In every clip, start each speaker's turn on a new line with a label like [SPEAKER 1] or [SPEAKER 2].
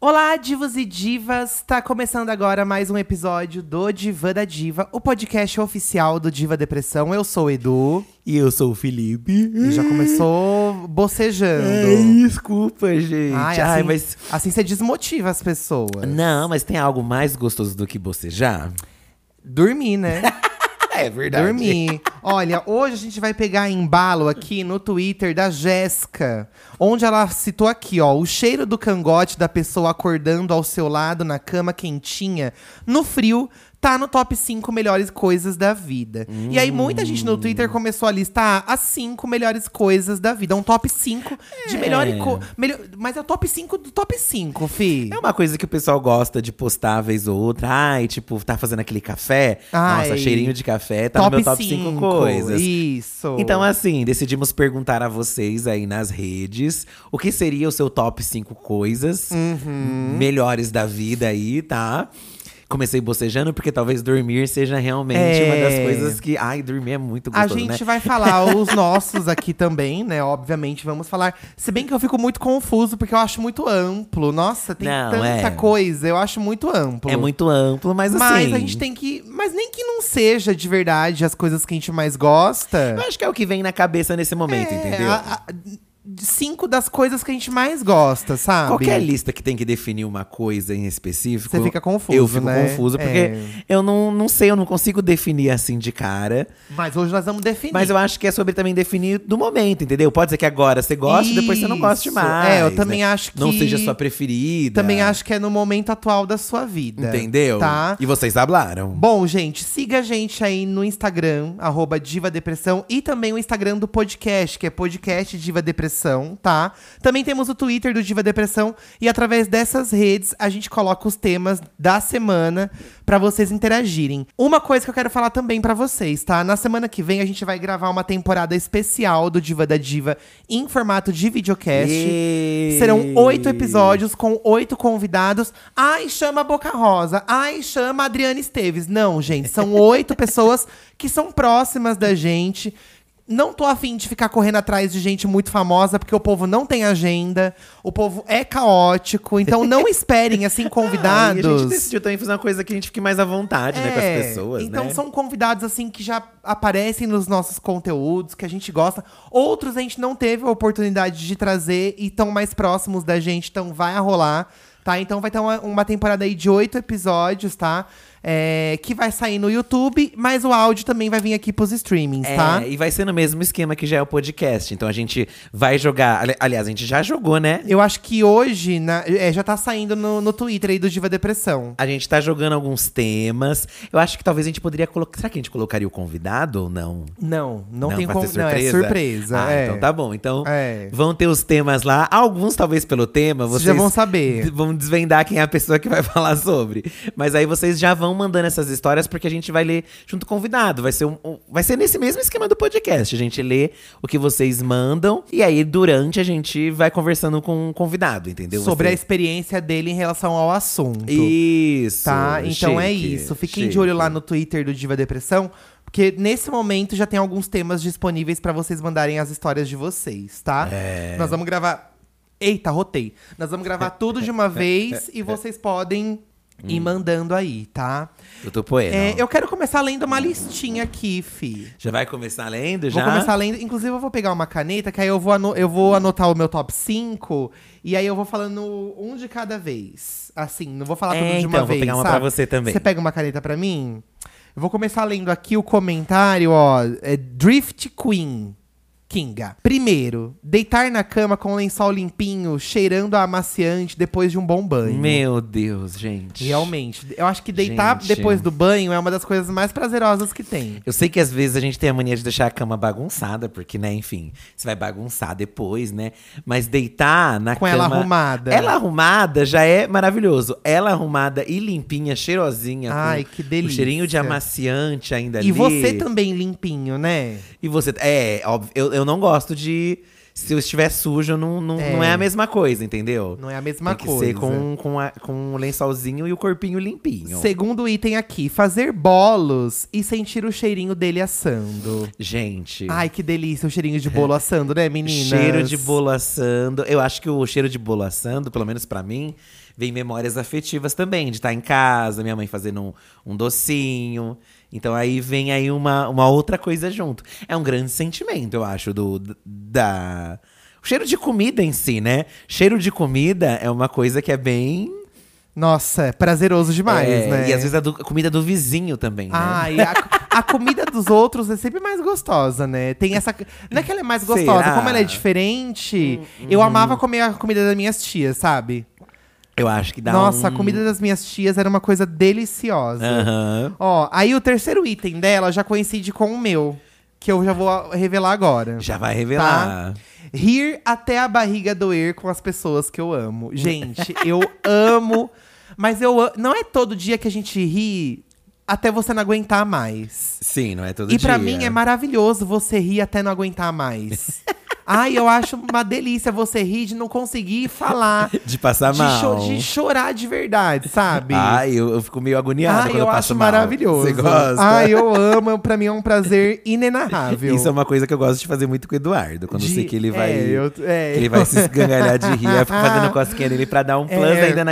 [SPEAKER 1] Olá, divos e divas! Tá começando agora mais um episódio do Diva da Diva, o podcast oficial do Diva Depressão. Eu sou o Edu.
[SPEAKER 2] E eu sou o Felipe.
[SPEAKER 1] E já começou bocejando.
[SPEAKER 2] Ai, desculpa, gente.
[SPEAKER 1] Ai,
[SPEAKER 2] Ai,
[SPEAKER 1] assim,
[SPEAKER 2] mas.
[SPEAKER 1] assim você desmotiva as pessoas.
[SPEAKER 2] Não, mas tem algo mais gostoso do que bocejar?
[SPEAKER 1] Dormir, né?
[SPEAKER 2] É verdade.
[SPEAKER 1] Dormir. Olha, hoje a gente vai pegar embalo aqui no Twitter da Jéssica, onde ela citou aqui, ó, o cheiro do cangote da pessoa acordando ao seu lado na cama quentinha, no frio, tá no top 5 melhores coisas da vida. E aí muita gente no Twitter começou a listar as 5 melhores coisas da vida, um top 5 de melhor,
[SPEAKER 2] É.
[SPEAKER 1] co- melhor, mas é o top 5 do top 5, fi.
[SPEAKER 2] É uma coisa que o pessoal gosta de postar vez ou outra. Ai, tipo, tá fazendo aquele café.
[SPEAKER 1] Ai.
[SPEAKER 2] Nossa, cheirinho de café tá no meu top 5
[SPEAKER 1] cinco,
[SPEAKER 2] coisas.
[SPEAKER 1] Isso.
[SPEAKER 2] Então, assim, decidimos perguntar a vocês aí nas redes o que seria o seu top 5 coisas
[SPEAKER 1] Uhum.
[SPEAKER 2] melhores da vida aí, tá? Comecei bocejando, porque talvez dormir seja realmente uma
[SPEAKER 1] É.
[SPEAKER 2] das coisas que. Ai, dormir é muito
[SPEAKER 1] A
[SPEAKER 2] gostoso,
[SPEAKER 1] gente
[SPEAKER 2] né?
[SPEAKER 1] vai falar os nossos aqui também, né? Obviamente, vamos falar. Se bem que eu fico muito confuso, porque eu acho muito amplo. Nossa, tem
[SPEAKER 2] Não,
[SPEAKER 1] tanta
[SPEAKER 2] é.
[SPEAKER 1] coisa. Eu acho muito amplo.
[SPEAKER 2] É muito amplo, mas assim.
[SPEAKER 1] Mas a gente tem que. Mas nem que não seja de verdade as coisas que a gente mais gosta.
[SPEAKER 2] Eu acho que é o que vem na cabeça nesse momento,
[SPEAKER 1] É,
[SPEAKER 2] entendeu?
[SPEAKER 1] a- a- de cinco das coisas que a gente mais gosta, sabe?
[SPEAKER 2] Qualquer lista que tem que definir uma coisa em específico.
[SPEAKER 1] Você fica confuso,
[SPEAKER 2] Eu fico
[SPEAKER 1] né?
[SPEAKER 2] confuso, porque
[SPEAKER 1] É.
[SPEAKER 2] eu não, não sei, eu não consigo definir assim de cara.
[SPEAKER 1] Mas hoje nós vamos definir.
[SPEAKER 2] Mas eu acho que é sobre também definir do momento, entendeu? Pode ser que agora você goste, depois você não goste
[SPEAKER 1] Isso.
[SPEAKER 2] mais.
[SPEAKER 1] É, eu
[SPEAKER 2] né?
[SPEAKER 1] também acho que-
[SPEAKER 2] Não seja sua preferida.
[SPEAKER 1] Também acho que é no momento atual da sua vida.
[SPEAKER 2] Entendeu?
[SPEAKER 1] Tá?
[SPEAKER 2] E vocês hablaram.
[SPEAKER 1] Bom, gente, siga a gente aí no Instagram, arroba Diva Depressão, e também o Instagram do podcast, que é podcast Diva Depressão, tá? Também temos o Twitter do Diva Depressão, e através dessas redes a gente coloca os temas da semana pra vocês interagirem. Uma coisa que eu quero falar também pra vocês, tá? Na semana que vem a gente vai gravar uma temporada especial do Diva da Diva em formato de videocast.
[SPEAKER 2] Yay!
[SPEAKER 1] Serão oito episódios com oito convidados. Ai, chama a Boca Rosa. Ai, chama a Adriana Esteves. Não, gente, são oito pessoas que são próximas da gente. Não tô afim de ficar correndo atrás de gente muito famosa, porque o povo não tem agenda, o povo é caótico, então não esperem, assim,
[SPEAKER 2] Ah, e
[SPEAKER 1] convidados.
[SPEAKER 2] a gente decidiu também fazer uma coisa que a gente fique mais à vontade, né? Com
[SPEAKER 1] É,
[SPEAKER 2] as pessoas,
[SPEAKER 1] Então
[SPEAKER 2] né?
[SPEAKER 1] são convidados, assim, que já aparecem nos nossos conteúdos, que a gente gosta. Outros a gente não teve a oportunidade de trazer e estão mais próximos da gente, então vai rolar, tá? Então vai ter uma, uma temporada aí de oito episódios, tá? É, que vai sair no YouTube, mas o áudio também vai vir aqui pros streamings,
[SPEAKER 2] É,
[SPEAKER 1] tá?
[SPEAKER 2] e vai ser no mesmo esquema que já é o podcast. Então a gente vai jogar. ali- Aliás, a gente já jogou, né?
[SPEAKER 1] Eu acho que hoje na- é, já tá saindo no, no Twitter aí do Diva Depressão.
[SPEAKER 2] A gente tá jogando alguns temas. Eu acho que talvez a gente poderia colocar. Será que a gente colocaria o convidado ou não?
[SPEAKER 1] Não, não, tem
[SPEAKER 2] vai
[SPEAKER 1] como.
[SPEAKER 2] ser
[SPEAKER 1] Não, é surpresa.
[SPEAKER 2] Ah,
[SPEAKER 1] é.
[SPEAKER 2] então tá bom. Então
[SPEAKER 1] É.
[SPEAKER 2] vão ter os temas lá. Alguns, talvez, pelo tema, vocês.
[SPEAKER 1] Vocês já vão saber.
[SPEAKER 2] d- Vão desvendar quem é a pessoa que vai falar sobre. Mas aí vocês já vão mandando essas histórias, porque a gente vai ler junto com o convidado. Vai ser, um, um- vai ser nesse mesmo esquema do podcast. A gente lê o que vocês mandam. E aí, durante, a gente vai conversando com o convidado, entendeu?
[SPEAKER 1] sobre a
[SPEAKER 2] Você-
[SPEAKER 1] experiência dele em relação ao assunto.
[SPEAKER 2] Isso.
[SPEAKER 1] Tá? Então é
[SPEAKER 2] chique,
[SPEAKER 1] isso. Fiquem de
[SPEAKER 2] chique.
[SPEAKER 1] olho lá no Twitter do Diva Depressão, porque nesse momento já tem alguns temas disponíveis pra vocês mandarem as histórias de vocês, tá?
[SPEAKER 2] É.
[SPEAKER 1] Nós vamos gravar. Eita, rotei. Nós vamos gravar tudo de uma vez e vocês podem
[SPEAKER 2] Hum.
[SPEAKER 1] ir mandando aí, tá?
[SPEAKER 2] Eu tô poeta.
[SPEAKER 1] É, eu quero começar lendo uma listinha aqui, Fi.
[SPEAKER 2] Já vai começar lendo?
[SPEAKER 1] Vou
[SPEAKER 2] Já?
[SPEAKER 1] começar lendo. Inclusive, eu vou pegar uma caneta, que aí eu vou, ano- eu vou anotar o meu top 5. E aí eu vou falando um de cada vez. Assim, não vou falar
[SPEAKER 2] É,
[SPEAKER 1] tudo de uma
[SPEAKER 2] então, vou
[SPEAKER 1] vez.
[SPEAKER 2] pegar uma
[SPEAKER 1] sabe?
[SPEAKER 2] pra você também.
[SPEAKER 1] Você pega uma caneta pra mim? Eu vou começar lendo aqui o comentário, ó. É Drift Queen. Kinga. Primeiro, deitar na cama com o lençol limpinho, cheirando a amaciante depois de um bom banho.
[SPEAKER 2] Meu Deus, gente.
[SPEAKER 1] Realmente. Eu acho que deitar
[SPEAKER 2] Gente.
[SPEAKER 1] depois do banho é uma das coisas mais prazerosas que tem.
[SPEAKER 2] Eu sei que às vezes a gente tem a mania de deixar a cama bagunçada, porque, né, enfim, você vai bagunçar depois, né? Mas deitar na
[SPEAKER 1] Com
[SPEAKER 2] cama.
[SPEAKER 1] ela arrumada.
[SPEAKER 2] Ela arrumada já é maravilhoso. Ela arrumada e limpinha, cheirosinha.
[SPEAKER 1] Ai,
[SPEAKER 2] com
[SPEAKER 1] que delícia.
[SPEAKER 2] O cheirinho de amaciante ainda ali.
[SPEAKER 1] E você também limpinho, né?
[SPEAKER 2] E você. É, óbvio, eu, eu não gosto de. Se eu estiver sujo, não, não
[SPEAKER 1] É.
[SPEAKER 2] não é a mesma coisa, entendeu?
[SPEAKER 1] Não é a mesma
[SPEAKER 2] Tem que
[SPEAKER 1] coisa.
[SPEAKER 2] ser com, um com, a- com o lençolzinho e o corpinho limpinho.
[SPEAKER 1] Segundo item aqui, fazer bolos e sentir o cheirinho dele assando.
[SPEAKER 2] Gente.
[SPEAKER 1] Ai, que delícia o cheirinho de
[SPEAKER 2] É.
[SPEAKER 1] bolo assando, né, meninas?
[SPEAKER 2] Cheiro de bolo assando. Eu acho que o cheiro de bolo assando, pelo menos pra mim, vem memórias afetivas também, de estar em casa, minha mãe fazendo um, um docinho. Então aí vem aí uma, uma outra coisa junto. É um grande sentimento, eu acho, do d- da o cheiro de comida em si, né? Cheiro de comida é uma coisa que é bem
[SPEAKER 1] Nossa, é prazeroso demais,
[SPEAKER 2] é,
[SPEAKER 1] né?
[SPEAKER 2] E às vezes a, do- a comida do vizinho também, né?
[SPEAKER 1] Ah, e a, a comida dos outros é sempre mais gostosa, né? Tem essa. Não é que ela é mais gostosa,
[SPEAKER 2] Será?
[SPEAKER 1] como ela é diferente,
[SPEAKER 2] Hum,
[SPEAKER 1] eu amava comer a comida das minhas tias, sabe?
[SPEAKER 2] Eu acho que dá
[SPEAKER 1] Nossa,
[SPEAKER 2] um...
[SPEAKER 1] a comida das minhas tias era uma coisa deliciosa.
[SPEAKER 2] Aham.
[SPEAKER 1] Ó, aí o terceiro item dela já coincide com o meu, que eu já vou revelar agora.
[SPEAKER 2] Já vai revelar.
[SPEAKER 1] Tá. Rir até a barriga doer com as pessoas que eu amo. Gente, eu amo. Mas eu a- não é todo dia que a gente ri até você não aguentar mais.
[SPEAKER 2] Sim, não é todo
[SPEAKER 1] e
[SPEAKER 2] dia.
[SPEAKER 1] pra mim é maravilhoso você rir até não aguentar mais. Ai, eu acho uma delícia você rir de não conseguir falar.
[SPEAKER 2] De passar
[SPEAKER 1] De, cho-
[SPEAKER 2] mal.
[SPEAKER 1] de chorar de verdade, sabe?
[SPEAKER 2] Ai, eu, eu fico meio agoniado
[SPEAKER 1] Ai,
[SPEAKER 2] quando
[SPEAKER 1] Ah,
[SPEAKER 2] eu,
[SPEAKER 1] eu
[SPEAKER 2] passo
[SPEAKER 1] acho
[SPEAKER 2] mal.
[SPEAKER 1] maravilhoso.
[SPEAKER 2] Você gosta?
[SPEAKER 1] Ai, eu amo. Pra mim é um prazer inenarrável.
[SPEAKER 2] Isso é uma coisa que eu gosto de fazer muito com o Eduardo. Quando eu
[SPEAKER 1] De-
[SPEAKER 2] sei que ele vai.
[SPEAKER 1] é, eu- é,
[SPEAKER 2] que ele vai se esgangalhar de rir. Eu fico fazendo cosquinha nele pra dar um plus
[SPEAKER 1] É.
[SPEAKER 2] ainda na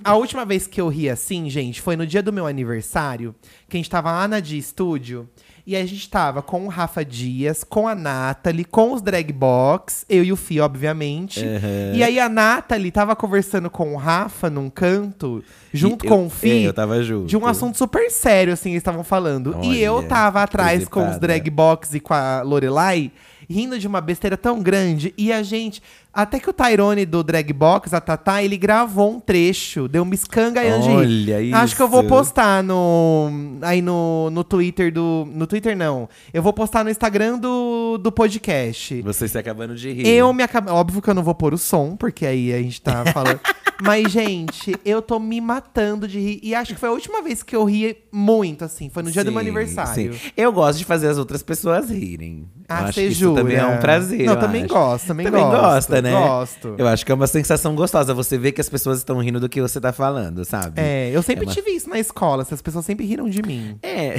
[SPEAKER 1] A última vez que eu ri assim, gente, foi no dia do meu aniversário, que a gente tava lá na Dia Studio. E a gente tava com o Rafa Dias, com a Nathalie, com os drag box, eu e o Fih, obviamente. E aí a Nathalie tava conversando com o Rafa num canto, junto
[SPEAKER 2] E
[SPEAKER 1] com
[SPEAKER 2] eu-
[SPEAKER 1] o Fih.
[SPEAKER 2] é, eu tava junto.
[SPEAKER 1] De um assunto super sério, assim, eles estavam falando. e eu
[SPEAKER 2] Olha,
[SPEAKER 1] tava atrás com os
[SPEAKER 2] presepada.
[SPEAKER 1] drag box e com a Lorelai, rindo de uma besteira tão grande. E a gente. Até que o Tyrone do drag box, a Tatá, ele gravou um trecho, deu uma escanga aí de rir.
[SPEAKER 2] Olha isso.
[SPEAKER 1] Acho que eu vou postar no. Aí no, no Twitter do. No Twitter não. Eu vou postar no Instagram do, do podcast.
[SPEAKER 2] Você se acabando de rir.
[SPEAKER 1] Eu me acabei. Óbvio que eu não vou pôr o som, porque aí a gente tá falando. Mas, gente, eu tô me matando de rir. E acho que foi a última vez que eu ri muito, assim. Foi no dia do meu
[SPEAKER 2] Sim,
[SPEAKER 1] aniversário.
[SPEAKER 2] sim. Eu gosto de fazer as outras pessoas rirem. Eu
[SPEAKER 1] Ah,
[SPEAKER 2] acho
[SPEAKER 1] você
[SPEAKER 2] que
[SPEAKER 1] jura?
[SPEAKER 2] Isso também é um prazer.
[SPEAKER 1] Não,
[SPEAKER 2] eu
[SPEAKER 1] também
[SPEAKER 2] acho.
[SPEAKER 1] gosto, também,
[SPEAKER 2] Também
[SPEAKER 1] gosto.
[SPEAKER 2] gosta, né?
[SPEAKER 1] Gosto.
[SPEAKER 2] Eu acho que é uma sensação gostosa. Você vê que as pessoas estão rindo do que você tá falando, sabe?
[SPEAKER 1] É, eu sempre
[SPEAKER 2] É uma-
[SPEAKER 1] tive isso na escola. Essas pessoas sempre riram de mim.
[SPEAKER 2] É.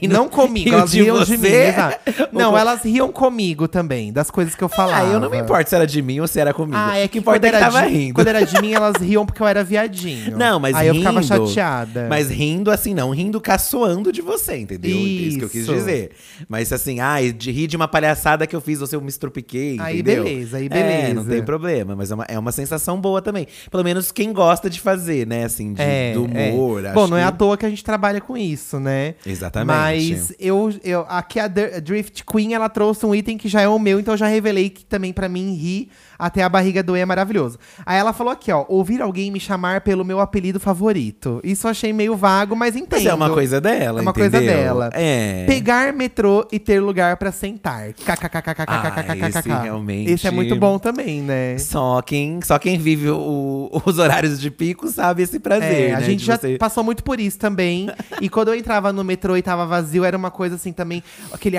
[SPEAKER 1] E não comigo,
[SPEAKER 2] riam
[SPEAKER 1] elas
[SPEAKER 2] de
[SPEAKER 1] riam de mim.
[SPEAKER 2] você?
[SPEAKER 1] exato. Não, elas riam comigo também, das coisas que eu
[SPEAKER 2] Ah,
[SPEAKER 1] falava.
[SPEAKER 2] eu não me importo se era de mim ou se era comigo.
[SPEAKER 1] Ah, é que
[SPEAKER 2] O que importa é
[SPEAKER 1] quando
[SPEAKER 2] que
[SPEAKER 1] era
[SPEAKER 2] tava
[SPEAKER 1] de-
[SPEAKER 2] rindo.
[SPEAKER 1] Quando era de mim, elas riam porque eu era viadinho.
[SPEAKER 2] Não, mas
[SPEAKER 1] Aí
[SPEAKER 2] rindo.
[SPEAKER 1] eu ficava chateada.
[SPEAKER 2] Mas rindo assim, não rindo caçoando de você, entendeu? É Isso, que eu quis
[SPEAKER 1] Isso.
[SPEAKER 2] dizer. Mas assim, ah, de rir de uma palhaçada que eu fiz, ou se eu me estrupiquei,
[SPEAKER 1] Aí
[SPEAKER 2] entendeu?
[SPEAKER 1] beleza, aí
[SPEAKER 2] É, não
[SPEAKER 1] beleza.
[SPEAKER 2] tem problema, mas é uma, é uma sensação boa também. Pelo menos quem gosta de fazer, né, assim, de, do humor.
[SPEAKER 1] é.
[SPEAKER 2] acho
[SPEAKER 1] Bom, não é à
[SPEAKER 2] que-
[SPEAKER 1] toa que a gente trabalha com isso, né?
[SPEAKER 2] Exatamente.
[SPEAKER 1] Mas eu, eu aqui a Dr- a Drift Queen, ela trouxe um item que já é o meu, então eu já revelei que também pra mim rir até a barriga doer é maravilhoso. Aí ela falou aqui, ó, ouvir alguém me chamar pelo meu apelido favorito. Isso eu achei meio vago, mas entendo.
[SPEAKER 2] Mas é uma coisa dela,
[SPEAKER 1] É uma coisa
[SPEAKER 2] entendeu?
[SPEAKER 1] dela.
[SPEAKER 2] É.
[SPEAKER 1] Pegar metrô e ter lugar pra sentar. KKKKKKKKKKK.
[SPEAKER 2] Ah, esse realmente-
[SPEAKER 1] Esse é muito bom também, né?
[SPEAKER 2] Só quem, só quem vive o- os horários de pico sabe esse prazer,
[SPEAKER 1] É, a
[SPEAKER 2] né,
[SPEAKER 1] gente
[SPEAKER 2] de
[SPEAKER 1] já
[SPEAKER 2] você-
[SPEAKER 1] passou muito por isso também. e quando eu entrava no metrô e tava vazio, era uma coisa assim também, aquele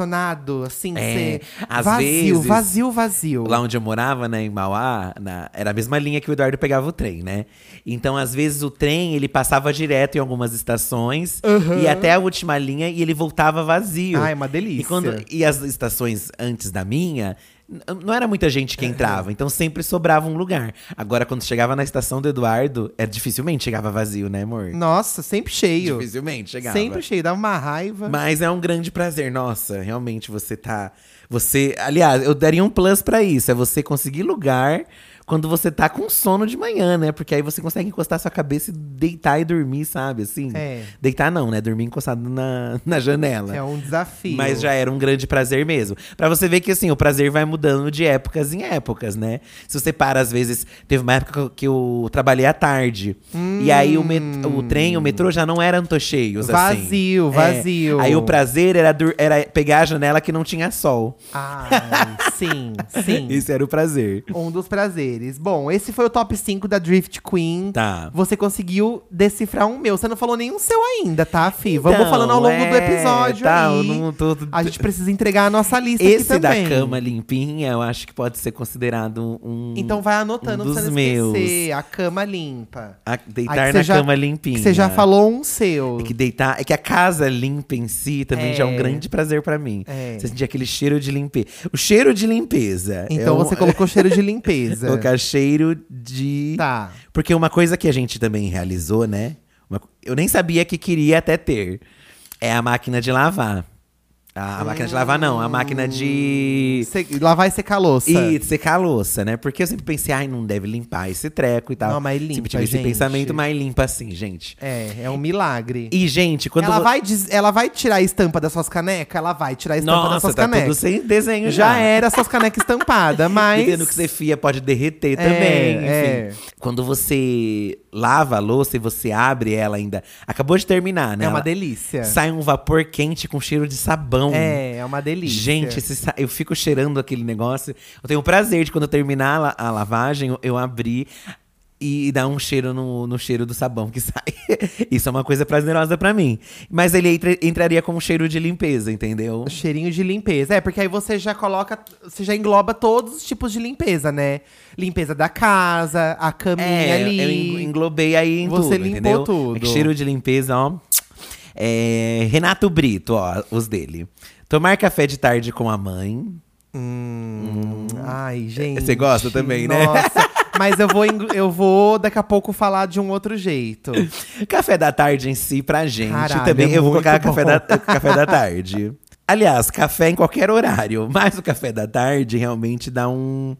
[SPEAKER 1] ar-condicionado, assim,
[SPEAKER 2] É,
[SPEAKER 1] você-
[SPEAKER 2] às
[SPEAKER 1] vazio,
[SPEAKER 2] vezes-
[SPEAKER 1] vazio, vazio.
[SPEAKER 2] Lá onde eu morava, né, em Mauá, na- era a mesma linha que o Eduardo pegava o trem, né? Então, às vezes, o trem, ele passava direto em algumas estações. E até a última linha, e ele voltava vazio.
[SPEAKER 1] Ai, uma delícia.
[SPEAKER 2] E, quando, e as estações antes da minha, n- não era muita gente que entrava. Então, sempre sobrava um lugar. Agora, quando chegava na estação do Eduardo, é, dificilmente chegava vazio, né, amor?
[SPEAKER 1] Nossa, sempre cheio.
[SPEAKER 2] Dificilmente chegava.
[SPEAKER 1] Sempre cheio, dava uma raiva.
[SPEAKER 2] Mas é um grande prazer, nossa, realmente você tá. Você. Aliás, eu daria um plus pra isso. É você conseguir lugar quando você tá com sono de manhã, né? Porque aí você consegue encostar sua cabeça e deitar e dormir, sabe? Assim.
[SPEAKER 1] É.
[SPEAKER 2] Deitar não, né? Dormir encostado na, na janela.
[SPEAKER 1] É um desafio.
[SPEAKER 2] né, Mas já era um grande prazer mesmo. Pra você ver que assim, o prazer vai mudando de épocas em épocas, né? Se você para, às vezes, teve uma época que eu trabalhei à tarde. E aí o, met- o trem, o metrô já não eram tão cheios, assim.
[SPEAKER 1] Vazio,
[SPEAKER 2] É.
[SPEAKER 1] vazio.
[SPEAKER 2] Aí o prazer era, dur- era pegar a janela que não tinha sol.
[SPEAKER 1] Ai, Ah, sim, sim.
[SPEAKER 2] Isso era o prazer.
[SPEAKER 1] Um dos prazeres. Bom, esse foi o top 5 da Drift Queen.
[SPEAKER 2] Tá.
[SPEAKER 1] Você conseguiu decifrar um meu. Você não falou nenhum seu ainda, tá, Fih? Vamos
[SPEAKER 2] Então,
[SPEAKER 1] falando ao longo do
[SPEAKER 2] é,
[SPEAKER 1] episódio
[SPEAKER 2] tá,
[SPEAKER 1] aí.
[SPEAKER 2] eu não tô-
[SPEAKER 1] A gente precisa entregar a nossa lista
[SPEAKER 2] Esse
[SPEAKER 1] aqui
[SPEAKER 2] da
[SPEAKER 1] também.
[SPEAKER 2] cama limpinha, eu acho que pode ser considerado um.
[SPEAKER 1] Então vai anotando
[SPEAKER 2] Um
[SPEAKER 1] pra você
[SPEAKER 2] dos
[SPEAKER 1] não esquecer. A cama limpa.
[SPEAKER 2] a-
[SPEAKER 1] Aí
[SPEAKER 2] deitar
[SPEAKER 1] que
[SPEAKER 2] na
[SPEAKER 1] você já-
[SPEAKER 2] cama limpinha.
[SPEAKER 1] Que você já falou um seu.
[SPEAKER 2] É que deitar. É que a casa limpa em si também já é um
[SPEAKER 1] É.
[SPEAKER 2] grande prazer pra mim.
[SPEAKER 1] É.
[SPEAKER 2] Você sentir aquele cheiro de limpeza. O cheiro de limpeza.
[SPEAKER 1] Então
[SPEAKER 2] é um-
[SPEAKER 1] você colocou cheiro de limpeza.
[SPEAKER 2] ficar cheiro de.
[SPEAKER 1] Tá.
[SPEAKER 2] Porque uma coisa que a gente também realizou, né? uma co- eu nem sabia que queria até ter. É a máquina de lavar. A, a máquina de lavar, não. A máquina de.
[SPEAKER 1] Se- lavar e secar a louça.
[SPEAKER 2] E de secar a louça, né? Porque eu sempre pensei, ai, não deve limpar esse treco e tal.
[SPEAKER 1] Não, mas limpa,
[SPEAKER 2] Sempre tive
[SPEAKER 1] gente.
[SPEAKER 2] esse tipo pensamento, mas limpa sim, gente.
[SPEAKER 1] É, é um milagre.
[SPEAKER 2] E, gente, quando.
[SPEAKER 1] ela,
[SPEAKER 2] vo-
[SPEAKER 1] vai des- ela vai tirar a estampa das suas canecas? Ela vai tirar a estampa das
[SPEAKER 2] Nossa,
[SPEAKER 1] suas
[SPEAKER 2] tá tudo
[SPEAKER 1] canecas.
[SPEAKER 2] sem desenho já.
[SPEAKER 1] Já era suas canecas estampadas, mas.
[SPEAKER 2] Entendendo que você fia pode derreter também. Enfim.
[SPEAKER 1] é.
[SPEAKER 2] Quando você lava a louça e você abre ela ainda. Acabou de terminar, né?
[SPEAKER 1] É uma
[SPEAKER 2] Ela-
[SPEAKER 1] delícia.
[SPEAKER 2] Sai um vapor quente com cheiro de sabão.
[SPEAKER 1] É, é uma delícia.
[SPEAKER 2] Gente, esse sa- eu fico cheirando aquele negócio. Eu tenho o prazer de quando eu terminar a, la- a lavagem, eu- eu abrir e dar um cheiro no, no cheiro do sabão que sai. Isso é uma coisa prazerosa pra mim. Mas ele entra- entraria com um cheiro de limpeza, entendeu?
[SPEAKER 1] Cheirinho de limpeza. É, porque aí você já coloca. Você já engloba todos os tipos de limpeza, né? Limpeza da casa, a caminha É, ali.
[SPEAKER 2] É, eu en- englobei aí em
[SPEAKER 1] Você
[SPEAKER 2] tudo,
[SPEAKER 1] limpou
[SPEAKER 2] entendeu?
[SPEAKER 1] tudo.
[SPEAKER 2] É que cheiro de limpeza, ó. É, Renato Brito, ó, os dele. Tomar café de tarde com a mãe.
[SPEAKER 1] Hum, Ai, gente.
[SPEAKER 2] Você gosta também, né?
[SPEAKER 1] Nossa. Mas eu vou, eng- eu vou daqui a pouco falar de um outro jeito.
[SPEAKER 2] Café da tarde em si pra gente
[SPEAKER 1] Caralho,
[SPEAKER 2] também.
[SPEAKER 1] é
[SPEAKER 2] eu vou
[SPEAKER 1] muito
[SPEAKER 2] colocar
[SPEAKER 1] bom.
[SPEAKER 2] café da, café da tarde. Aliás, café em qualquer horário, mas o café da tarde realmente dá um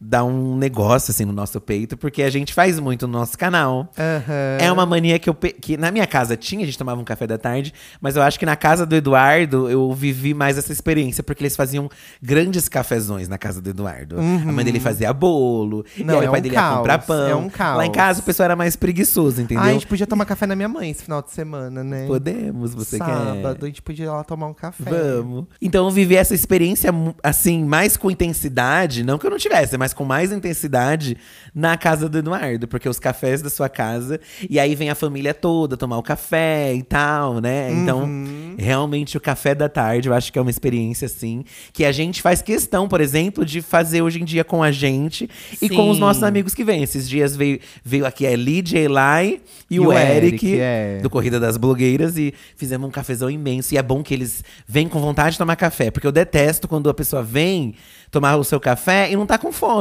[SPEAKER 2] dá um negócio assim no nosso peito, porque a gente faz muito no nosso canal.
[SPEAKER 1] Aham.
[SPEAKER 2] É uma mania que eu pe- que na minha casa tinha, a gente tomava um café da tarde, mas eu acho que na casa do Eduardo eu vivi mais essa experiência, porque eles faziam grandes cafezões na casa do Eduardo. A mãe dele fazia bolo,
[SPEAKER 1] Uhum. Não,
[SPEAKER 2] e aí
[SPEAKER 1] é
[SPEAKER 2] o pai
[SPEAKER 1] um
[SPEAKER 2] dele
[SPEAKER 1] caos,
[SPEAKER 2] ia comprar pão.
[SPEAKER 1] é um
[SPEAKER 2] Lá em
[SPEAKER 1] caos.
[SPEAKER 2] casa o pessoal era mais preguiçoso, entendeu?
[SPEAKER 1] Ai, a gente podia tomar café na minha mãe esse final de semana, né?
[SPEAKER 2] Podemos, você
[SPEAKER 1] Sábado,
[SPEAKER 2] quer?
[SPEAKER 1] a gente podia ir lá tomar um café.
[SPEAKER 2] Vamos. Então eu vivi essa experiência mu- assim, mais com intensidade, não que eu não tivesse, mas com mais intensidade na casa do Eduardo, porque os cafés da sua casa, e aí vem a família toda tomar o café e tal, né? Então,
[SPEAKER 1] Uhum.
[SPEAKER 2] realmente o café da tarde, eu acho que é uma experiência assim, que a gente faz questão, por exemplo, de fazer hoje em dia com a gente e com os
[SPEAKER 1] Sim.
[SPEAKER 2] nossos amigos que vêm. Esses dias veio, veio aqui a Lidia, Eli e, o, Eric,
[SPEAKER 1] é.
[SPEAKER 2] do Corrida das Blogueiras e fizemos um cafezão imenso. E é bom que eles vêm com vontade de tomar café, porque eu detesto quando a pessoa vem tomar o seu café e não tá com fome.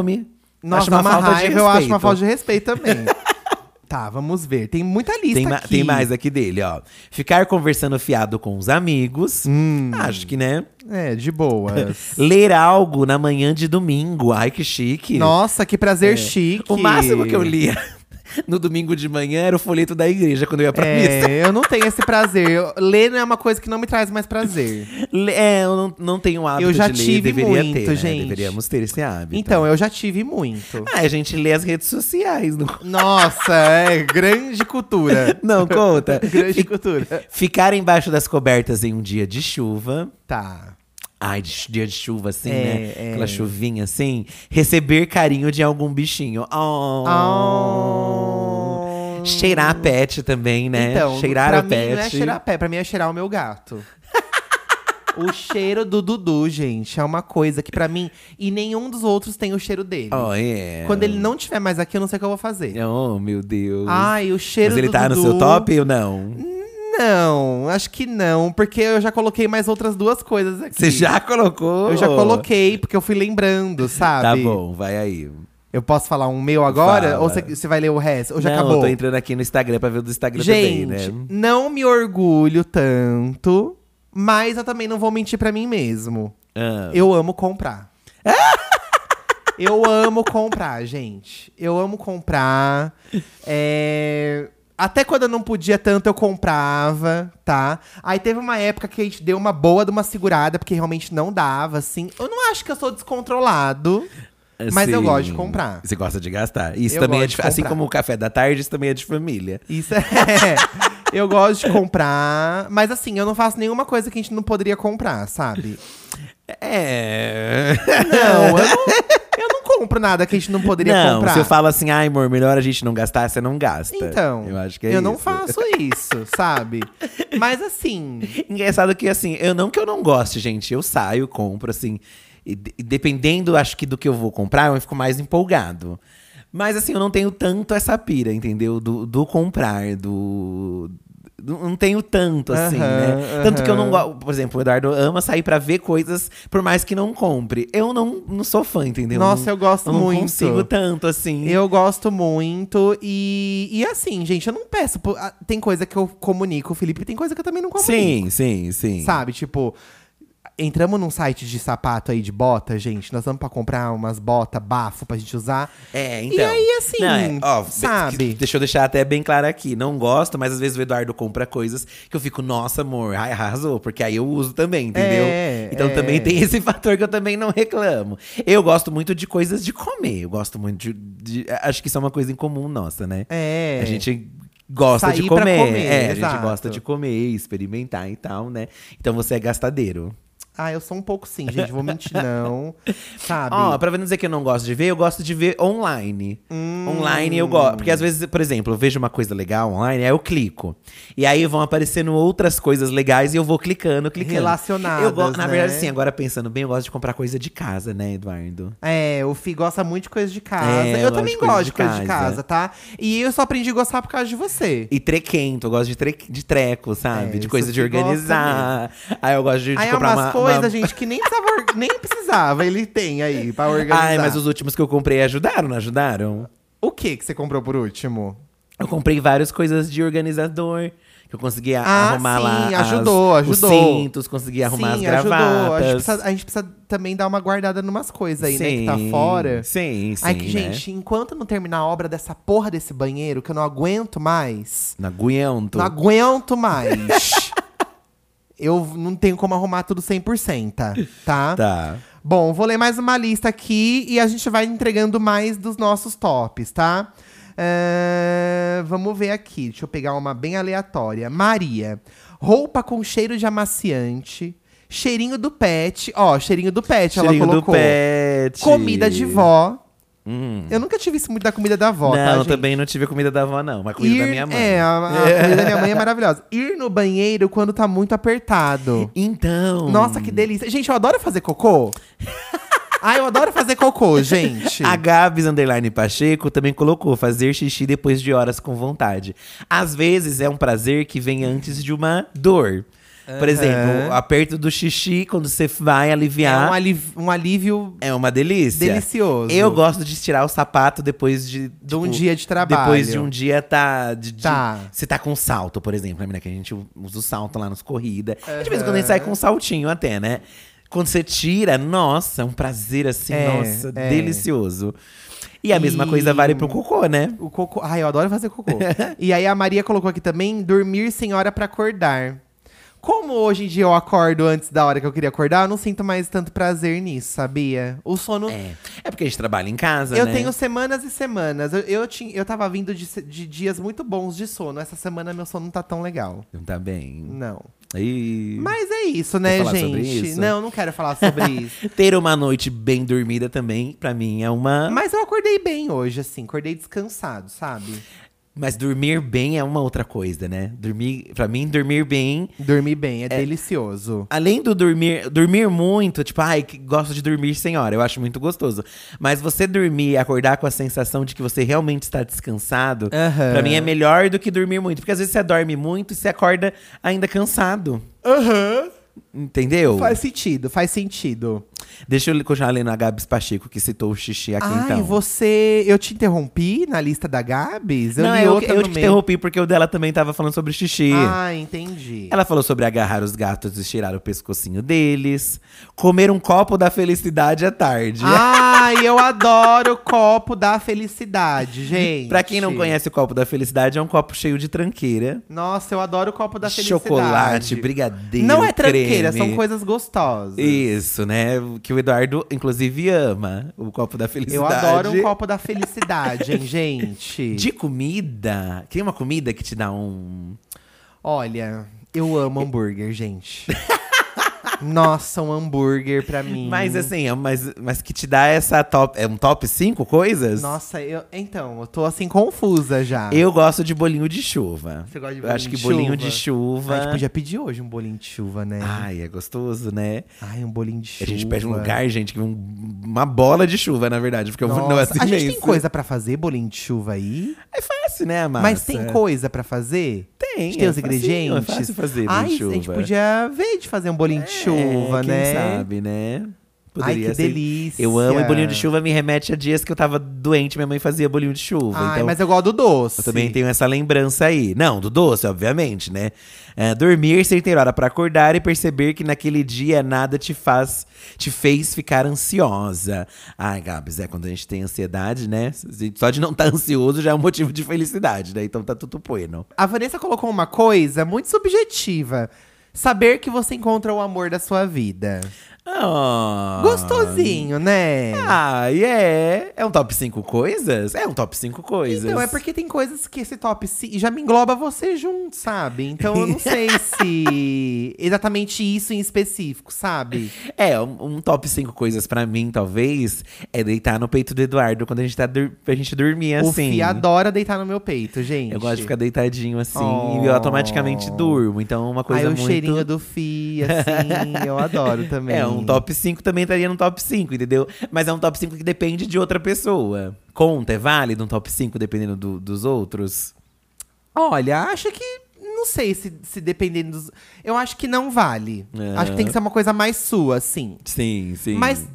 [SPEAKER 1] Nossa,
[SPEAKER 2] Acho uma
[SPEAKER 1] uma,
[SPEAKER 2] falta de
[SPEAKER 1] raiva, eu acho uma
[SPEAKER 2] respeito.
[SPEAKER 1] falta de respeito também. tá, vamos ver. Tem muita lista
[SPEAKER 2] Tem, ma-
[SPEAKER 1] aqui.
[SPEAKER 2] tem mais aqui dele, ó. Ficar conversando fiado com os amigos.
[SPEAKER 1] Hum.
[SPEAKER 2] Acho que, né?
[SPEAKER 1] É, de boas.
[SPEAKER 2] Ler algo na manhã de domingo. Ai, que chique. É.
[SPEAKER 1] Nossa, que prazer chique.
[SPEAKER 2] O máximo que eu lia no domingo de manhã era o folheto da igreja quando eu ia pra missa.
[SPEAKER 1] É, eu não tenho esse prazer. Eu- ler não é uma coisa que não me traz mais prazer.
[SPEAKER 2] Le- É, eu não, não tenho o hábito
[SPEAKER 1] Eu já
[SPEAKER 2] de ler.
[SPEAKER 1] tive
[SPEAKER 2] deveria
[SPEAKER 1] muito,
[SPEAKER 2] ter, né?
[SPEAKER 1] gente.
[SPEAKER 2] Deveríamos ter esse hábito.
[SPEAKER 1] Então, eu já tive muito.
[SPEAKER 2] Ah, a gente lê as redes sociais. Não,
[SPEAKER 1] Nossa, é grande cultura.
[SPEAKER 2] não conta.
[SPEAKER 1] grande cultura.
[SPEAKER 2] Ficar embaixo das cobertas em um dia de chuva.
[SPEAKER 1] Tá.
[SPEAKER 2] Ai, de chu- dia de chuva, assim,
[SPEAKER 1] É,
[SPEAKER 2] né?
[SPEAKER 1] é.
[SPEAKER 2] Aquela chuvinha, assim. Receber carinho de algum bichinho. Oh.
[SPEAKER 1] Oh.
[SPEAKER 2] Cheirar pet também, né?
[SPEAKER 1] Então,
[SPEAKER 2] cheirar
[SPEAKER 1] pra
[SPEAKER 2] a
[SPEAKER 1] mim
[SPEAKER 2] pet.
[SPEAKER 1] não é cheirar a pé, pra mim é cheirar o meu gato. o cheiro do Dudu, gente, é uma coisa que pra mim… E nenhum dos outros tem o cheiro dele.
[SPEAKER 2] Oh, é.
[SPEAKER 1] Quando ele não tiver mais aqui, eu não sei o que eu vou fazer.
[SPEAKER 2] Oh, meu Deus.
[SPEAKER 1] Ai, o Ah, cheiro
[SPEAKER 2] Mas ele
[SPEAKER 1] do
[SPEAKER 2] tá
[SPEAKER 1] Dudu…
[SPEAKER 2] no seu top ou não?
[SPEAKER 1] Não, acho que não. Porque eu já coloquei mais outras duas coisas aqui.
[SPEAKER 2] Você já colocou?
[SPEAKER 1] Eu já coloquei, porque eu fui lembrando, sabe?
[SPEAKER 2] Tá bom, vai aí.
[SPEAKER 1] Eu posso falar um meu agora?
[SPEAKER 2] Fala.
[SPEAKER 1] Ou você- você vai ler o resto? Ou já
[SPEAKER 2] não,
[SPEAKER 1] acabou?
[SPEAKER 2] eu tô entrando aqui no Instagram pra ver o do Instagram
[SPEAKER 1] Gente,
[SPEAKER 2] também, né?
[SPEAKER 1] não me orgulho tanto, mas eu também não vou mentir pra mim mesmo.
[SPEAKER 2] Ah,
[SPEAKER 1] Eu amo comprar. eu amo comprar, gente. Eu amo comprar. É, Até quando eu não podia tanto, eu comprava, tá? Aí teve uma época que a gente deu uma boa de uma segurada, porque realmente não dava, assim. Eu não acho que eu sou descontrolado, mas eu
[SPEAKER 2] assim,
[SPEAKER 1] gosto de comprar.
[SPEAKER 2] Você gosta de gastar. Isso
[SPEAKER 1] Eu
[SPEAKER 2] também é
[SPEAKER 1] gosto
[SPEAKER 2] de,
[SPEAKER 1] de
[SPEAKER 2] assim
[SPEAKER 1] comprar.
[SPEAKER 2] como o café da tarde, isso também é de família.
[SPEAKER 1] Isso é. eu gosto de comprar. Mas assim, eu não faço nenhuma coisa que a gente não poderia comprar, sabe?
[SPEAKER 2] É.
[SPEAKER 1] Não, eu não, eu não compro nada que a gente não poderia
[SPEAKER 2] não,
[SPEAKER 1] comprar.
[SPEAKER 2] se eu falo assim, ai, amor, melhor a gente não gastar, você não gasta.
[SPEAKER 1] Então,
[SPEAKER 2] eu acho que é
[SPEAKER 1] eu não
[SPEAKER 2] isso.
[SPEAKER 1] faço isso, sabe? Mas assim,
[SPEAKER 2] Engraçado que assim, eu não que eu não goste, gente. Eu saio, compro, assim. E de- e dependendo, acho que do que eu vou comprar, eu fico mais empolgado. Mas assim, eu não tenho tanto essa pira, entendeu? Do, do comprar, do. não tenho tanto, assim, né?
[SPEAKER 1] Aham,
[SPEAKER 2] Tanto que eu não
[SPEAKER 1] aham.
[SPEAKER 2] gosto. Por exemplo, o Eduardo ama sair pra ver coisas, por mais que não compre. Eu não, não sou fã, entendeu?
[SPEAKER 1] Nossa,
[SPEAKER 2] não,
[SPEAKER 1] eu gosto
[SPEAKER 2] eu não
[SPEAKER 1] muito.
[SPEAKER 2] consigo tanto, assim.
[SPEAKER 1] Eu gosto muito. E, e assim, gente, eu não peço. por- ah, Tem coisa que eu comunico, o Felipe, tem coisa que eu também não comunico.
[SPEAKER 2] Sim, sim, sim.
[SPEAKER 1] Sabe, tipo, entramos num site de sapato aí de bota, gente. Nós vamos pra comprar umas botas bafo pra gente usar.
[SPEAKER 2] É,
[SPEAKER 1] E
[SPEAKER 2] então.
[SPEAKER 1] aí, assim,
[SPEAKER 2] Não, é, ó,
[SPEAKER 1] sabe?
[SPEAKER 2] que- Deixa eu deixar até bem claro aqui. Não gosto, mas às vezes o Eduardo compra coisas que eu fico, nossa, amor, ai, arrasou. Porque aí eu uso também, entendeu?
[SPEAKER 1] É,
[SPEAKER 2] então
[SPEAKER 1] é.
[SPEAKER 2] também tem esse fator que eu também não reclamo. Eu gosto muito de coisas de comer. Eu gosto muito de. de- acho que isso é uma coisa em comum nossa, né?
[SPEAKER 1] É.
[SPEAKER 2] A gente gosta
[SPEAKER 1] Sair
[SPEAKER 2] de
[SPEAKER 1] pra
[SPEAKER 2] comer.
[SPEAKER 1] comer,
[SPEAKER 2] é, a gente
[SPEAKER 1] exato.
[SPEAKER 2] gosta de comer, experimentar e tal, né? Então você é gastadeiro.
[SPEAKER 1] Ah, eu sou um pouco sim, gente. Vou mentir, não. Sabe?
[SPEAKER 2] Ó, pra não dizer que eu não gosto de ver, eu gosto de ver online.
[SPEAKER 1] Hum.
[SPEAKER 2] Online eu gosto. Porque às vezes, por exemplo, eu vejo uma coisa legal online, aí eu clico. E aí vão aparecendo outras coisas legais e eu vou clicando, clicando.
[SPEAKER 1] Relacionadas,
[SPEAKER 2] Eu go- Na
[SPEAKER 1] né?
[SPEAKER 2] verdade, assim, agora pensando bem, eu gosto de comprar coisa de casa, né, Eduardo?
[SPEAKER 1] É, o Fi gosta muito de coisa de casa.
[SPEAKER 2] É, eu
[SPEAKER 1] eu
[SPEAKER 2] gosto
[SPEAKER 1] também
[SPEAKER 2] de coisa
[SPEAKER 1] gosto
[SPEAKER 2] de
[SPEAKER 1] de coisa de
[SPEAKER 2] casa.
[SPEAKER 1] casa, tá? E eu só aprendi a gostar por causa de você.
[SPEAKER 2] E trequento, eu gosto de, tre de treco, sabe?
[SPEAKER 1] É,
[SPEAKER 2] de coisa
[SPEAKER 1] isso
[SPEAKER 2] de
[SPEAKER 1] que gosta
[SPEAKER 2] organizar. Aí eu gosto de, de
[SPEAKER 1] Aí é
[SPEAKER 2] comprar
[SPEAKER 1] umas
[SPEAKER 2] uma,
[SPEAKER 1] coisas,
[SPEAKER 2] uma-
[SPEAKER 1] gente, que nem precisava, or- nem precisava. Ele tem aí pra organizar.
[SPEAKER 2] Ai, mas os últimos que eu comprei ajudaram, não ajudaram?
[SPEAKER 1] O que que você comprou por último?
[SPEAKER 2] Eu comprei várias coisas de organizador. Que eu consegui a-
[SPEAKER 1] Ah,
[SPEAKER 2] arrumar
[SPEAKER 1] sim,
[SPEAKER 2] lá. as-
[SPEAKER 1] ajudou, ajudou.
[SPEAKER 2] Os cintos, consegui arrumar as gravatas.
[SPEAKER 1] A gente, precisa, a gente precisa também dar uma guardada numas coisas aí, né? Que tá
[SPEAKER 2] Sim,
[SPEAKER 1] fora.
[SPEAKER 2] Sim, sim.
[SPEAKER 1] Ai, que,
[SPEAKER 2] né?
[SPEAKER 1] gente, enquanto não terminar a obra dessa porra desse banheiro, que eu não aguento mais.
[SPEAKER 2] Não aguento.
[SPEAKER 1] Não aguento mais. eu não tenho como arrumar tudo 100%, tá?
[SPEAKER 2] Tá.
[SPEAKER 1] Bom, vou ler mais uma lista aqui e a gente vai entregando mais dos nossos tops, tá? É, vamos ver aqui, deixa eu pegar uma bem aleatória. Maria, roupa com cheiro de amaciante, cheirinho do pet, ó, cheirinho do pet
[SPEAKER 2] Cheirinho
[SPEAKER 1] ela
[SPEAKER 2] do
[SPEAKER 1] colocou.
[SPEAKER 2] pet.
[SPEAKER 1] Comida de vó.
[SPEAKER 2] Hum.
[SPEAKER 1] Eu nunca tive isso muito da comida da vó,
[SPEAKER 2] Não,
[SPEAKER 1] tá, gente?
[SPEAKER 2] também não tive a comida da avó, não. Mas a comida da
[SPEAKER 1] Ir-
[SPEAKER 2] minha mãe.
[SPEAKER 1] É, a, a comida da minha mãe é maravilhosa. Ir no banheiro quando tá muito apertado.
[SPEAKER 2] Então.
[SPEAKER 1] Nossa, que delícia. Gente, eu adoro fazer cocô. Ai, eu adoro fazer cocô, gente.
[SPEAKER 2] A Gabs Underline Pacheco também colocou fazer xixi depois de horas com vontade. Às vezes é um prazer que vem antes de uma dor. Por exemplo, o aperto do xixi quando você vai
[SPEAKER 1] É um,
[SPEAKER 2] aliviar
[SPEAKER 1] aliv- um alívio
[SPEAKER 2] é uma delícia.
[SPEAKER 1] delicioso.
[SPEAKER 2] Eu gosto de tirar o sapato depois de,
[SPEAKER 1] de um
[SPEAKER 2] tipo,
[SPEAKER 1] dia de trabalho.
[SPEAKER 2] Depois de um dia tá. De, de-
[SPEAKER 1] Tá.
[SPEAKER 2] Você tá com salto, por exemplo, né, menina? Que a gente usa o salto lá nos corrida. De vez em quando a gente sai com um saltinho até, né? Quando você tira, nossa, é um prazer assim,
[SPEAKER 1] É,
[SPEAKER 2] nossa,
[SPEAKER 1] é.
[SPEAKER 2] delicioso. E a mesma
[SPEAKER 1] E-
[SPEAKER 2] coisa vale pro cocô, né?
[SPEAKER 1] O cocô. Ai, eu adoro fazer cocô. e aí a Maria colocou aqui também: dormir sem hora pra acordar. Como hoje em dia eu acordo antes da hora que eu queria acordar, eu não sinto mais tanto prazer nisso, sabia? O sono
[SPEAKER 2] É. É porque a gente trabalha em casa,
[SPEAKER 1] Eu
[SPEAKER 2] né?
[SPEAKER 1] tenho semanas e semanas. Eu, eu, tinha, eu tava vindo de, se- de dias muito bons de sono. Essa semana meu sono não tá tão legal.
[SPEAKER 2] Não tá bem.
[SPEAKER 1] Não.
[SPEAKER 2] Aí.
[SPEAKER 1] Mas é isso, né,
[SPEAKER 2] falar sobre
[SPEAKER 1] gente?
[SPEAKER 2] isso?
[SPEAKER 1] Não, não quero falar sobre isso.
[SPEAKER 2] Ter uma noite bem dormida também, pra mim, é uma.
[SPEAKER 1] Mas eu acordei bem hoje, assim. Acordei descansado, sabe?
[SPEAKER 2] Mas dormir bem é uma outra coisa, né? Dormir, para mim dormir bem,
[SPEAKER 1] Dormi bem, é, delicioso.
[SPEAKER 2] além do dormir, dormir muito, tipo, ai, que gosto de dormir sem hora, eu acho muito gostoso. Mas você dormir e acordar com a sensação de que você realmente está descansado, pra
[SPEAKER 1] Aham.
[SPEAKER 2] mim é melhor do que dormir muito, porque às vezes você dorme muito e você acorda ainda cansado.
[SPEAKER 1] Aham.
[SPEAKER 2] Entendeu?
[SPEAKER 1] Faz sentido, faz sentido.
[SPEAKER 2] Deixa eu continuar lendo a Gabs Pacheco, que citou o xixi aqui
[SPEAKER 1] Ai,
[SPEAKER 2] então.
[SPEAKER 1] você. Eu te interrompi na lista da Gabs? Eu
[SPEAKER 2] Não, é
[SPEAKER 1] li
[SPEAKER 2] eu,
[SPEAKER 1] outra
[SPEAKER 2] eu
[SPEAKER 1] no
[SPEAKER 2] te
[SPEAKER 1] meio.
[SPEAKER 2] interrompi porque o dela também tava falando sobre xixi.
[SPEAKER 1] Ah, entendi.
[SPEAKER 2] Ela falou sobre agarrar os gatos e cheirar o pescocinho deles, comer um copo da felicidade à tarde.
[SPEAKER 1] Ai, eu adoro o copo da felicidade, gente.
[SPEAKER 2] Pra quem não conhece o copo da felicidade, é um copo cheio de tranqueira,
[SPEAKER 1] Nossa, eu adoro o copo da felicidade.
[SPEAKER 2] chocolate, brigadeiro,
[SPEAKER 1] Não é tranqueira,
[SPEAKER 2] creme.
[SPEAKER 1] são coisas gostosas.
[SPEAKER 2] Isso, né? Que o Eduardo, inclusive, ama o copo da felicidade.
[SPEAKER 1] Eu adoro um copo da felicidade, hein, gente?
[SPEAKER 2] de comida. Tem uma comida que te dá um.
[SPEAKER 1] Olha, eu amo hambúrguer, gente. Nossa, um hambúrguer pra mim.
[SPEAKER 2] Mas assim, é- mas, mas que te dá essa top. É um top 5 coisas?
[SPEAKER 1] Nossa, eu. Então, eu tô assim confusa já.
[SPEAKER 2] Eu gosto de bolinho de chuva.
[SPEAKER 1] Você gosta de
[SPEAKER 2] Eu acho
[SPEAKER 1] bolinho
[SPEAKER 2] que
[SPEAKER 1] de
[SPEAKER 2] bolinho de
[SPEAKER 1] A
[SPEAKER 2] chuva.
[SPEAKER 1] gente podia pedir hoje um bolinho de chuva, né?
[SPEAKER 2] Ai, é gostoso, né?
[SPEAKER 1] Ai, um bolinho de
[SPEAKER 2] A
[SPEAKER 1] chuva.
[SPEAKER 2] gente pede um lugar, gente, que um- uma bola de chuva, na verdade, porque eu não é
[SPEAKER 1] Nossa,
[SPEAKER 2] assim
[SPEAKER 1] a gente
[SPEAKER 2] mesmo.
[SPEAKER 1] tem coisa pra fazer, bolinho de chuva aí?
[SPEAKER 2] É fácil, né, massa?
[SPEAKER 1] Mas tem coisa pra fazer?
[SPEAKER 2] Tem, tem.
[SPEAKER 1] gente tem
[SPEAKER 2] é
[SPEAKER 1] os
[SPEAKER 2] facinho,
[SPEAKER 1] ingredientes.
[SPEAKER 2] É fácil fazer na
[SPEAKER 1] Ai,
[SPEAKER 2] chuva.
[SPEAKER 1] a gente podia ver de fazer um bolinho de chuva,
[SPEAKER 2] é, quem
[SPEAKER 1] né?
[SPEAKER 2] sabe, né?
[SPEAKER 1] Ai, que
[SPEAKER 2] ser-
[SPEAKER 1] delícia.
[SPEAKER 2] Eu amo e bolinho de chuva me remete a dias que eu tava doente, minha mãe fazia bolinho de chuva.
[SPEAKER 1] Ai,
[SPEAKER 2] então
[SPEAKER 1] mas assim eu gosto do doce.
[SPEAKER 2] eu também tenho essa lembrança aí. Não, do doce, obviamente, né? É, dormir sem ter hora pra acordar e perceber que naquele dia nada te faz, te fez ficar ansiosa. Ai, Gabs, é quando a gente tem ansiedade, né? Só de não estar ansioso já é um motivo de felicidade, né? Então tá tudo bueno.
[SPEAKER 1] A Vanessa colocou uma coisa muito subjetiva. Saber que você encontra o amor da sua vida.
[SPEAKER 2] Ah.
[SPEAKER 1] Gostosinho, né?
[SPEAKER 2] Ah, e é. É um top 5 coisas? É um top 5 coisas.
[SPEAKER 1] Então, é porque tem coisas que esse top ci- já me engloba você junto, sabe? Então eu não sei se exatamente isso em específico, sabe?
[SPEAKER 2] É, um, um top 5 coisas pra mim, talvez, é deitar no peito do Eduardo quando a gente, tá dur- a gente dormir
[SPEAKER 1] O
[SPEAKER 2] assim.
[SPEAKER 1] Fih adora deitar no meu peito, gente.
[SPEAKER 2] Eu gosto de ficar deitadinho assim
[SPEAKER 1] Oh.
[SPEAKER 2] e eu automaticamente durmo. Então, é uma coisa
[SPEAKER 1] Aí
[SPEAKER 2] muito.
[SPEAKER 1] o cheirinho do Fih, assim, eu adoro também.
[SPEAKER 2] É, um top 5 também estaria no top 5, entendeu? Mas é um top 5 que depende de outra pessoa. Conta, é válido um top 5 dependendo do- dos outros?
[SPEAKER 1] Olha, acho que. Não sei se, se dependendo dos. Eu acho que não vale.
[SPEAKER 2] Aham.
[SPEAKER 1] Acho que tem que ser uma coisa mais sua, sim.
[SPEAKER 2] Sim, É. sim.
[SPEAKER 1] Mas,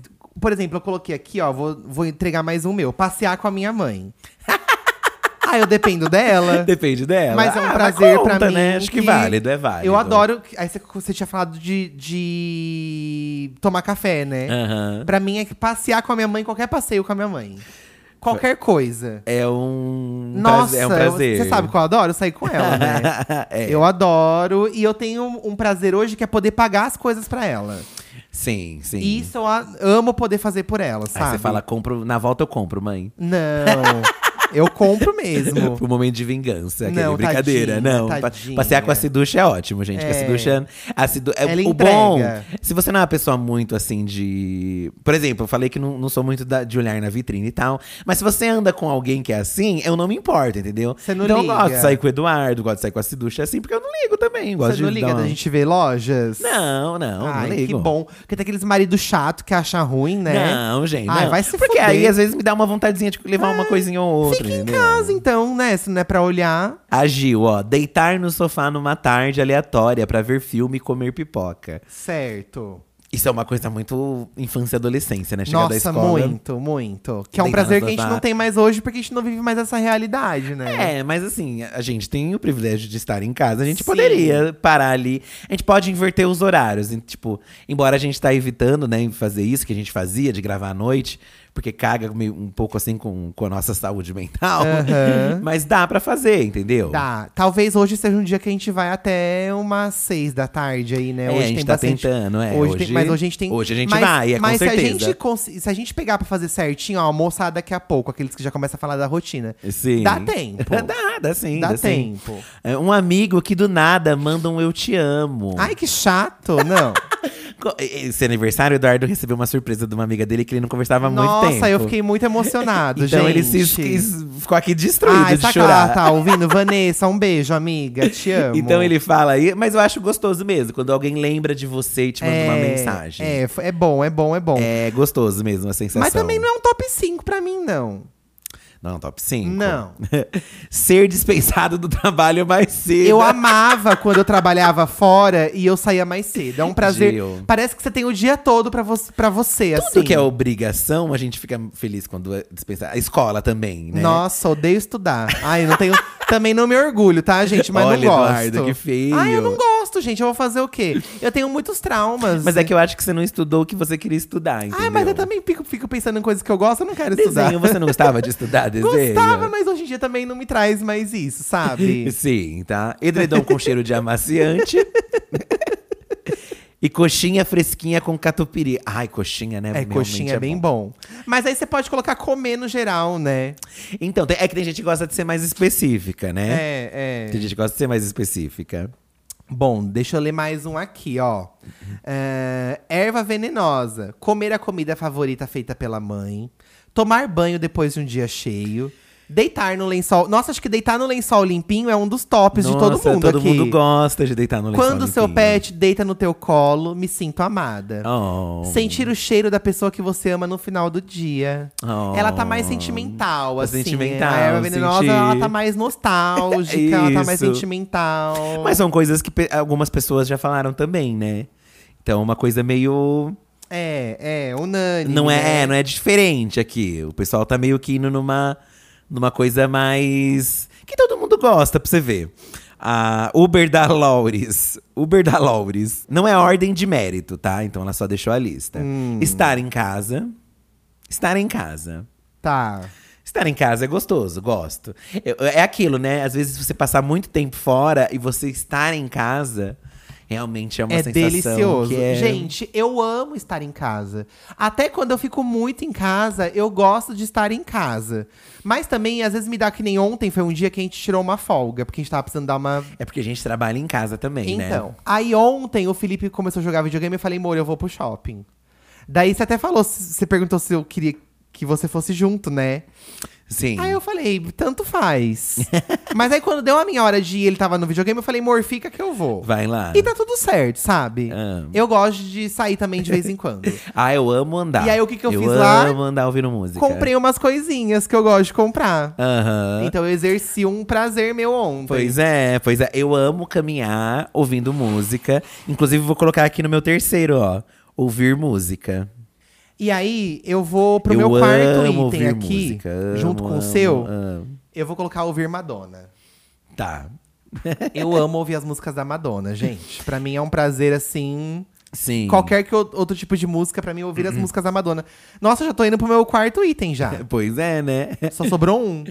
[SPEAKER 1] por exemplo, eu coloquei aqui, ó, vou, vou entregar mais um meu. Passear com a minha mãe. ah, eu dependo dela.
[SPEAKER 2] Depende dela.
[SPEAKER 1] Mas é um
[SPEAKER 2] Ah,
[SPEAKER 1] prazer
[SPEAKER 2] conta,
[SPEAKER 1] pra mim
[SPEAKER 2] né? Acho que,
[SPEAKER 1] que
[SPEAKER 2] válido, é válido.
[SPEAKER 1] Eu adoro. que- Aí você, você tinha falado de, de tomar café, né?
[SPEAKER 2] Aham.
[SPEAKER 1] Pra mim é que passear com a minha mãe, qualquer passeio com a minha mãe. Qualquer coisa.
[SPEAKER 2] É um.
[SPEAKER 1] Nossa,
[SPEAKER 2] prazer- é um prazer.
[SPEAKER 1] você sabe que eu adoro sair com ela, né?
[SPEAKER 2] É.
[SPEAKER 1] Eu adoro. E eu tenho um- um prazer hoje que é poder pagar as coisas pra ela.
[SPEAKER 2] Sim, sim.
[SPEAKER 1] E isso eu a- amo poder fazer por ela,
[SPEAKER 2] Aí
[SPEAKER 1] sabe?
[SPEAKER 2] você fala, compro, na volta eu compro, mãe.
[SPEAKER 1] Não, eu compro mesmo.
[SPEAKER 2] Pro momento de vingança, aquele
[SPEAKER 1] Não,
[SPEAKER 2] brincadeira.
[SPEAKER 1] tadinha,
[SPEAKER 2] não, pa-
[SPEAKER 1] tadinha.
[SPEAKER 2] passear com a Siducha é ótimo, gente. porque
[SPEAKER 1] É.
[SPEAKER 2] A Siducha, a Sidu, é,
[SPEAKER 1] Ela
[SPEAKER 2] o bom,
[SPEAKER 1] entrega.
[SPEAKER 2] se você não é uma pessoa muito assim de, por exemplo, eu falei que não, não sou muito da- de olhar na vitrine e tal, mas se você anda com alguém que é assim, eu não me importo, entendeu?
[SPEAKER 1] Você não
[SPEAKER 2] então
[SPEAKER 1] liga.
[SPEAKER 2] eu gosto de sair com o Eduardo, gosto de sair com a Siducha assim, porque eu não ligo também, gosto
[SPEAKER 1] Você
[SPEAKER 2] de
[SPEAKER 1] não
[SPEAKER 2] dar
[SPEAKER 1] liga
[SPEAKER 2] uma-
[SPEAKER 1] da gente ver lojas?
[SPEAKER 2] Não, não,
[SPEAKER 1] Ai,
[SPEAKER 2] não ligo.
[SPEAKER 1] que bom. Porque tem aqueles marido chato que acha ruim, né?
[SPEAKER 2] Não, gente.
[SPEAKER 1] Ai,
[SPEAKER 2] não.
[SPEAKER 1] vai se
[SPEAKER 2] Porque
[SPEAKER 1] fuder. É,
[SPEAKER 2] aí às vezes me dá uma vontadezinha de levar uma coisinha ou outra.
[SPEAKER 1] Fica em
[SPEAKER 2] entendeu?
[SPEAKER 1] casa, então, né? Se não é pra olhar.
[SPEAKER 2] A Gil, ó, deitar no sofá numa tarde aleatória pra ver filme e comer pipoca.
[SPEAKER 1] Certo.
[SPEAKER 2] Isso é uma coisa muito infância e adolescência, né? Chegar da
[SPEAKER 1] Nossa,
[SPEAKER 2] escola.
[SPEAKER 1] muito, muito. Que é um
[SPEAKER 2] Deitar
[SPEAKER 1] prazer
[SPEAKER 2] no
[SPEAKER 1] que a gente
[SPEAKER 2] sofá.
[SPEAKER 1] não tem mais hoje, porque a gente não vive mais essa realidade, né?
[SPEAKER 2] É, mas assim, a gente tem o privilégio de estar em casa. A gente
[SPEAKER 1] Sim.
[SPEAKER 2] poderia parar ali. A gente pode inverter os horários. e, Tipo, embora a gente tá evitando, né, fazer isso que a gente fazia, de gravar à noite. Porque caga meio- um pouco assim com, com a nossa saúde mental.
[SPEAKER 1] Aham.
[SPEAKER 2] Mas dá pra fazer, entendeu?
[SPEAKER 1] Tá, talvez hoje seja um dia que a gente vai até umas seis da tarde aí, né?
[SPEAKER 2] É,
[SPEAKER 1] Hoje
[SPEAKER 2] a gente
[SPEAKER 1] tem
[SPEAKER 2] tá
[SPEAKER 1] bastante-
[SPEAKER 2] tentando, é.
[SPEAKER 1] Hoje tem- mas hoje a gente tem.
[SPEAKER 2] Hoje a gente
[SPEAKER 1] mas,
[SPEAKER 2] vai, é
[SPEAKER 1] mas
[SPEAKER 2] com certeza.
[SPEAKER 1] Se a, gente consi- se a gente pegar pra fazer certinho, ó, almoçar daqui a pouco, aqueles que já começam a falar da rotina.
[SPEAKER 2] Sim.
[SPEAKER 1] Dá tempo.
[SPEAKER 2] dá, dá sim.
[SPEAKER 1] Dá
[SPEAKER 2] sim.
[SPEAKER 1] tempo.
[SPEAKER 2] É, Um amigo que do nada manda um eu te amo.
[SPEAKER 1] Ai, que chato! Não.
[SPEAKER 2] Co- Esse aniversário, o Eduardo recebeu uma surpresa de uma amiga dele que ele não conversava há muito
[SPEAKER 1] Nossa,
[SPEAKER 2] tempo.
[SPEAKER 1] eu fiquei muito emocionado,
[SPEAKER 2] Então
[SPEAKER 1] gente.
[SPEAKER 2] ele se es- es- ficou aqui destruído
[SPEAKER 1] Ai,
[SPEAKER 2] de
[SPEAKER 1] saca lá,
[SPEAKER 2] chorar.
[SPEAKER 1] tá ouvindo? Vanessa, um beijo, amiga. Te amo.
[SPEAKER 2] Então ele fala aí, mas eu acho gostoso mesmo, quando alguém lembra de você e te manda
[SPEAKER 1] é,
[SPEAKER 2] uma mensagem.
[SPEAKER 1] É, f- é bom, é bom, é bom.
[SPEAKER 2] É gostoso mesmo a sensação.
[SPEAKER 1] Mas também não é um top 5 pra mim, não.
[SPEAKER 2] Não, top 5.
[SPEAKER 1] Não.
[SPEAKER 2] Ser dispensado do trabalho é mais cedo.
[SPEAKER 1] Eu amava quando eu trabalhava fora e eu saía mais cedo. É um prazer.
[SPEAKER 2] Gil.
[SPEAKER 1] Parece que você tem o dia todo pra, vo pra você,
[SPEAKER 2] Tudo
[SPEAKER 1] assim.
[SPEAKER 2] que é obrigação, a gente fica feliz quando é dispensado. A escola também, né?
[SPEAKER 1] Nossa, odeio estudar. Ai, eu não tenho. Também não me orgulho, tá, gente? Mas
[SPEAKER 2] Olha,
[SPEAKER 1] não gosto.
[SPEAKER 2] Eduardo, que feio.
[SPEAKER 1] Ai, eu não gosto, gente. Eu vou fazer o quê? Eu tenho muitos traumas.
[SPEAKER 2] Mas é que eu acho que você não estudou o que você queria estudar, entendeu?
[SPEAKER 1] Ai, Ah, mas eu também fico, fico pensando em coisas que eu gosto, eu não quero
[SPEAKER 2] Desenho,
[SPEAKER 1] estudar.
[SPEAKER 2] você não gostava de estudar desenho?
[SPEAKER 1] Gostava, mas hoje em dia também não me traz mais isso, sabe?
[SPEAKER 2] Sim, tá? Edredom com cheiro de amaciante. e coxinha fresquinha com catupiry. Ai, coxinha, né?
[SPEAKER 1] É,
[SPEAKER 2] Realmente
[SPEAKER 1] coxinha é bem bom. Mas aí você pode colocar comer no geral, né?
[SPEAKER 2] Então, tem- é que tem gente que gosta de ser mais específica, né?
[SPEAKER 1] É, é.
[SPEAKER 2] Tem gente que gosta de ser mais específica.
[SPEAKER 1] Bom, deixa eu ler mais um aqui, ó. É, erva venenosa. Comer a comida favorita feita pela mãe. Tomar banho depois de um dia cheio. Deitar no lençol. Nossa, acho que deitar no lençol limpinho é um dos tops de todo
[SPEAKER 2] Nossa,
[SPEAKER 1] mundo
[SPEAKER 2] todo
[SPEAKER 1] aqui.
[SPEAKER 2] mundo gosta de deitar no lençol
[SPEAKER 1] Quando o seu
[SPEAKER 2] limpinho.
[SPEAKER 1] pet deita no teu colo, me sinto amada.
[SPEAKER 2] Oh.
[SPEAKER 1] Sentir o cheiro da pessoa que você ama no final do dia.
[SPEAKER 2] Oh.
[SPEAKER 1] Ela tá mais sentimental,
[SPEAKER 2] Tá
[SPEAKER 1] assim.
[SPEAKER 2] sentimental,
[SPEAKER 1] A erva venenosa,
[SPEAKER 2] senti.
[SPEAKER 1] ela tá mais nostálgica, ela tá mais
[SPEAKER 2] Isso.
[SPEAKER 1] sentimental.
[SPEAKER 2] Mas são coisas que pe- algumas pessoas já falaram também, né? Então é uma coisa meio.
[SPEAKER 1] É, é, unânime.
[SPEAKER 2] Não é,
[SPEAKER 1] né?
[SPEAKER 2] é, não é diferente aqui. O pessoal tá meio que indo numa, numa coisa mais. que todo mundo gosta, pra você ver. A Uber da Laures. Uber da Laures. Não é ordem de mérito, tá? Então ela só deixou a lista.
[SPEAKER 1] Hum.
[SPEAKER 2] Estar em casa. Estar em casa.
[SPEAKER 1] Tá.
[SPEAKER 2] Estar em casa é gostoso, gosto. Eu- eu- É aquilo, né? Às vezes você passar muito tempo fora e você estar em casa realmente é uma
[SPEAKER 1] é
[SPEAKER 2] sensação
[SPEAKER 1] delicioso.
[SPEAKER 2] que é-
[SPEAKER 1] Gente, eu amo estar em casa. Até quando eu fico muito em casa, eu gosto de estar em casa. Mas também, às vezes, me dá que nem ontem, foi um dia que a gente tirou uma folga, porque a gente tava precisando dar uma.
[SPEAKER 2] É porque a gente trabalha em casa também, né?
[SPEAKER 1] Então. Aí ontem o Felipe começou a jogar videogame e eu falei, amor, eu vou pro shopping. Daí você até falou, se- você perguntou se eu queria que você fosse junto, né?
[SPEAKER 2] Sim.
[SPEAKER 1] Aí eu falei, tanto faz. Mas aí quando deu a minha hora de ir, ele tava no videogame, eu falei, amor, fica que eu vou.
[SPEAKER 2] Vai lá.
[SPEAKER 1] E tá tudo certo, sabe?
[SPEAKER 2] Amo.
[SPEAKER 1] Eu gosto de sair também de vez em quando.
[SPEAKER 2] Ah, eu amo andar.
[SPEAKER 1] E aí, o que que eu
[SPEAKER 2] eu
[SPEAKER 1] fiz lá?
[SPEAKER 2] amo andar ouvindo música.
[SPEAKER 1] Comprei umas coisinhas que eu gosto de comprar.
[SPEAKER 2] Aham.
[SPEAKER 1] Então eu exerci um prazer meu ontem.
[SPEAKER 2] Pois é, pois é. Eu amo caminhar ouvindo música. Inclusive, vou colocar aqui no meu terceiro, ó. Ouvir música.
[SPEAKER 1] E aí, eu vou pro
[SPEAKER 2] eu
[SPEAKER 1] meu quarto
[SPEAKER 2] amo
[SPEAKER 1] item
[SPEAKER 2] ouvir
[SPEAKER 1] aqui,
[SPEAKER 2] música. Amo,
[SPEAKER 1] junto com
[SPEAKER 2] amo,
[SPEAKER 1] o seu,
[SPEAKER 2] amo.
[SPEAKER 1] eu vou colocar ouvir Madonna.
[SPEAKER 2] Tá.
[SPEAKER 1] Eu amo ouvir as músicas da Madonna, gente. Pra mim é um prazer assim.
[SPEAKER 2] Sim. Uhum.
[SPEAKER 1] Qualquer que ou- outro tipo de música, pra mim ouvir as músicas da Madonna. Nossa, eu já tô indo pro meu quarto item já.
[SPEAKER 2] Pois é, né?
[SPEAKER 1] Só sobrou um.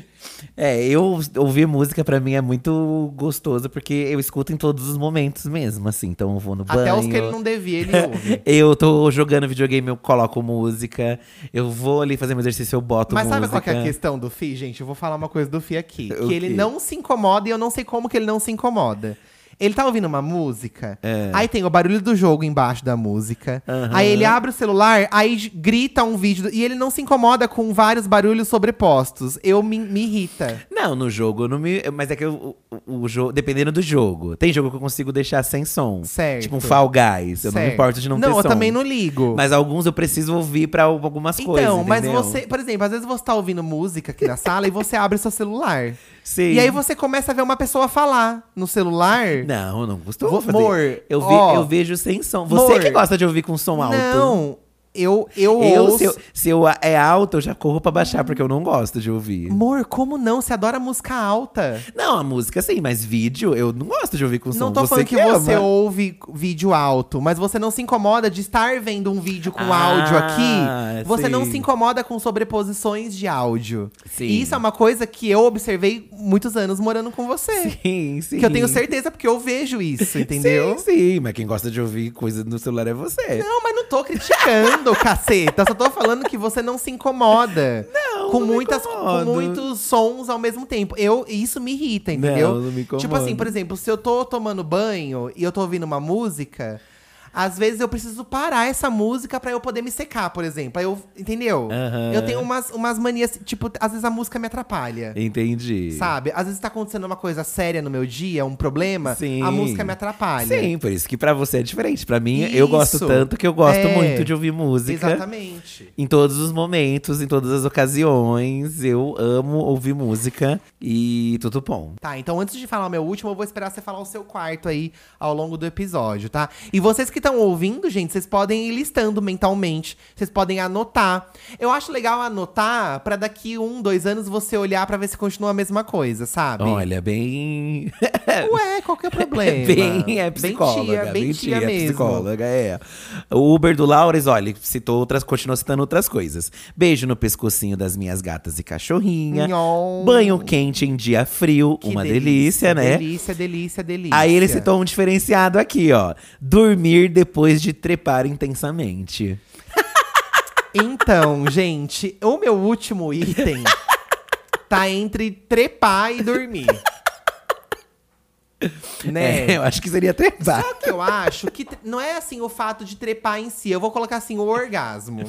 [SPEAKER 2] É, eu ouvir música pra mim é muito gostoso, porque eu escuto em todos os momentos mesmo, assim. Então eu vou no banho.
[SPEAKER 1] Até os que ele não devia, ele ouve.
[SPEAKER 2] Eu tô jogando videogame, eu coloco música. Eu vou ali fazer meu exercício, eu boto
[SPEAKER 1] Mas
[SPEAKER 2] música.
[SPEAKER 1] sabe qual que é a questão do Fi, gente? Eu vou falar uma coisa do Fi aqui.
[SPEAKER 2] O
[SPEAKER 1] Que ele
[SPEAKER 2] quê?
[SPEAKER 1] não se incomoda e eu não sei como que ele não se incomoda. Ele tá ouvindo uma música, aí tem o barulho do jogo embaixo da música.
[SPEAKER 2] É. Aham.
[SPEAKER 1] Aí ele abre o celular, aí j- grita um vídeo. do- E ele não se incomoda com vários barulhos sobrepostos. Eu me, me irrita.
[SPEAKER 2] Não, no jogo eu não me. Mas é que eu- o, o jogo. Dependendo do jogo. Tem jogo que eu consigo deixar sem som.
[SPEAKER 1] Certo.
[SPEAKER 2] Tipo um Fall Guys. Eu não me
[SPEAKER 1] Certo.
[SPEAKER 2] importo de não, ter
[SPEAKER 1] Não,
[SPEAKER 2] som.
[SPEAKER 1] eu também não ligo.
[SPEAKER 2] Mas alguns eu preciso ouvir pra algumas coisas.
[SPEAKER 1] então, mas
[SPEAKER 2] entendeu?
[SPEAKER 1] você, por exemplo, às vezes você tá ouvindo música aqui na sala e você abre o seu celular.
[SPEAKER 2] Sim.
[SPEAKER 1] E aí você começa a ver uma pessoa falar no celular.
[SPEAKER 2] Não, eu não costumo
[SPEAKER 1] Vou-
[SPEAKER 2] fazer.
[SPEAKER 1] Mor,
[SPEAKER 2] eu, vi-
[SPEAKER 1] ó.
[SPEAKER 2] eu vejo sem som. Você
[SPEAKER 1] Mor.
[SPEAKER 2] que gosta de ouvir com som alto.
[SPEAKER 1] Não, eu, eu,
[SPEAKER 2] Eu,
[SPEAKER 1] ouço.
[SPEAKER 2] se, eu, se eu é alto, eu já corro pra baixar, porque eu não gosto de ouvir.
[SPEAKER 1] Amor, como não? Você adora música alta.
[SPEAKER 2] Não, a música sim, mas vídeo eu não gosto de ouvir com som.
[SPEAKER 1] Não tô
[SPEAKER 2] você
[SPEAKER 1] falando que,
[SPEAKER 2] ama.
[SPEAKER 1] você ouve vídeo alto, mas você não se incomoda de estar vendo um vídeo com
[SPEAKER 2] Ah,
[SPEAKER 1] áudio aqui. Você não
[SPEAKER 2] sim.
[SPEAKER 1] se incomoda com sobreposições de áudio.
[SPEAKER 2] Sim.
[SPEAKER 1] E isso é uma coisa que eu observei muitos anos morando com você.
[SPEAKER 2] Sim, sim.
[SPEAKER 1] Que eu tenho certeza, porque eu vejo isso, entendeu?
[SPEAKER 2] Sim, sim, mas quem gosta de ouvir coisa no celular é você.
[SPEAKER 1] Não, mas não tô criticando, caceta. Só tô falando que você não se incomoda.
[SPEAKER 2] Não,
[SPEAKER 1] com
[SPEAKER 2] não me
[SPEAKER 1] muitas com
[SPEAKER 2] incomodo.
[SPEAKER 1] muitos sons ao mesmo tempo. Eu isso me irrita, entendeu?
[SPEAKER 2] não me
[SPEAKER 1] tipo assim,
[SPEAKER 2] incomodo.
[SPEAKER 1] por exemplo, se eu tô tomando banho e eu tô ouvindo uma música, às vezes eu preciso parar essa música pra eu poder me secar, por exemplo. Aí eu, entendeu?
[SPEAKER 2] Aham.
[SPEAKER 1] Eu tenho umas umas manias, tipo, às vezes a música me atrapalha.
[SPEAKER 2] Entendi.
[SPEAKER 1] Sabe? Às vezes tá acontecendo uma coisa séria no meu dia, um problema,
[SPEAKER 2] Sim.
[SPEAKER 1] a música me atrapalha.
[SPEAKER 2] Sim, por isso que pra você é diferente. Pra mim, eu gosto
[SPEAKER 1] Isso.
[SPEAKER 2] tanto que eu gosto
[SPEAKER 1] É.
[SPEAKER 2] muito de ouvir música.
[SPEAKER 1] Exatamente.
[SPEAKER 2] Em todos os momentos, em todas as ocasiões, eu amo ouvir música e tudo bom.
[SPEAKER 1] Tá, então antes de falar o meu último, eu vou esperar você falar o seu quarto aí ao longo do episódio, tá? E vocês que estão ouvindo, gente, vocês podem ir listando mentalmente, vocês podem anotar. Eu acho legal anotar pra daqui um, dois anos você olhar pra ver se continua a mesma coisa, sabe?
[SPEAKER 2] Olha, bem.
[SPEAKER 1] Ué, qual que é o problema?
[SPEAKER 2] Bem, é psicóloga.
[SPEAKER 1] Bem tia, bem tia,
[SPEAKER 2] é
[SPEAKER 1] mesmo.
[SPEAKER 2] psicóloga, é. O Uber do Laures, olha, citou outras, continuou citando outras coisas. Beijo no pescocinho das minhas gatas e cachorrinha.
[SPEAKER 1] Nhon.
[SPEAKER 2] Banho quente em dia frio,
[SPEAKER 1] Que
[SPEAKER 2] uma delícia, né?
[SPEAKER 1] Delícia, delícia, delícia.
[SPEAKER 2] Aí ele citou um diferenciado aqui, ó. Dormir depois de trepar intensamente.
[SPEAKER 1] Então, gente, o meu último item tá entre trepar e dormir. né?
[SPEAKER 2] É, eu acho que seria trepar.
[SPEAKER 1] Sabe o que eu acho? Que tre- não é assim o fato de trepar em si. Eu vou colocar assim, o orgasmo.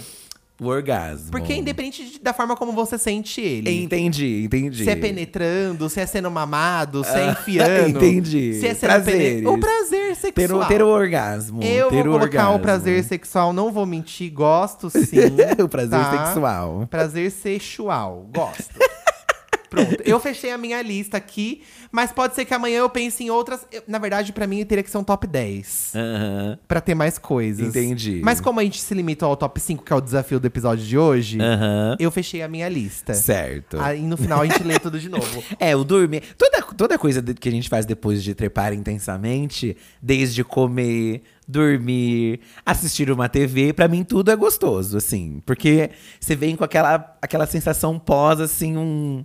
[SPEAKER 2] O orgasmo.
[SPEAKER 1] Porque independente de- da forma como você sente ele.
[SPEAKER 2] Entendi, entendi.
[SPEAKER 1] Se é penetrando, se é sendo mamado, se é enfiando.
[SPEAKER 2] Ah, entendi.
[SPEAKER 1] Se é sendo pene...
[SPEAKER 2] Prazeres.
[SPEAKER 1] O prazer
[SPEAKER 2] Ter
[SPEAKER 1] sexual.
[SPEAKER 2] o, ter o orgasmo.
[SPEAKER 1] Eu
[SPEAKER 2] ter
[SPEAKER 1] vou colocar
[SPEAKER 2] orgasmo.
[SPEAKER 1] o prazer sexual, não vou mentir, gosto sim.
[SPEAKER 2] o prazer
[SPEAKER 1] tá?
[SPEAKER 2] sexual.
[SPEAKER 1] Prazer sexual, gosto. Pronto, eu fechei a minha lista aqui, mas pode ser que amanhã eu pense em outras. Eu- na verdade, pra mim teria que ser um top 10.
[SPEAKER 2] Aham.
[SPEAKER 1] Pra ter mais coisas.
[SPEAKER 2] Entendi.
[SPEAKER 1] Mas como a gente se limitou ao top 5, que é o desafio do episódio de hoje,
[SPEAKER 2] Aham.
[SPEAKER 1] eu fechei a minha lista.
[SPEAKER 2] Certo.
[SPEAKER 1] Aí no final a gente lê tudo de novo.
[SPEAKER 2] É, o dormir. Toda, toda coisa de- que a gente faz depois de trepar intensamente, desde comer, dormir, assistir uma TV, pra mim tudo é gostoso, assim. Porque você vem com aquela, aquela sensação pós, assim, um.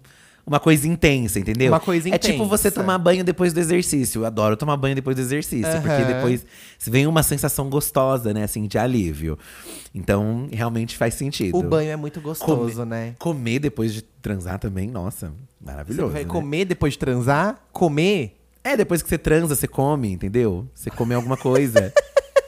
[SPEAKER 2] Uma coisa intensa, entendeu?
[SPEAKER 1] Uma coisa
[SPEAKER 2] É tipo você
[SPEAKER 1] intensa.
[SPEAKER 2] tomar banho depois do exercício. Eu adoro tomar banho depois do exercício, porque
[SPEAKER 1] Aham.
[SPEAKER 2] depois vem uma sensação gostosa, né? Assim, de alívio. Então, realmente faz sentido.
[SPEAKER 1] O banho é muito gostoso, né?
[SPEAKER 2] Comer depois de transar também, nossa, maravilhoso.
[SPEAKER 1] Você vai
[SPEAKER 2] né?
[SPEAKER 1] comer depois de transar? Comer?
[SPEAKER 2] É, depois que você transa, você come, entendeu? Você come alguma coisa.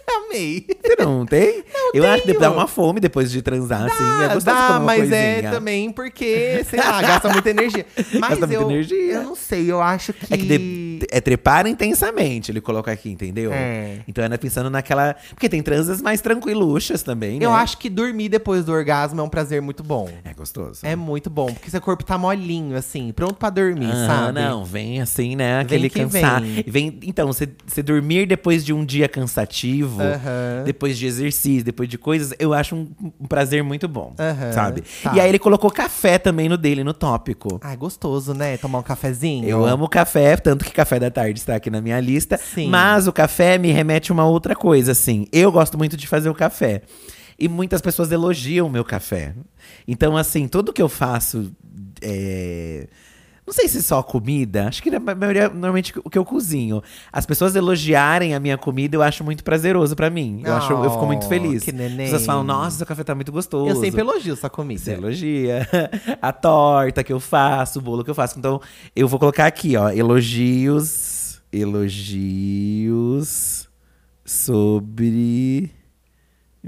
[SPEAKER 1] Amei.
[SPEAKER 2] você não tem? Eu acho que
[SPEAKER 1] tenho.
[SPEAKER 2] dá uma fome depois de transar, assim. É
[SPEAKER 1] Ah,
[SPEAKER 2] gostoso comer
[SPEAKER 1] dá,
[SPEAKER 2] uma
[SPEAKER 1] mas é
[SPEAKER 2] coisinha.
[SPEAKER 1] também porque, sei lá, gasta muita energia. Mas
[SPEAKER 2] Gasta muita
[SPEAKER 1] eu,
[SPEAKER 2] energia.
[SPEAKER 1] eu não sei, eu acho que.
[SPEAKER 2] É que de- é trepar intensamente, ele coloca aqui, entendeu?
[SPEAKER 1] É.
[SPEAKER 2] Então é pensando naquela. Porque tem transas mais tranquiluchas também.
[SPEAKER 1] Eu
[SPEAKER 2] né?
[SPEAKER 1] acho que dormir depois do orgasmo é um prazer muito bom.
[SPEAKER 2] É gostoso.
[SPEAKER 1] É muito bom, porque seu corpo tá molinho, assim, pronto pra dormir,
[SPEAKER 2] Ah,
[SPEAKER 1] sabe?
[SPEAKER 2] não, vem assim, né? Aquele
[SPEAKER 1] que
[SPEAKER 2] cansar.
[SPEAKER 1] vem.
[SPEAKER 2] Vem. Então, você você dormir depois de um dia cansativo,
[SPEAKER 1] Aham.
[SPEAKER 2] depois de exercício, depois de coisas, eu acho um, um prazer muito bom,
[SPEAKER 1] Aham,
[SPEAKER 2] sabe?
[SPEAKER 1] tá.
[SPEAKER 2] E aí ele colocou café também no dele, no tópico.
[SPEAKER 1] Ah, é gostoso, né? Tomar um cafezinho.
[SPEAKER 2] Eu amo café, tanto que café da tarde está aqui na minha lista.
[SPEAKER 1] Sim.
[SPEAKER 2] Mas o café me remete a uma outra coisa, assim. Eu gosto muito de fazer o café. E muitas pessoas elogiam o meu café. Então, assim, tudo que eu faço. é, Não sei se só comida, acho que na maioria, normalmente o que eu cozinho. As pessoas elogiarem a minha comida, eu acho muito prazeroso pra mim. Eu, acho, eu fico muito
[SPEAKER 1] Oh,
[SPEAKER 2] feliz.
[SPEAKER 1] que neném.
[SPEAKER 2] As pessoas falam, nossa, seu café tá muito gostoso.
[SPEAKER 1] Eu sempre elogio essa comida.
[SPEAKER 2] Você elogia. A torta que eu faço, o bolo que eu faço. Então, eu vou colocar aqui, ó. Elogios. Elogios sobre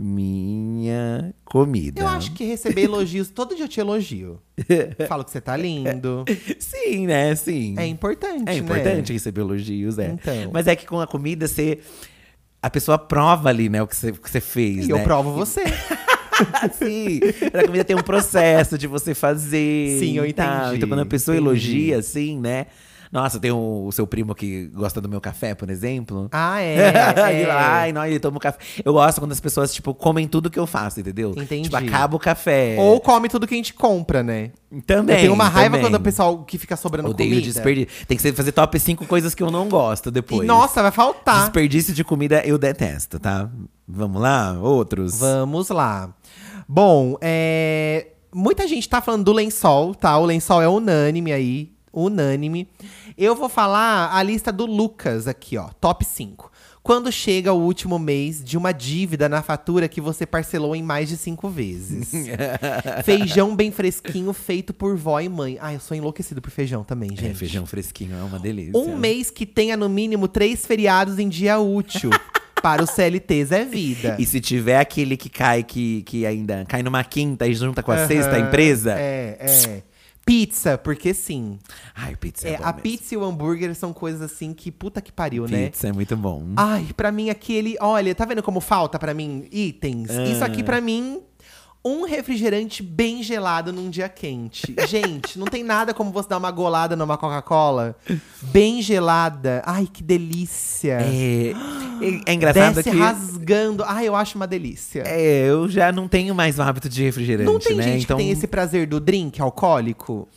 [SPEAKER 2] minha comida.
[SPEAKER 1] Eu acho que receber elogios, todo dia eu te elogio. Falo que você tá lindo.
[SPEAKER 2] Sim, né? Sim.
[SPEAKER 1] É importante, né?
[SPEAKER 2] É importante receber elogios, é.
[SPEAKER 1] Então.
[SPEAKER 2] Mas é que com a comida, você. A pessoa prova ali, né, o que você, o que você
[SPEAKER 1] né?
[SPEAKER 2] fez,
[SPEAKER 1] E
[SPEAKER 2] né?
[SPEAKER 1] eu provo você.
[SPEAKER 2] Sim, a comida tem um processo de você fazer.
[SPEAKER 1] Sim, eu
[SPEAKER 2] e tal.
[SPEAKER 1] entendi,
[SPEAKER 2] Então, quando a pessoa
[SPEAKER 1] entendi.
[SPEAKER 2] elogia, assim, né? Nossa, tem um, o, o seu primo que gosta do meu café, por exemplo.
[SPEAKER 1] Ah, é.
[SPEAKER 2] Ele
[SPEAKER 1] é.
[SPEAKER 2] lá, Ai, não, ele toma o café. Eu gosto quando as pessoas, tipo, comem tudo que eu faço, entendeu?
[SPEAKER 1] Entendi.
[SPEAKER 2] Tipo, acaba o café.
[SPEAKER 1] Ou come tudo que a gente compra, né?
[SPEAKER 2] também.
[SPEAKER 1] eu tenho uma raiva
[SPEAKER 2] também.
[SPEAKER 1] quando o pessoal que fica sobrando
[SPEAKER 2] Odeio
[SPEAKER 1] comida.
[SPEAKER 2] desperdício. Tem que ser- fazer top 5 coisas que eu não gosto
[SPEAKER 1] E,
[SPEAKER 2] depois.
[SPEAKER 1] nossa, vai faltar.
[SPEAKER 2] Desperdício de comida eu detesto, tá? Vamos lá? Outros?
[SPEAKER 1] Vamos lá. Bom, é, muita gente tá falando do lençol, tá? O lençol é unânime aí, unânime. Eu vou falar a lista do Lucas aqui, ó, top 5. Quando chega o último mês de uma dívida na fatura que você parcelou em mais de cinco vezes. feijão bem fresquinho, feito por vó e mãe. Ah, eu sou enlouquecido por feijão também, gente.
[SPEAKER 2] É, feijão fresquinho é uma delícia.
[SPEAKER 1] Um mês que tenha no mínimo três feriados em dia útil. Para os CLTs é vida.
[SPEAKER 2] E se tiver aquele que cai, que, que ainda cai numa quinta e junta com a
[SPEAKER 1] Aham,
[SPEAKER 2] sexta, a empresa.
[SPEAKER 1] É, é. Pizza, porque sim.
[SPEAKER 2] Ai, pizza. É,
[SPEAKER 1] É,
[SPEAKER 2] bom
[SPEAKER 1] a
[SPEAKER 2] mesmo.
[SPEAKER 1] pizza e o hambúrguer são coisas assim que puta que pariu, né?
[SPEAKER 2] Pizza é muito bom.
[SPEAKER 1] Ai, pra mim aquele. Olha, tá vendo como falta pra mim itens? Isso
[SPEAKER 2] Ah.
[SPEAKER 1] aqui pra mim. Um refrigerante bem gelado num dia quente. Gente, não tem nada como você dar uma golada numa Coca-Cola bem gelada. Ai, que delícia.
[SPEAKER 2] É, é- é engraçado
[SPEAKER 1] Desce
[SPEAKER 2] que.
[SPEAKER 1] rasgando. Ai, eu acho uma delícia.
[SPEAKER 2] É, eu já não tenho mais o hábito de refrigerante,
[SPEAKER 1] não tem
[SPEAKER 2] né?
[SPEAKER 1] gente
[SPEAKER 2] então,
[SPEAKER 1] que tem esse prazer do drink alcoólico?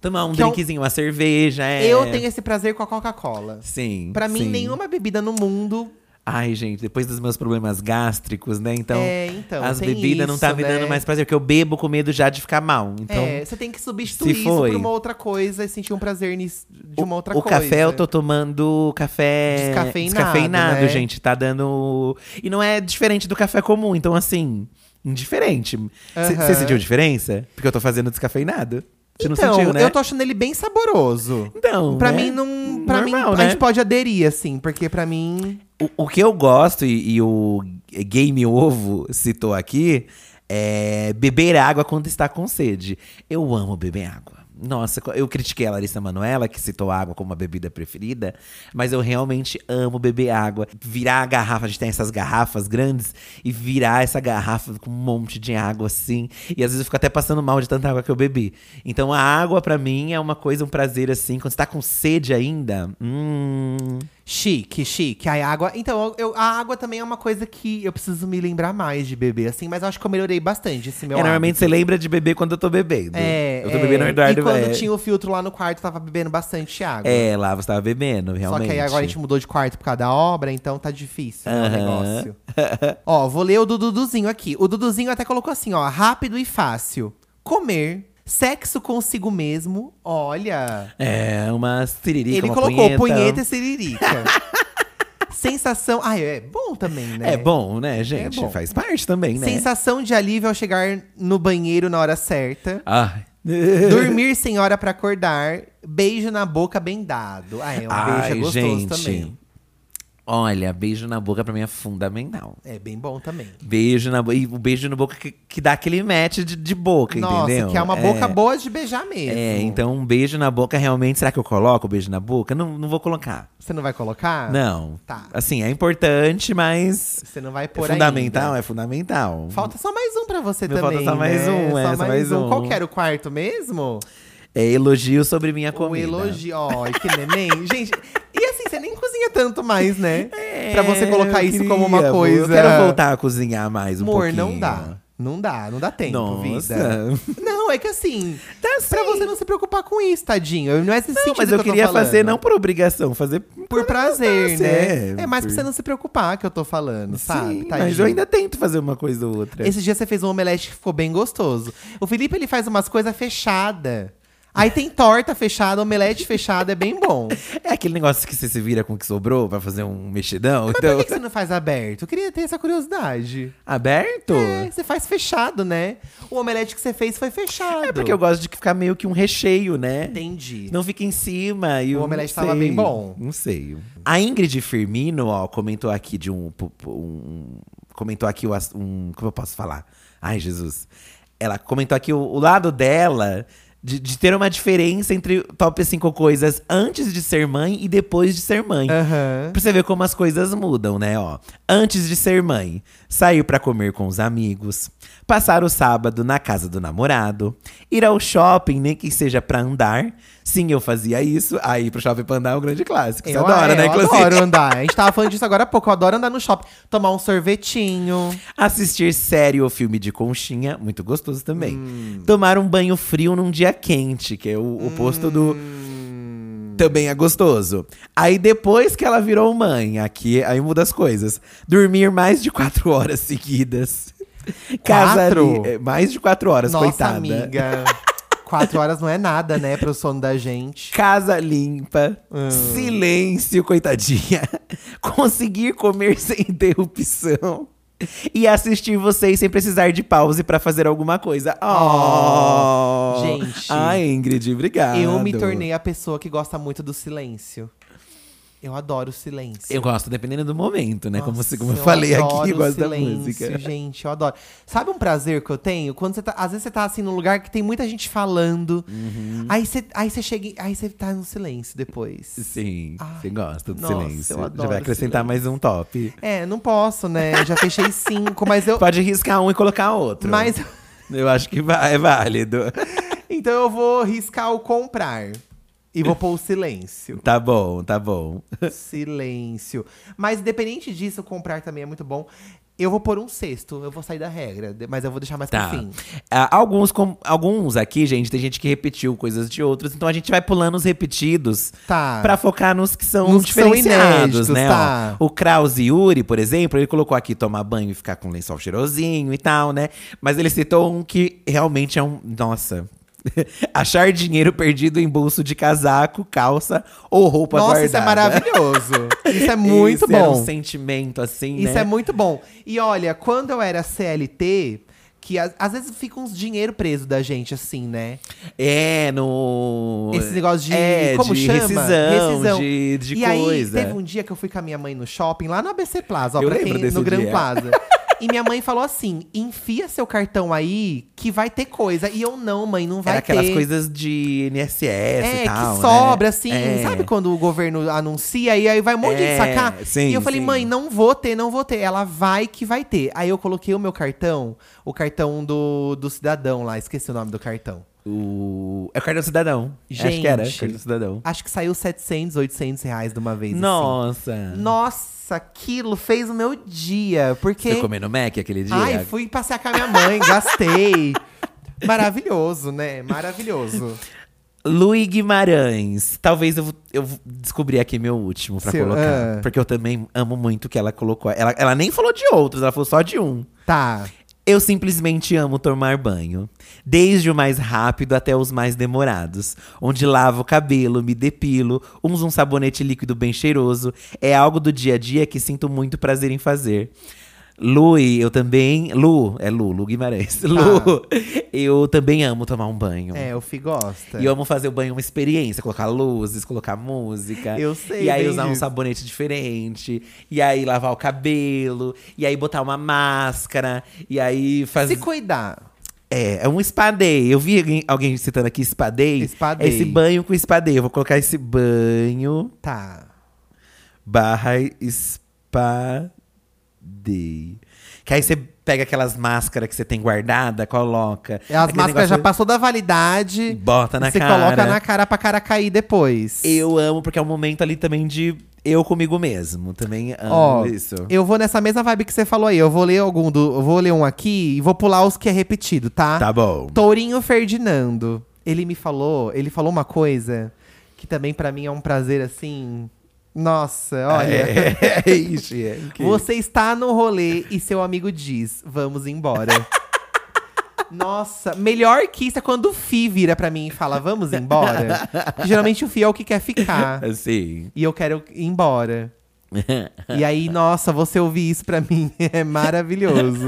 [SPEAKER 2] tomar um
[SPEAKER 1] que é um-
[SPEAKER 2] drinkzinho, uma cerveja. É...
[SPEAKER 1] Eu tenho esse prazer com a Coca-Cola.
[SPEAKER 2] Sim.
[SPEAKER 1] Pra mim,
[SPEAKER 2] sim.
[SPEAKER 1] nenhuma bebida no mundo.
[SPEAKER 2] Ai, gente, depois dos meus problemas gástricos, né? Então,
[SPEAKER 1] É, então,
[SPEAKER 2] as
[SPEAKER 1] tem
[SPEAKER 2] bebidas não tá
[SPEAKER 1] isso,
[SPEAKER 2] me
[SPEAKER 1] né?
[SPEAKER 2] dando mais prazer, porque eu bebo com medo já de ficar mal. Então,
[SPEAKER 1] é, você tem que substituir
[SPEAKER 2] se
[SPEAKER 1] isso
[SPEAKER 2] foi-
[SPEAKER 1] por uma outra coisa e sentir um prazer nisso, de uma outra
[SPEAKER 2] o
[SPEAKER 1] coisa.
[SPEAKER 2] café eu tô tomando café
[SPEAKER 1] Descafeinado,
[SPEAKER 2] descafeinado,
[SPEAKER 1] né?
[SPEAKER 2] gente, tá dando e não é diferente do café comum, então assim, indiferente. Você
[SPEAKER 1] Aham.
[SPEAKER 2] sentiu diferença? Porque eu tô fazendo descafeinado. Você
[SPEAKER 1] então,
[SPEAKER 2] não sentiu, né?
[SPEAKER 1] eu tô achando ele bem saboroso.
[SPEAKER 2] Então,
[SPEAKER 1] Pra
[SPEAKER 2] né?
[SPEAKER 1] mim, não. Pra
[SPEAKER 2] Normal,
[SPEAKER 1] mim,
[SPEAKER 2] né?
[SPEAKER 1] a gente pode aderir, assim, porque pra mim.
[SPEAKER 2] O, o que eu gosto e, e o Game Ovo citou aqui é, beber água quando está com sede. Eu amo beber água. Nossa, eu critiquei a Larissa Manoela, que citou água como a bebida preferida, mas eu realmente amo beber água. Virar a garrafa, a gente tem essas garrafas grandes, e virar essa garrafa com um monte de água assim. E às vezes eu fico até passando mal de tanta água que eu bebi. Então a água, para mim, é uma coisa, um prazer assim. Quando você tá com sede ainda, hum.
[SPEAKER 1] Chique, chique. Ai, água. Então, eu- eu- a água também é uma coisa que eu preciso me lembrar mais de beber, assim, mas eu acho que eu melhorei bastante esse meu
[SPEAKER 2] É, normalmente
[SPEAKER 1] hábito.
[SPEAKER 2] você lembra de beber quando eu tô bebendo.
[SPEAKER 1] É,
[SPEAKER 2] eu tô
[SPEAKER 1] é.
[SPEAKER 2] bebendo o Eduardo
[SPEAKER 1] E quando
[SPEAKER 2] é,
[SPEAKER 1] tinha o filtro lá no quarto, eu tava bebendo bastante água.
[SPEAKER 2] é, lá você tava bebendo,
[SPEAKER 1] Só
[SPEAKER 2] realmente.
[SPEAKER 1] que aí agora a gente mudou de quarto por causa da obra, então tá difícil né, o
[SPEAKER 2] Aham.
[SPEAKER 1] negócio. ó, vou ler o do Duduzinho aqui. O Duduzinho até colocou assim, ó, rápido e fácil. Comer, sexo consigo mesmo, olha.
[SPEAKER 2] É, uma siririca,
[SPEAKER 1] Ele
[SPEAKER 2] uma
[SPEAKER 1] colocou punheta,
[SPEAKER 2] punheta
[SPEAKER 1] e siririca. Sensação. Ah, é bom também, né?
[SPEAKER 2] É bom, né, gente?
[SPEAKER 1] bom.
[SPEAKER 2] Faz parte também, né?
[SPEAKER 1] Sensação de alívio ao chegar no banheiro na hora certa.
[SPEAKER 2] Ah.
[SPEAKER 1] Dormir sem hora pra acordar. Beijo na boca bem dado. Ah, é um
[SPEAKER 2] Ai,
[SPEAKER 1] beijo é gostoso
[SPEAKER 2] gente.
[SPEAKER 1] também.
[SPEAKER 2] Olha, beijo na boca pra mim é fundamental.
[SPEAKER 1] É bem bom também.
[SPEAKER 2] Beijo na boca. E o beijo na boca que, que dá aquele match de, de boca,
[SPEAKER 1] Nossa,
[SPEAKER 2] entendeu?
[SPEAKER 1] que é uma boca boa de beijar mesmo.
[SPEAKER 2] É, então um beijo na boca realmente. Será que eu coloco o beijo na boca? Não, não vou colocar.
[SPEAKER 1] Você não vai colocar?
[SPEAKER 2] não.
[SPEAKER 1] tá.
[SPEAKER 2] Assim, é importante, mas.
[SPEAKER 1] Você não vai
[SPEAKER 2] É
[SPEAKER 1] pôr
[SPEAKER 2] fundamental,
[SPEAKER 1] ainda.
[SPEAKER 2] é fundamental.
[SPEAKER 1] Falta só mais um pra você
[SPEAKER 2] Meu,
[SPEAKER 1] também,
[SPEAKER 2] falta só mais
[SPEAKER 1] né?
[SPEAKER 2] um, é,
[SPEAKER 1] Só
[SPEAKER 2] só mais um.
[SPEAKER 1] Qual que era o quarto mesmo?
[SPEAKER 2] É elogio sobre minha comida.
[SPEAKER 1] O elogio. Ó, que neném. Gente, e assim, você nem cozinha tanto mais, né?
[SPEAKER 2] É,
[SPEAKER 1] pra você colocar
[SPEAKER 2] eu
[SPEAKER 1] isso como uma
[SPEAKER 2] queria, amor.
[SPEAKER 1] coisa.
[SPEAKER 2] Eu quero voltar a cozinhar mais um
[SPEAKER 1] Amor,
[SPEAKER 2] pouquinho.
[SPEAKER 1] não dá. Não dá, não dá tempo, vida.
[SPEAKER 2] Nossa.
[SPEAKER 1] Não, é que assim,
[SPEAKER 2] Tá
[SPEAKER 1] pra
[SPEAKER 2] sim.
[SPEAKER 1] você não se preocupar com isso, tadinho. Não é esse
[SPEAKER 2] Não,
[SPEAKER 1] sentido
[SPEAKER 2] mas
[SPEAKER 1] que
[SPEAKER 2] eu
[SPEAKER 1] tô
[SPEAKER 2] queria
[SPEAKER 1] falando.
[SPEAKER 2] fazer não por obrigação, fazer
[SPEAKER 1] Por prazer,
[SPEAKER 2] gosto,
[SPEAKER 1] né?
[SPEAKER 2] é,
[SPEAKER 1] É, mais pra
[SPEAKER 2] por-
[SPEAKER 1] você não se preocupar que eu tô falando, sabe?
[SPEAKER 2] Sim, mas
[SPEAKER 1] Tadinho.
[SPEAKER 2] eu ainda tento fazer uma coisa ou outra.
[SPEAKER 1] Esse dia você fez um omelete que ficou bem gostoso. O Felipe, ele faz umas coisas fechada. Aí tem torta fechada, omelete fechada, é bem bom.
[SPEAKER 2] É aquele negócio que você se vira com o que sobrou pra fazer um mexidão.
[SPEAKER 1] Mas
[SPEAKER 2] então,
[SPEAKER 1] por que que você não faz aberto? Eu queria ter essa curiosidade.
[SPEAKER 2] aberto?
[SPEAKER 1] É, você faz fechado, né? O omelete que você fez foi fechado.
[SPEAKER 2] É porque eu gosto de ficar meio que um recheio, né?
[SPEAKER 1] Entendi.
[SPEAKER 2] Não fica em cima. E
[SPEAKER 1] O
[SPEAKER 2] eu
[SPEAKER 1] omelete
[SPEAKER 2] não
[SPEAKER 1] tava
[SPEAKER 2] sei.
[SPEAKER 1] bem bom.
[SPEAKER 2] Não sei. A Ingrid Firmino, ó, comentou aqui de um. pu- pu- um- comentou aqui o, ass- um. Como eu posso falar? Ai, Jesus. Ela comentou aqui o, o lado dela. De, de ter uma diferença entre top 5 coisas antes de ser mãe e depois de ser mãe.
[SPEAKER 1] Aham.
[SPEAKER 2] Pra você ver como as coisas mudam, né? Ó, antes de ser mãe, sair pra comer com os amigos, passar o sábado na casa do namorado, ir ao shopping, nem que seja pra andar. Sim, eu fazia isso. Aí pro shopping pra andar é um grande clássico. Você
[SPEAKER 1] Eu,
[SPEAKER 2] adora,
[SPEAKER 1] é,
[SPEAKER 2] né?
[SPEAKER 1] eu adoro andar. A gente tava falando disso agora há pouco. Eu adoro andar no shopping, tomar um sorvetinho.
[SPEAKER 2] Assistir série ou filme de conchinha, muito gostoso também.
[SPEAKER 1] Hum.
[SPEAKER 2] Tomar um banho frio num dia quente, que é o oposto do.
[SPEAKER 1] Hum.
[SPEAKER 2] Também é gostoso. Aí depois que ela virou mãe, aqui aí muda as coisas. Dormir mais de quatro horas seguidas.
[SPEAKER 1] Quatro?
[SPEAKER 2] é, mais de quatro horas,
[SPEAKER 1] Nossa,
[SPEAKER 2] coitada.
[SPEAKER 1] amiga. Quatro horas não é nada, né, pro sono da gente.
[SPEAKER 2] Casa limpa, silêncio, coitadinha. Conseguir comer sem interrupção. E assistir vocês sem precisar de pause pra fazer alguma coisa. Oh,
[SPEAKER 1] gente.
[SPEAKER 2] Ai, Ingrid, obrigado.
[SPEAKER 1] Eu me tornei a pessoa que gosta muito do silêncio. Eu adoro o silêncio.
[SPEAKER 2] Eu gosto, dependendo do momento, né? como,
[SPEAKER 1] Nossa,
[SPEAKER 2] se- como eu falei
[SPEAKER 1] adoro
[SPEAKER 2] aqui, eu
[SPEAKER 1] o
[SPEAKER 2] gosto da
[SPEAKER 1] silêncio,
[SPEAKER 2] música.
[SPEAKER 1] gente, eu adoro. Sabe um prazer que eu tenho? Quando você tá, às vezes você tá assim num lugar que tem muita gente falando.
[SPEAKER 2] Uhum.
[SPEAKER 1] Aí você aí você chega, e- aí você tá no silêncio depois.
[SPEAKER 2] Sim,
[SPEAKER 1] Ai,
[SPEAKER 2] você gosta do
[SPEAKER 1] nossa,
[SPEAKER 2] silêncio.
[SPEAKER 1] eu
[SPEAKER 2] Já
[SPEAKER 1] adoro
[SPEAKER 2] vai acrescentar mais um top.
[SPEAKER 1] É, não posso, né? Eu Já fechei cinco, mas eu
[SPEAKER 2] Pode riscar um e colocar outro.
[SPEAKER 1] mas
[SPEAKER 2] Eu acho que vai, é válido.
[SPEAKER 1] então eu vou riscar o comprar e vou pôr o silêncio.
[SPEAKER 2] tá bom, tá bom.
[SPEAKER 1] Silêncio. Mas independente disso, comprar também é muito bom. Eu vou pôr um sexto, eu vou sair da regra, de- mas eu vou deixar mais
[SPEAKER 2] Tá.
[SPEAKER 1] pro fim.
[SPEAKER 2] Ah, alguns, com- alguns aqui, gente, tem gente que repetiu coisas de outros, então a gente vai pulando os repetidos
[SPEAKER 1] Tá.
[SPEAKER 2] pra focar nos que são
[SPEAKER 1] Nos que são
[SPEAKER 2] diferenciados,
[SPEAKER 1] inéditos,
[SPEAKER 2] né?
[SPEAKER 1] tá.
[SPEAKER 2] ó. o Kraus Yuri, por exemplo, ele colocou aqui tomar banho e ficar com lençol cheirosinho e tal, né? Mas ele citou um que realmente é um. Nossa. Achar dinheiro perdido em bolso de casaco, calça ou roupa
[SPEAKER 1] Nossa,
[SPEAKER 2] guardada.
[SPEAKER 1] isso é maravilhoso. Isso é muito
[SPEAKER 2] Isso
[SPEAKER 1] bom.
[SPEAKER 2] era um sentimento, assim,
[SPEAKER 1] Isso
[SPEAKER 2] né?
[SPEAKER 1] é muito bom. E olha, quando eu era CLT, que a- às vezes fica uns dinheiro preso da gente, assim, né?
[SPEAKER 2] É, no.
[SPEAKER 1] Esse negócio de.
[SPEAKER 2] É,
[SPEAKER 1] como
[SPEAKER 2] de
[SPEAKER 1] chama?
[SPEAKER 2] rescisão, de- de
[SPEAKER 1] e aí, um
[SPEAKER 2] coisa.
[SPEAKER 1] teve um dia que eu fui com a minha mãe no shopping, lá no ABC Plaza, ó,
[SPEAKER 2] Eu
[SPEAKER 1] pra
[SPEAKER 2] lembro
[SPEAKER 1] quem,
[SPEAKER 2] desse
[SPEAKER 1] no Gran
[SPEAKER 2] dia.
[SPEAKER 1] Plaza. E minha mãe falou assim: enfia seu cartão aí que vai ter coisa. E eu não, mãe, não vai
[SPEAKER 2] Era aquelas
[SPEAKER 1] ter.
[SPEAKER 2] coisas de INSS
[SPEAKER 1] É,
[SPEAKER 2] e tal,
[SPEAKER 1] que
[SPEAKER 2] né?
[SPEAKER 1] sobra, assim.
[SPEAKER 2] É.
[SPEAKER 1] Sabe quando o governo anuncia e aí vai um monte de gente
[SPEAKER 2] É,
[SPEAKER 1] sacar?
[SPEAKER 2] sim,
[SPEAKER 1] e eu falei,
[SPEAKER 2] sim.
[SPEAKER 1] mãe, não vou ter, não vou ter. Ela vai que vai ter. Aí eu coloquei o meu cartão, o cartão do, do cidadão lá, esqueci o nome do cartão.
[SPEAKER 2] O... É o cartão cidadão. Acho
[SPEAKER 1] Gente.
[SPEAKER 2] que era, cartão cidadão.
[SPEAKER 1] Acho que saiu 700, 800 reais de uma vez. assim.
[SPEAKER 2] Nossa.
[SPEAKER 1] Nossa, aquilo fez o meu dia. Porque.
[SPEAKER 2] Você comeu no Mac aquele dia?
[SPEAKER 1] Ai, fui passear com a minha mãe, gastei. Maravilhoso, né? Maravilhoso.
[SPEAKER 2] Luí Guimarães. Talvez eu, vou- eu vou descobrir aqui meu último pra
[SPEAKER 1] Seu,
[SPEAKER 2] colocar.
[SPEAKER 1] ah.
[SPEAKER 2] Porque eu também amo muito o que ela colocou. Ela, ela nem falou de outros, ela falou só de um.
[SPEAKER 1] Tá.
[SPEAKER 2] Eu simplesmente amo tomar banho. Desde o mais rápido até os mais demorados. Onde lavo o cabelo, me depilo, uso um sabonete líquido bem cheiroso. É algo do dia a dia que sinto muito prazer em fazer. Lu, e eu também. Lu, é Lu, Lu Guimarães. Lu, eu também amo tomar um banho.
[SPEAKER 1] É, o Fi gosta.
[SPEAKER 2] E eu amo fazer o banho uma experiência, colocar luzes, colocar música.
[SPEAKER 1] Eu sei
[SPEAKER 2] E aí
[SPEAKER 1] bem
[SPEAKER 2] usar um
[SPEAKER 1] disso.
[SPEAKER 2] sabonete diferente. E aí lavar o cabelo. E aí botar uma máscara. E aí
[SPEAKER 1] Se
[SPEAKER 2] fazer.
[SPEAKER 1] cuidar.
[SPEAKER 2] É, é um spa day. Eu vi alguém, alguém citando aqui spa day.
[SPEAKER 1] Spa
[SPEAKER 2] É Esse
[SPEAKER 1] day.
[SPEAKER 2] banho com spa day. Eu vou colocar esse banho
[SPEAKER 1] Tá.
[SPEAKER 2] barra spa day. Que aí você pega aquelas máscaras que você tem guardada, coloca.
[SPEAKER 1] É, As
[SPEAKER 2] Aquele
[SPEAKER 1] máscaras já
[SPEAKER 2] negócio-
[SPEAKER 1] passou da validade.
[SPEAKER 2] Bota na
[SPEAKER 1] você
[SPEAKER 2] cara.
[SPEAKER 1] coloca na cara pra cara cair depois.
[SPEAKER 2] Eu amo, porque é um momento ali também de eu comigo mesmo. Também amo
[SPEAKER 1] Ó,
[SPEAKER 2] isso.
[SPEAKER 1] eu vou nessa mesma vibe que você falou aí. Eu vou ler algum do. Eu vou ler um aqui e vou pular os que é repetido, tá?
[SPEAKER 2] Tá bom.
[SPEAKER 1] Tourinho Ferdinando. Ele me falou, ele falou uma coisa que também pra mim é um prazer assim. Nossa, olha.
[SPEAKER 2] É, é, isso, é. o quê?
[SPEAKER 1] Você está no rolê e seu amigo diz: Vamos embora. Nossa, melhor que isso é quando o Fi vira pra mim e fala: Vamos embora. Porque Geralmente o Fi é o que quer ficar.
[SPEAKER 2] Assim.
[SPEAKER 1] E eu quero ir embora. E aí, nossa, você ouvir isso pra mim é maravilhoso.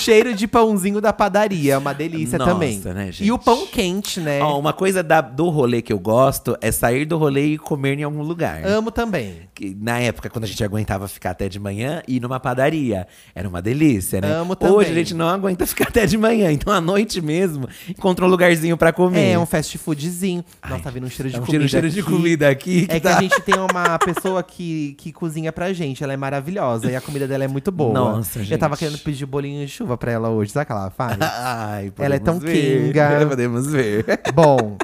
[SPEAKER 1] Cheiro de pãozinho da padaria, é uma delícia
[SPEAKER 2] Nossa,
[SPEAKER 1] também.
[SPEAKER 2] né,
[SPEAKER 1] E o
[SPEAKER 2] gente?
[SPEAKER 1] pão quente, né?
[SPEAKER 2] Ó, uma coisa da- do rolê que eu gosto é sair do rolê e comer em algum lugar.
[SPEAKER 1] Amo também.
[SPEAKER 2] Que, na época, quando a gente aguentava ficar até de manhã, ir numa padaria. Era uma delícia, né?
[SPEAKER 1] Amo
[SPEAKER 2] Hoje
[SPEAKER 1] também.
[SPEAKER 2] a gente não aguenta ficar até de manhã. Então, à noite mesmo, encontra um lugarzinho pra comer.
[SPEAKER 1] É um fast foodzinho. Nossa, tá vindo um cheiro de
[SPEAKER 2] Tá um
[SPEAKER 1] comida.
[SPEAKER 2] cheiro, cheiro de
[SPEAKER 1] aqui.
[SPEAKER 2] comida aqui.
[SPEAKER 1] É que
[SPEAKER 2] tá-
[SPEAKER 1] a gente tem uma pessoa que, que cozinha pra gente, ela é maravilhosa e a comida dela é muito boa.
[SPEAKER 2] Nossa,
[SPEAKER 1] Eu tava
[SPEAKER 2] gente.
[SPEAKER 1] querendo pedir bolinho de chuva pra ela hoje, sabe o que ela faz?
[SPEAKER 2] Ai,
[SPEAKER 1] Ela é tão
[SPEAKER 2] podemos ver.
[SPEAKER 1] quinga.
[SPEAKER 2] Podemos ver.
[SPEAKER 1] É Bom,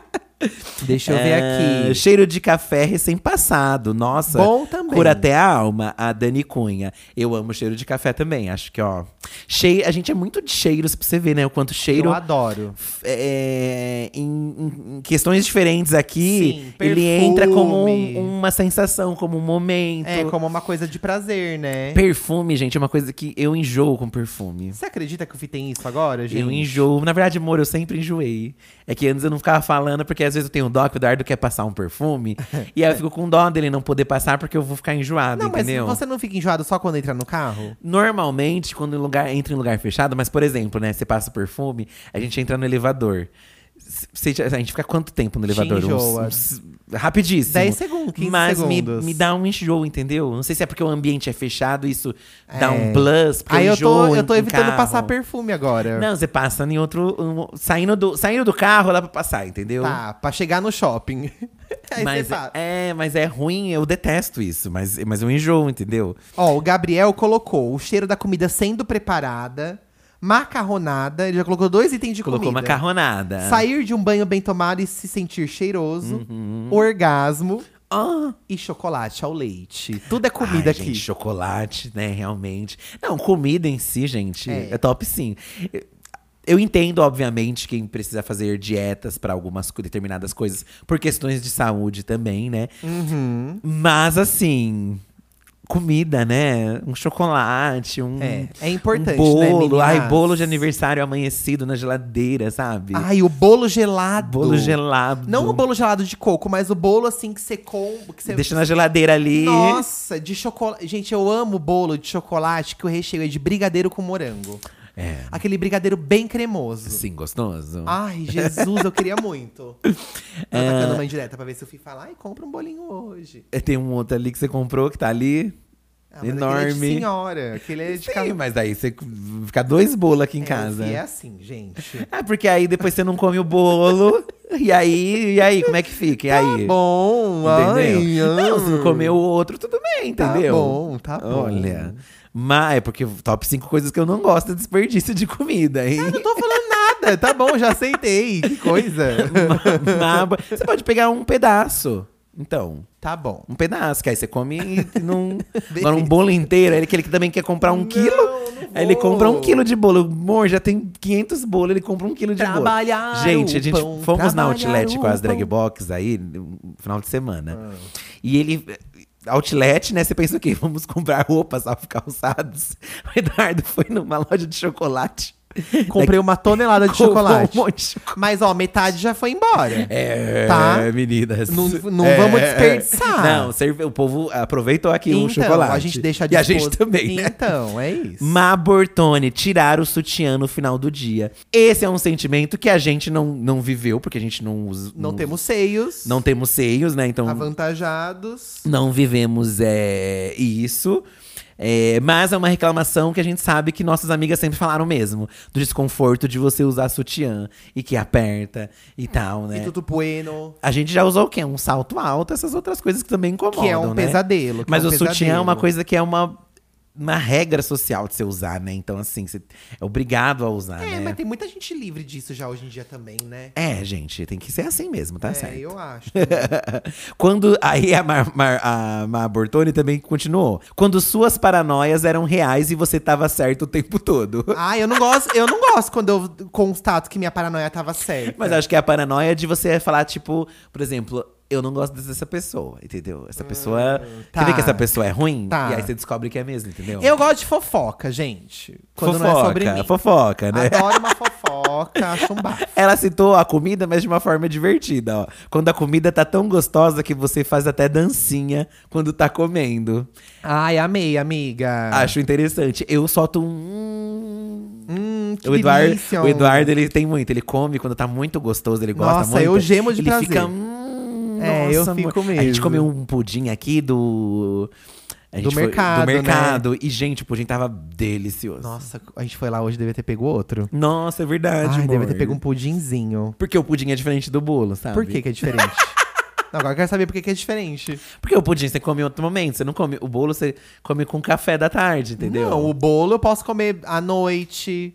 [SPEAKER 1] deixa eu ver
[SPEAKER 2] É,
[SPEAKER 1] aqui.
[SPEAKER 2] Cheiro de café recém-passado. Nossa.
[SPEAKER 1] Bom também.
[SPEAKER 2] Cura até a alma, a Dani Cunha. Eu amo cheiro de café também. Acho que, ó. Cheiro, a gente é muito de cheiros pra você ver, né? O quanto cheiro.
[SPEAKER 1] Eu adoro.
[SPEAKER 2] f- é, em, em- em questões diferentes aqui,
[SPEAKER 1] Sim,
[SPEAKER 2] ele entra como
[SPEAKER 1] perfume.
[SPEAKER 2] um- uma sensação, como um momento.
[SPEAKER 1] É como uma coisa de prazer, né?
[SPEAKER 2] Perfume, gente, é uma coisa que eu enjoo com perfume.
[SPEAKER 1] Você acredita que o Fih tem isso agora, gente?
[SPEAKER 2] Eu enjoo. Na verdade, amor, eu sempre enjoei. É que antes eu não ficava falando, porque às vezes eu tenho dó que o Dardo quer passar um perfume. e aí eu fico com dó dele não poder passar, porque eu vou ficar enjoado,
[SPEAKER 1] Não, mas
[SPEAKER 2] entendeu?
[SPEAKER 1] você não fica enjoado só quando entra no carro?
[SPEAKER 2] Normalmente, quando em lugar, entra em lugar fechado, mas por exemplo, né, você passa o perfume, a gente entra no elevador. Se- se- a gente fica quanto tempo no elevador?
[SPEAKER 1] enjoa.
[SPEAKER 2] rapidíssimo.
[SPEAKER 1] 10 segundos, 15
[SPEAKER 2] Mas me-
[SPEAKER 1] segundos.
[SPEAKER 2] Me, dá um enjoo, entendeu? Não sei se é porque o ambiente é fechado, isso dá um
[SPEAKER 1] É.
[SPEAKER 2] plus. Porque
[SPEAKER 1] Aí eu
[SPEAKER 2] enjoo
[SPEAKER 1] tô,
[SPEAKER 2] em-
[SPEAKER 1] eu tô
[SPEAKER 2] em
[SPEAKER 1] evitando
[SPEAKER 2] carro.
[SPEAKER 1] passar perfume agora.
[SPEAKER 2] Não, você passa em outro. um- saindo, do, saindo do carro, dá pra passar, entendeu?
[SPEAKER 1] Tá, pra chegar no shopping. Aí
[SPEAKER 2] mas,
[SPEAKER 1] você passa.
[SPEAKER 2] é, mas é ruim, eu detesto isso, mas, mas eu enjoo, entendeu?
[SPEAKER 1] Ó, o Gabriel colocou o cheiro da comida sendo preparada, macarronada, ele já colocou dois itens de
[SPEAKER 2] Colocou
[SPEAKER 1] comida.
[SPEAKER 2] macarronada.
[SPEAKER 1] Sair de um banho bem tomado e se sentir cheiroso,
[SPEAKER 2] Uhum.
[SPEAKER 1] orgasmo
[SPEAKER 2] Ah.
[SPEAKER 1] e chocolate ao leite. Tudo é comida
[SPEAKER 2] Ai,
[SPEAKER 1] aqui.
[SPEAKER 2] gente, chocolate, né, realmente. Não, comida em si, gente, é,
[SPEAKER 1] É.
[SPEAKER 2] top sim. Eu- Eu entendo, obviamente, quem precisa fazer dietas pra algumas co- determinadas coisas, por questões de saúde também, né?
[SPEAKER 1] Uhum.
[SPEAKER 2] Mas assim, comida, né? Um chocolate, um
[SPEAKER 1] É, é importante,
[SPEAKER 2] um bolo,
[SPEAKER 1] né,
[SPEAKER 2] ai,
[SPEAKER 1] meninas?
[SPEAKER 2] bolo de aniversário amanhecido na geladeira, sabe?
[SPEAKER 1] Ai, o bolo gelado.
[SPEAKER 2] bolo gelado.
[SPEAKER 1] Não o bolo gelado de coco, mas o bolo assim que você compra. Que você...
[SPEAKER 2] Deixa na geladeira ali.
[SPEAKER 1] Nossa, de chocolate. Gente, eu amo bolo de chocolate que o recheio é de brigadeiro com morango.
[SPEAKER 2] É,
[SPEAKER 1] Aquele brigadeiro bem cremoso.
[SPEAKER 2] sim, gostoso.
[SPEAKER 1] Ai, Jesus, eu queria muito. tá Tô atacando uma indireta pra ver se eu fui falar. Ai, compra um bolinho hoje.
[SPEAKER 2] É, Tem um outro ali que você comprou que tá ali.
[SPEAKER 1] mas
[SPEAKER 2] enorme.
[SPEAKER 1] Aquele é de senhora, aquele é de
[SPEAKER 2] Sim,
[SPEAKER 1] casa.
[SPEAKER 2] mas daí você fica dois bolos aqui em
[SPEAKER 1] É,
[SPEAKER 2] casa.
[SPEAKER 1] E é assim, gente.
[SPEAKER 2] Ah, porque aí depois você não come o bolo. e aí, e aí, como é que fica? E aí?
[SPEAKER 1] Tá Bom,
[SPEAKER 2] entendeu?
[SPEAKER 1] ai,
[SPEAKER 2] não,
[SPEAKER 1] ai.
[SPEAKER 2] se não comer o outro, tudo bem,
[SPEAKER 1] Tá
[SPEAKER 2] entendeu?
[SPEAKER 1] bom, tá bom.
[SPEAKER 2] Olha. Mas é porque top 5 coisas que eu não gosto é desperdício de comida, hein?
[SPEAKER 1] Eu não tô falando nada, tá bom, já aceitei. Que coisa.
[SPEAKER 2] Ma- ma- você pode pegar um pedaço. Então,
[SPEAKER 1] Tá bom.
[SPEAKER 2] um pedaço, que aí você come e não. Agora, um bolo inteiro, aí aquele que também quer comprar um quilo. Aí ele compra um quilo de bolo. Amor, já tem 500 bolos, ele compra um quilo de bolo.
[SPEAKER 1] Trabalhar
[SPEAKER 2] Gente, a
[SPEAKER 1] o
[SPEAKER 2] gente
[SPEAKER 1] pão,
[SPEAKER 2] fomos na
[SPEAKER 1] trabalhar
[SPEAKER 2] Outlet com
[SPEAKER 1] o
[SPEAKER 2] as drag
[SPEAKER 1] pão.
[SPEAKER 2] box aí, no final de semana.
[SPEAKER 1] Ah.
[SPEAKER 2] E ele. Outlet, né? Você pensa o quê? Vamos comprar roupas, salvo calçados. O Eduardo foi numa loja de chocolate.
[SPEAKER 1] Comprei uma tonelada de
[SPEAKER 2] Comprou
[SPEAKER 1] chocolate.
[SPEAKER 2] Um monte de chocolate.
[SPEAKER 1] Mas, ó, metade já foi embora.
[SPEAKER 2] É,
[SPEAKER 1] Tá?
[SPEAKER 2] meninas.
[SPEAKER 1] Não- não vamos desperdiçar.
[SPEAKER 2] Não, serve- o povo aproveitou aqui o um chocolate.
[SPEAKER 1] Então, a gente deixa
[SPEAKER 2] E a
[SPEAKER 1] disposto-
[SPEAKER 2] gente também, né?
[SPEAKER 1] Então, é isso.
[SPEAKER 2] Ma Bortone, tirar o sutiã no final do dia. Esse é um sentimento que a gente não, não viveu, porque a gente não usa.
[SPEAKER 1] Não temos seios.
[SPEAKER 2] Não temos seios, né? Então
[SPEAKER 1] Avantajados.
[SPEAKER 2] não vivemos é, isso. É, mas é uma reclamação que a gente sabe que nossas amigas sempre falaram mesmo. Do desconforto de você usar sutiã e que aperta e tal, né?
[SPEAKER 1] E tudo bueno.
[SPEAKER 2] A gente já usou o quê? Um salto alto, essas outras coisas que também incomodam,
[SPEAKER 1] Que é um
[SPEAKER 2] né?
[SPEAKER 1] pesadelo. que
[SPEAKER 2] Mas
[SPEAKER 1] é um
[SPEAKER 2] o sutiã é
[SPEAKER 1] pesadelo.
[SPEAKER 2] uma coisa que é uma, uma regra social de você usar, né? Então, assim, você é obrigado a usar,
[SPEAKER 1] É,
[SPEAKER 2] né?
[SPEAKER 1] mas tem muita gente livre disso já hoje em dia também, né?
[SPEAKER 2] É, gente, tem que ser assim mesmo, tá
[SPEAKER 1] é,
[SPEAKER 2] certo?
[SPEAKER 1] eu acho.
[SPEAKER 2] Quando. Aí a Mar, Mar- a Mar Bortoni também continuou. Quando suas paranoias eram reais e você tava certo o tempo todo.
[SPEAKER 1] ah, eu não gosto, eu não gosto quando eu constato que minha paranoia tava certa.
[SPEAKER 2] Mas acho que é a paranoia de você falar, tipo, por exemplo. Eu não gosto dessa pessoa, entendeu? Essa pessoa.
[SPEAKER 1] tá.
[SPEAKER 2] Você vê que essa pessoa é ruim?
[SPEAKER 1] Tá.
[SPEAKER 2] E aí você descobre que é mesmo, entendeu?
[SPEAKER 1] Eu gosto de fofoca, gente. Quando
[SPEAKER 2] fofoca,
[SPEAKER 1] não é sobre mim.
[SPEAKER 2] fofoca, né?
[SPEAKER 1] Adoro uma fofoca, acho um bafo.
[SPEAKER 2] Ela citou a comida, mas de uma forma divertida, ó. Quando a comida tá tão gostosa que você faz até dancinha quando tá comendo.
[SPEAKER 1] Ai, amei, amiga.
[SPEAKER 2] Acho interessante. Eu solto um.
[SPEAKER 1] Hum, que
[SPEAKER 2] O Eduardo,
[SPEAKER 1] delícia.
[SPEAKER 2] o Eduardo, ele tem muito. Ele come quando tá muito gostoso, ele gosta
[SPEAKER 1] Nossa,
[SPEAKER 2] muito.
[SPEAKER 1] eu gemo de
[SPEAKER 2] ele
[SPEAKER 1] prazer.
[SPEAKER 2] Fica, hum,
[SPEAKER 1] É, eu
[SPEAKER 2] nossa, amor.
[SPEAKER 1] fico
[SPEAKER 2] A gente
[SPEAKER 1] mesmo.
[SPEAKER 2] comeu um pudim aqui do. a
[SPEAKER 1] Do
[SPEAKER 2] gente foi-
[SPEAKER 1] mercado,
[SPEAKER 2] Do
[SPEAKER 1] né?
[SPEAKER 2] mercado. E, gente, o pudim tava delicioso.
[SPEAKER 1] Nossa, a gente foi lá hoje, devia ter pego outro.
[SPEAKER 2] Nossa, é verdade.
[SPEAKER 1] Ai, devia ter
[SPEAKER 2] amor.
[SPEAKER 1] pego um pudinzinho.
[SPEAKER 2] Porque o pudim é diferente do bolo, sabe?
[SPEAKER 1] Por que que é diferente? não, agora eu quero saber por que que é diferente.
[SPEAKER 2] Porque o pudim você come em outro momento, você não come. O bolo você come com café da tarde, entendeu?
[SPEAKER 1] Não, o bolo eu posso comer à noite.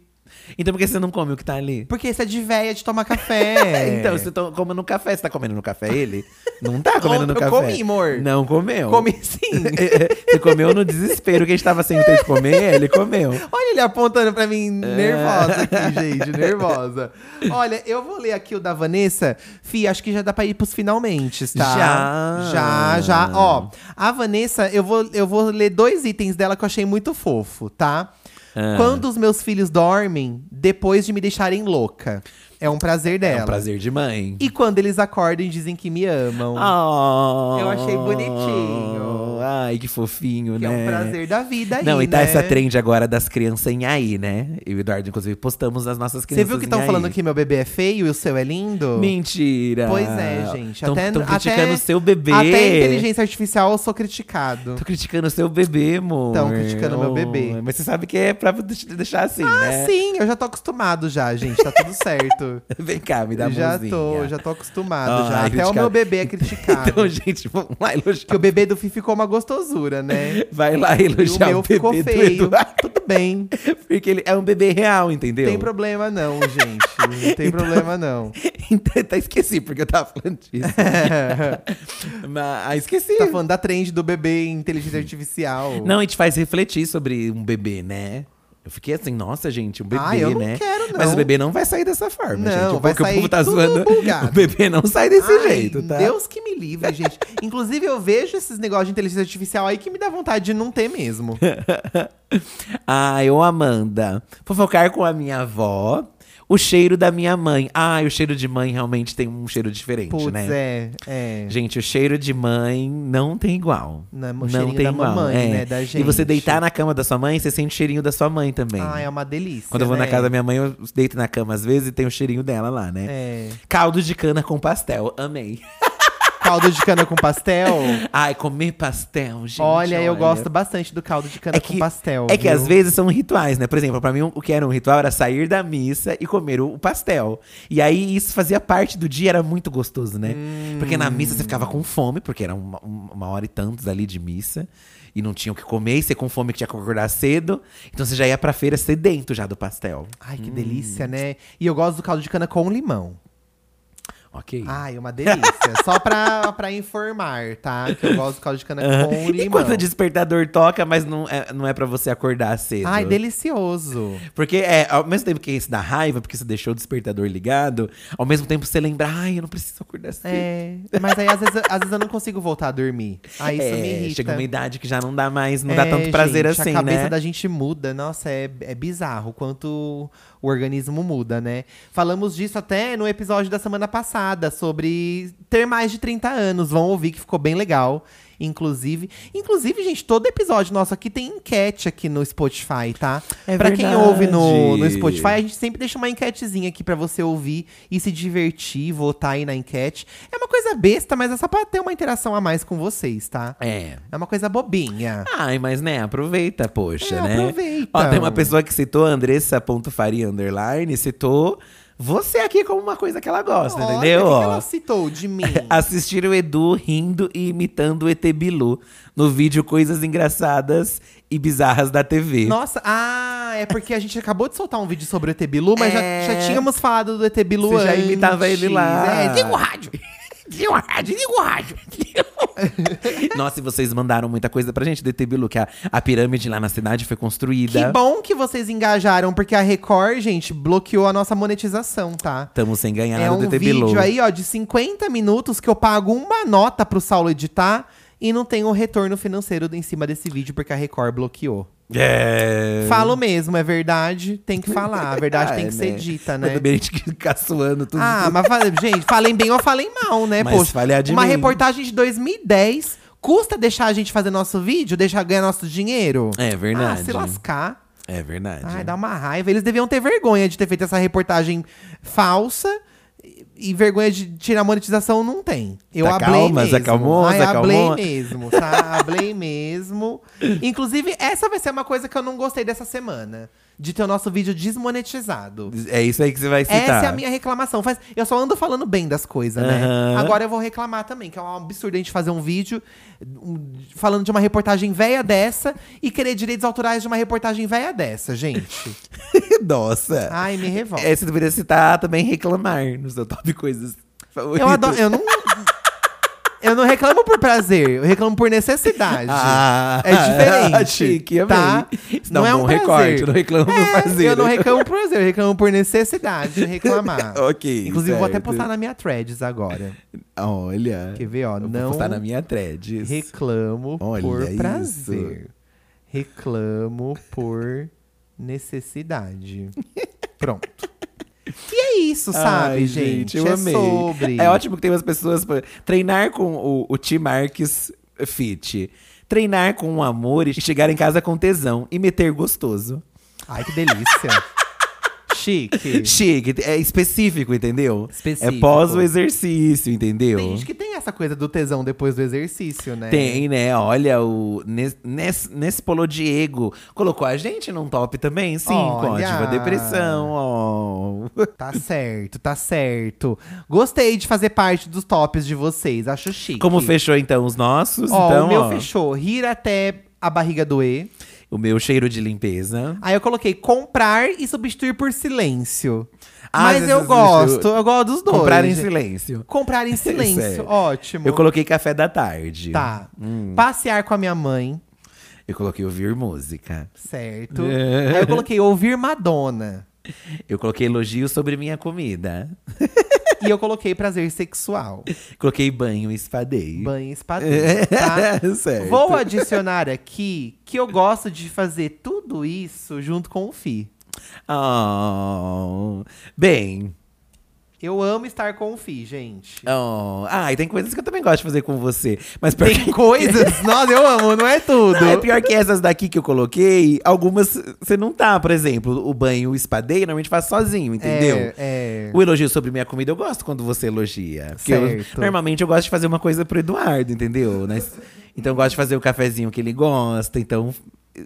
[SPEAKER 2] Então por que você não come o que tá ali?
[SPEAKER 1] Porque isso é de véia de tomar café.
[SPEAKER 2] Então, você tá comendo no café, você tá comendo no café ele? Não tá comendo no
[SPEAKER 1] Eu
[SPEAKER 2] café.
[SPEAKER 1] comi, amor.
[SPEAKER 2] Não comeu.
[SPEAKER 1] Comi sim.
[SPEAKER 2] você comeu no desespero que a gente tava sem ter de comer, ele comeu.
[SPEAKER 1] Olha ele apontando pra mim,
[SPEAKER 2] É.
[SPEAKER 1] nervosa aqui, gente, nervosa. Olha, eu vou ler aqui o da Vanessa. Fih, acho que já dá pra ir pros finalmente, tá?
[SPEAKER 2] Já.
[SPEAKER 1] Já, já. Ó, a Vanessa, eu vou, eu vou ler dois itens dela que eu achei muito fofo, tá?
[SPEAKER 2] Ah.
[SPEAKER 1] Quando os meus filhos dormem, depois de me deixarem louca. É um prazer dela.
[SPEAKER 2] É um prazer de mãe.
[SPEAKER 1] E quando eles acordam e dizem que me amam.
[SPEAKER 2] Oh,
[SPEAKER 1] Eu achei bonitinho.
[SPEAKER 2] Ai, que fofinho,
[SPEAKER 1] que
[SPEAKER 2] né?
[SPEAKER 1] é um prazer da vida aí,
[SPEAKER 2] Não, e tá
[SPEAKER 1] né?
[SPEAKER 2] essa trend agora das crianças em aí, né? Eu e o Eduardo, inclusive, postamos as nossas
[SPEAKER 1] Você
[SPEAKER 2] crianças.
[SPEAKER 1] viu que
[SPEAKER 2] em
[SPEAKER 1] estão
[SPEAKER 2] aí.
[SPEAKER 1] falando que meu bebê é feio e o seu é lindo?
[SPEAKER 2] Mentira!
[SPEAKER 1] Pois é, gente.
[SPEAKER 2] Tão,
[SPEAKER 1] até,
[SPEAKER 2] tão criticando
[SPEAKER 1] até-
[SPEAKER 2] o seu bebê.
[SPEAKER 1] Até a inteligência artificial eu sou criticado.
[SPEAKER 2] Tô criticando o seu bebê, amor.
[SPEAKER 1] Tão criticando meu
[SPEAKER 2] Oh,
[SPEAKER 1] bebê.
[SPEAKER 2] Mas você sabe que é pra te deixar assim,
[SPEAKER 1] Ah,
[SPEAKER 2] né?
[SPEAKER 1] sim, eu já tô acostumado já, gente. Tá tudo certo.
[SPEAKER 2] Vem cá, me dá a
[SPEAKER 1] já
[SPEAKER 2] mãozinha.
[SPEAKER 1] tô, já tô acostumado
[SPEAKER 2] Ah,
[SPEAKER 1] já. Até o
[SPEAKER 2] criticado.
[SPEAKER 1] meu bebê é criticado.
[SPEAKER 2] Então, gente, vamos lá
[SPEAKER 1] que
[SPEAKER 2] elogiar.
[SPEAKER 1] o bebê do Fih ficou uma gostosura, né?
[SPEAKER 2] Vai lá
[SPEAKER 1] E o
[SPEAKER 2] elogiar
[SPEAKER 1] meu
[SPEAKER 2] o bebê
[SPEAKER 1] ficou
[SPEAKER 2] do
[SPEAKER 1] feio.
[SPEAKER 2] Eduardo.
[SPEAKER 1] Tudo bem.
[SPEAKER 2] Porque ele é um bebê real, entendeu?
[SPEAKER 1] Tem problema não, gente. Não tem problema não.
[SPEAKER 2] Então, tá, esqueci, porque eu tava falando disso. Mas, ah, esqueci.
[SPEAKER 1] Tá falando da trend do bebê em inteligência artificial.
[SPEAKER 2] Não, e te faz refletir sobre um bebê, né? Eu fiquei assim, nossa, gente, um bebê,
[SPEAKER 1] Ah, eu não
[SPEAKER 2] né?
[SPEAKER 1] quero, não.
[SPEAKER 2] Mas o bebê não vai sair dessa forma,
[SPEAKER 1] Não,
[SPEAKER 2] gente. O
[SPEAKER 1] vai
[SPEAKER 2] pouco que o
[SPEAKER 1] sair
[SPEAKER 2] povo tá
[SPEAKER 1] tudo
[SPEAKER 2] zoando.
[SPEAKER 1] bugado.
[SPEAKER 2] O bebê não sai desse
[SPEAKER 1] Ai,
[SPEAKER 2] jeito, tá?
[SPEAKER 1] Deus que me livre, gente. Inclusive, eu vejo esses negócios de inteligência artificial aí que me dá vontade de não ter mesmo.
[SPEAKER 2] Ai, ô Amanda. Fofocar com a minha avó. O cheiro da minha mãe. Ai, o cheiro de mãe realmente tem um cheiro diferente,
[SPEAKER 1] Putz,
[SPEAKER 2] né?
[SPEAKER 1] é, é.
[SPEAKER 2] Gente, o cheiro de mãe não tem igual.
[SPEAKER 1] Não é o
[SPEAKER 2] Não
[SPEAKER 1] cheirinho
[SPEAKER 2] tem
[SPEAKER 1] da
[SPEAKER 2] igual.
[SPEAKER 1] mamãe,
[SPEAKER 2] é.
[SPEAKER 1] né, da
[SPEAKER 2] E você
[SPEAKER 1] gente.
[SPEAKER 2] deitar na cama da sua mãe, você sente o cheirinho da sua mãe também.
[SPEAKER 1] Ah, é uma delícia.
[SPEAKER 2] Quando eu vou
[SPEAKER 1] né?
[SPEAKER 2] na casa da minha mãe, eu deito na cama às vezes e tem o cheirinho dela lá, né?
[SPEAKER 1] É.
[SPEAKER 2] Caldo de cana com pastel, amei.
[SPEAKER 1] caldo de cana com pastel.
[SPEAKER 2] Ai, comer pastel, gente.
[SPEAKER 1] olha, eu gosto bastante do caldo de cana
[SPEAKER 2] É
[SPEAKER 1] com
[SPEAKER 2] que,
[SPEAKER 1] pastel.
[SPEAKER 2] é que
[SPEAKER 1] viu?
[SPEAKER 2] às vezes são rituais, né? Por exemplo, pra mim o que era um ritual era sair da missa e comer o, o pastel. E aí isso fazia parte do dia, era muito gostoso, né? Porque na missa você ficava com fome, porque era uma, um, uma hora e tantos ali de missa. E não tinha o que comer, e você com fome que tinha que acordar cedo. Então você já ia pra feira sedento já do pastel.
[SPEAKER 1] Ai, que delícia,
[SPEAKER 2] Hum.
[SPEAKER 1] né? E eu gosto do caldo de cana com limão.
[SPEAKER 2] Ok.
[SPEAKER 1] Ai, é uma delícia. Só pra, pra informar, tá? Que eu gosto do caldo de cana
[SPEAKER 2] Aham.
[SPEAKER 1] com
[SPEAKER 2] E
[SPEAKER 1] limão.
[SPEAKER 2] quando o despertador toca, mas não é, não é para você acordar cedo.
[SPEAKER 1] Ai, delicioso.
[SPEAKER 2] Porque é, ao mesmo tempo que isso dá raiva, porque você deixou o despertador ligado, ao mesmo tempo você lembra, ai, eu não preciso acordar cedo.
[SPEAKER 1] É, mas aí às vezes, eu- às vezes eu não consigo voltar a dormir. Aí isso
[SPEAKER 2] É,
[SPEAKER 1] me irrita.
[SPEAKER 2] Chega uma idade que já não dá mais, não
[SPEAKER 1] É,
[SPEAKER 2] dá tanto prazer
[SPEAKER 1] gente,
[SPEAKER 2] assim,
[SPEAKER 1] A cabeça
[SPEAKER 2] né?
[SPEAKER 1] da gente muda, nossa, é, é bizarro o quanto o organismo muda, né? Falamos disso até no episódio da semana passada, sobre ter mais de 30 anos. Vão ouvir que ficou bem legal. Inclusive, inclusive, gente, todo episódio nosso aqui tem enquete aqui no Spotify, tá?
[SPEAKER 2] É
[SPEAKER 1] pra quem ouve no, no
[SPEAKER 2] verdade.
[SPEAKER 1] Spotify, a gente sempre deixa uma enquetezinha aqui pra você ouvir e se divertir, votar aí na enquete. É uma coisa besta, mas é só pra ter uma interação a mais com vocês, tá?
[SPEAKER 2] É.
[SPEAKER 1] É uma coisa bobinha.
[SPEAKER 2] Ai, mas né, aproveita, poxa,
[SPEAKER 1] É,
[SPEAKER 2] né?
[SPEAKER 1] aproveita.
[SPEAKER 2] Ó, tem uma pessoa que citou Andressa.faria underline, citou você aqui como uma coisa que ela gosta,
[SPEAKER 1] Olha,
[SPEAKER 2] entendeu?
[SPEAKER 1] o que que
[SPEAKER 2] Ó.
[SPEAKER 1] ela citou de mim?
[SPEAKER 2] assistir o Edu rindo e imitando o ET Bilu no vídeo Coisas Engraçadas e Bizarras da TV.
[SPEAKER 1] Nossa, ah, é porque a gente acabou de soltar um vídeo sobre o ET Bilu, mas já-
[SPEAKER 2] É.
[SPEAKER 1] já, tínhamos falado do ET Bilu
[SPEAKER 2] Você já
[SPEAKER 1] antes.
[SPEAKER 2] imitava ele lá.
[SPEAKER 1] É, diga o rádio.
[SPEAKER 2] Liga o rádio, liga o rádio. Nossa, e vocês mandaram muita coisa pra gente do ET Bilu, que a, a pirâmide lá na cidade foi construída.
[SPEAKER 1] Que bom que vocês engajaram, porque a Record, gente, bloqueou a nossa monetização, tá?
[SPEAKER 2] Estamos sem ganhar
[SPEAKER 1] É
[SPEAKER 2] nada do
[SPEAKER 1] um
[SPEAKER 2] ET
[SPEAKER 1] vídeo
[SPEAKER 2] Bilu.
[SPEAKER 1] aí, ó, de 50 minutos que eu pago uma nota pro Saulo editar e não tem o retorno financeiro em cima desse vídeo, porque a Record bloqueou.
[SPEAKER 2] É.
[SPEAKER 1] Falo mesmo, é verdade, tem que falar. A verdade tem
[SPEAKER 2] É,
[SPEAKER 1] que ser dita, né?
[SPEAKER 2] Tudo bem, a gente ficar suando tudo.
[SPEAKER 1] Ah, mas fa- gente, falem bem ou falem mal, né?
[SPEAKER 2] Mas
[SPEAKER 1] Poxa,
[SPEAKER 2] falhar de
[SPEAKER 1] uma
[SPEAKER 2] mim.
[SPEAKER 1] reportagem de 2010 custa deixar a gente fazer nosso vídeo, deixar ganhar nosso dinheiro?
[SPEAKER 2] É verdade.
[SPEAKER 1] Ah, se lascar.
[SPEAKER 2] É verdade.
[SPEAKER 1] Ai, dá uma raiva. Eles deviam ter vergonha de ter feito essa reportagem falsa. e- E vergonha de tirar a monetização não tem. Eu
[SPEAKER 2] Tá
[SPEAKER 1] ablei
[SPEAKER 2] calma,
[SPEAKER 1] mesmo.
[SPEAKER 2] Zé Calmon,
[SPEAKER 1] Ai,
[SPEAKER 2] Zé Calmon.
[SPEAKER 1] ablei mesmo, tá? ablei mesmo. Inclusive, essa vai ser uma coisa que eu não gostei dessa semana. De ter o nosso vídeo desmonetizado.
[SPEAKER 2] É isso aí que você vai citar.
[SPEAKER 1] Essa é a minha reclamação. Faz- Eu só ando falando bem das coisas, né?
[SPEAKER 2] Aham.
[SPEAKER 1] Agora eu vou reclamar também, que é um absurdo a gente fazer um vídeo um, falando de uma reportagem velha dessa e querer direitos autorais de uma reportagem velha dessa, gente.
[SPEAKER 2] Nossa.
[SPEAKER 1] Ai, me revolta.
[SPEAKER 2] É, você deveria citar também reclamar no seu top coisas favoritas.
[SPEAKER 1] eu adoro. Eu não. Eu não reclamo por prazer, eu reclamo por necessidade.
[SPEAKER 2] Ah,
[SPEAKER 1] é diferente.
[SPEAKER 2] Chique, amei.
[SPEAKER 1] tá?
[SPEAKER 2] Isso dá um bom recorte, eu né? não reclamo por
[SPEAKER 1] É,
[SPEAKER 2] prazer.
[SPEAKER 1] Eu não reclamo por prazer, eu reclamo por necessidade de reclamar.
[SPEAKER 2] Ok,
[SPEAKER 1] Inclusive, vou até
[SPEAKER 2] certo.
[SPEAKER 1] postar na minha threads agora.
[SPEAKER 2] Olha.
[SPEAKER 1] Quer ver, ó?
[SPEAKER 2] Eu
[SPEAKER 1] não
[SPEAKER 2] Vou postar na minha thread. isso.
[SPEAKER 1] Reclamo
[SPEAKER 2] Olha
[SPEAKER 1] por
[SPEAKER 2] isso.
[SPEAKER 1] prazer. Reclamo por necessidade. Pronto. E é isso, sabe,
[SPEAKER 2] Ai,
[SPEAKER 1] gente?
[SPEAKER 2] Eu
[SPEAKER 1] é
[SPEAKER 2] amei.
[SPEAKER 1] sobre.
[SPEAKER 2] É ótimo que tem umas pessoas. pra- Treinar com o, o Tim Marques Fit. Treinar com amor e chegar em casa com tesão e meter gostoso.
[SPEAKER 1] Ai, que delícia. Chique.
[SPEAKER 2] Chique, é específico, entendeu?
[SPEAKER 1] Específico.
[SPEAKER 2] É pós o exercício, entendeu?
[SPEAKER 1] Tem gente que tem essa coisa do tesão depois do exercício, né?
[SPEAKER 2] Tem, né? Olha, o Nes- Nes- Nespolo Diego colocou a gente num top também, sim, com a
[SPEAKER 1] Olha!
[SPEAKER 2] Diva depressão. ó.
[SPEAKER 1] Tá certo, tá certo. Gostei de fazer parte dos tops de vocês. Acho chique.
[SPEAKER 2] Como fechou então os nossos?
[SPEAKER 1] Ó,
[SPEAKER 2] então,
[SPEAKER 1] o meu
[SPEAKER 2] ó,
[SPEAKER 1] fechou. Rir até a barriga doer.
[SPEAKER 2] o meu cheiro de limpeza.
[SPEAKER 1] Aí eu coloquei comprar e substituir por silêncio.
[SPEAKER 2] Ah,
[SPEAKER 1] Mas
[SPEAKER 2] você
[SPEAKER 1] eu
[SPEAKER 2] substituiu-
[SPEAKER 1] gosto, eu gosto dos dois.
[SPEAKER 2] Comprar em
[SPEAKER 1] gente.
[SPEAKER 2] silêncio.
[SPEAKER 1] Comprar em
[SPEAKER 2] Sério.
[SPEAKER 1] silêncio, ótimo.
[SPEAKER 2] Eu coloquei Hum. café da tarde.
[SPEAKER 1] Tá. Passear com a minha mãe,
[SPEAKER 2] Eu coloquei ouvir música.
[SPEAKER 1] certo.
[SPEAKER 2] É.
[SPEAKER 1] Aí eu coloquei ouvir Madonna.
[SPEAKER 2] Eu coloquei elogios sobre minha comida.
[SPEAKER 1] e eu coloquei prazer sexual.
[SPEAKER 2] Coloquei banho e espadei.
[SPEAKER 1] Banho e espadinha, tá?
[SPEAKER 2] É. certo.
[SPEAKER 1] Vou adicionar aqui que eu gosto de fazer tudo isso junto com o Fi.
[SPEAKER 2] Oh. Bem,
[SPEAKER 1] Eu amo estar com o Fi, gente.
[SPEAKER 2] Oh. Ah, e tem coisas que eu também gosto de fazer com você. Mas pior
[SPEAKER 1] Tem
[SPEAKER 2] que-
[SPEAKER 1] coisas, nossa, eu amo, não é tudo.
[SPEAKER 2] Não, é pior que essas daqui que eu coloquei, algumas você não tá, por exemplo, o banho espadei, normalmente faço sozinho, entendeu?
[SPEAKER 1] É, é.
[SPEAKER 2] O elogio sobre minha comida eu gosto quando você elogia. Porque eu-
[SPEAKER 1] Certo.
[SPEAKER 2] normalmente eu gosto de fazer uma coisa pro Eduardo, entendeu? Mas- então eu gosto de fazer o cafezinho que ele gosta. Então,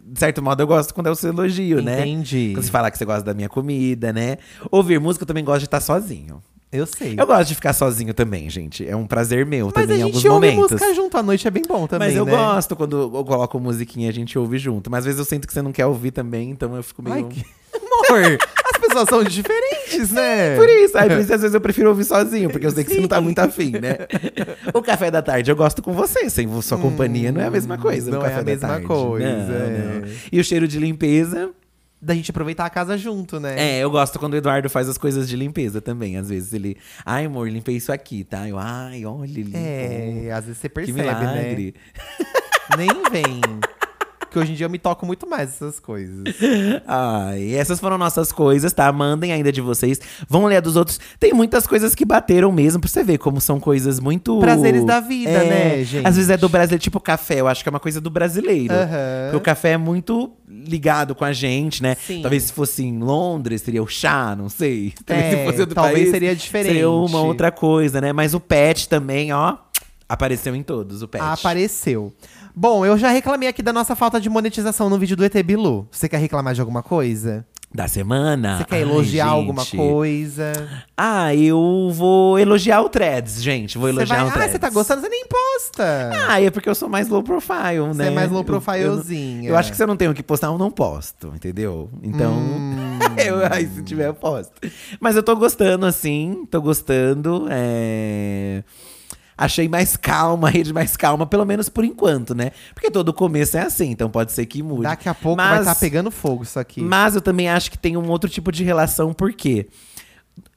[SPEAKER 2] de certo modo, eu gosto quando é o seu elogio, né?
[SPEAKER 1] Entendi.
[SPEAKER 2] Quando você falar que você gosta da minha comida, né? Ouvir música eu também gosto de estar sozinho.
[SPEAKER 1] Eu sei.
[SPEAKER 2] Eu gosto de ficar sozinho também, gente. É um prazer meu
[SPEAKER 1] Mas
[SPEAKER 2] também
[SPEAKER 1] a
[SPEAKER 2] em alguns
[SPEAKER 1] gente ouve
[SPEAKER 2] momentos.
[SPEAKER 1] música junto à noite, é bem bom também,
[SPEAKER 2] Mas eu
[SPEAKER 1] né?
[SPEAKER 2] gosto quando eu coloco musiquinha e a gente ouve junto. Mas às vezes eu sinto que você não quer ouvir também, então eu fico meio.
[SPEAKER 1] Ai, que amor! As pessoas são diferentes, né?
[SPEAKER 2] Por isso. Aí por isso às vezes eu prefiro ouvir sozinho, porque eu sei que você não tá muito afim, né? o café da tarde eu gosto com você, sem sua companhia não é a mesma coisa.
[SPEAKER 1] não
[SPEAKER 2] o
[SPEAKER 1] é
[SPEAKER 2] café
[SPEAKER 1] a
[SPEAKER 2] da
[SPEAKER 1] mesma
[SPEAKER 2] tarde.
[SPEAKER 1] coisa,
[SPEAKER 2] Não,
[SPEAKER 1] é.
[SPEAKER 2] não. E o cheiro de limpeza.
[SPEAKER 1] Da gente aproveitar a casa junto, né?
[SPEAKER 2] É, eu gosto quando o Eduardo faz as coisas de limpeza também. Às vezes ele. Ai, amor, limpei isso aqui, tá? Eu, ai, olha, limpou.
[SPEAKER 1] É, às vezes você
[SPEAKER 2] que
[SPEAKER 1] percebe, né?
[SPEAKER 2] milagre.
[SPEAKER 1] Nem vem. Porque hoje em dia eu me toco muito mais essas coisas.
[SPEAKER 2] Ai, essas foram nossas coisas, tá? Mandem ainda de vocês. Vão ler a dos outros. Tem muitas coisas que bateram mesmo, pra você ver como são coisas muito. É,
[SPEAKER 1] Prazeres da vida, né, gente?
[SPEAKER 2] Às vezes é do brasileiro, tipo café, eu acho que é uma coisa do brasileiro.
[SPEAKER 1] Aham.
[SPEAKER 2] Porque o café é muito ligado com a gente, né?
[SPEAKER 1] Sim.
[SPEAKER 2] Talvez se fosse em Londres, seria o chá, não sei. Talvez
[SPEAKER 1] É,
[SPEAKER 2] se fosse outro
[SPEAKER 1] talvez
[SPEAKER 2] país,
[SPEAKER 1] seria diferente.
[SPEAKER 2] Seria uma outra coisa, né? Mas o pet também, ó, apareceu em todos o pet.
[SPEAKER 1] Apareceu. Bom, eu já reclamei aqui da nossa falta de monetização no vídeo do ET Bilu. Você quer reclamar de alguma coisa?
[SPEAKER 2] Da semana.
[SPEAKER 1] Você quer
[SPEAKER 2] Ah, Ai,
[SPEAKER 1] elogiar
[SPEAKER 2] gente.
[SPEAKER 1] alguma coisa?
[SPEAKER 2] Ah, eu vou elogiar o Threads, gente. Vou
[SPEAKER 1] Você
[SPEAKER 2] elogiar um
[SPEAKER 1] vai,
[SPEAKER 2] o Threads.
[SPEAKER 1] ah, você tá gostando? Você nem posta!
[SPEAKER 2] Ah, é porque eu sou mais low profile, né?
[SPEAKER 1] Você é mais low
[SPEAKER 2] Eu- eu-
[SPEAKER 1] profilezinha.
[SPEAKER 2] Eu, acho que se eu não tenho o que postar, eu não posto, entendeu? Então, eu, aí se tiver, eu posto. Mas eu tô gostando, assim, tô gostando. é. Achei mais calma, a rede mais calma, pelo menos por enquanto, né? Porque todo começo é assim, então pode ser que mude.
[SPEAKER 1] Daqui a pouco vai
[SPEAKER 2] Mas-
[SPEAKER 1] estar pegando fogo isso aqui.
[SPEAKER 2] mas eu também acho que tem um outro tipo de relação, porque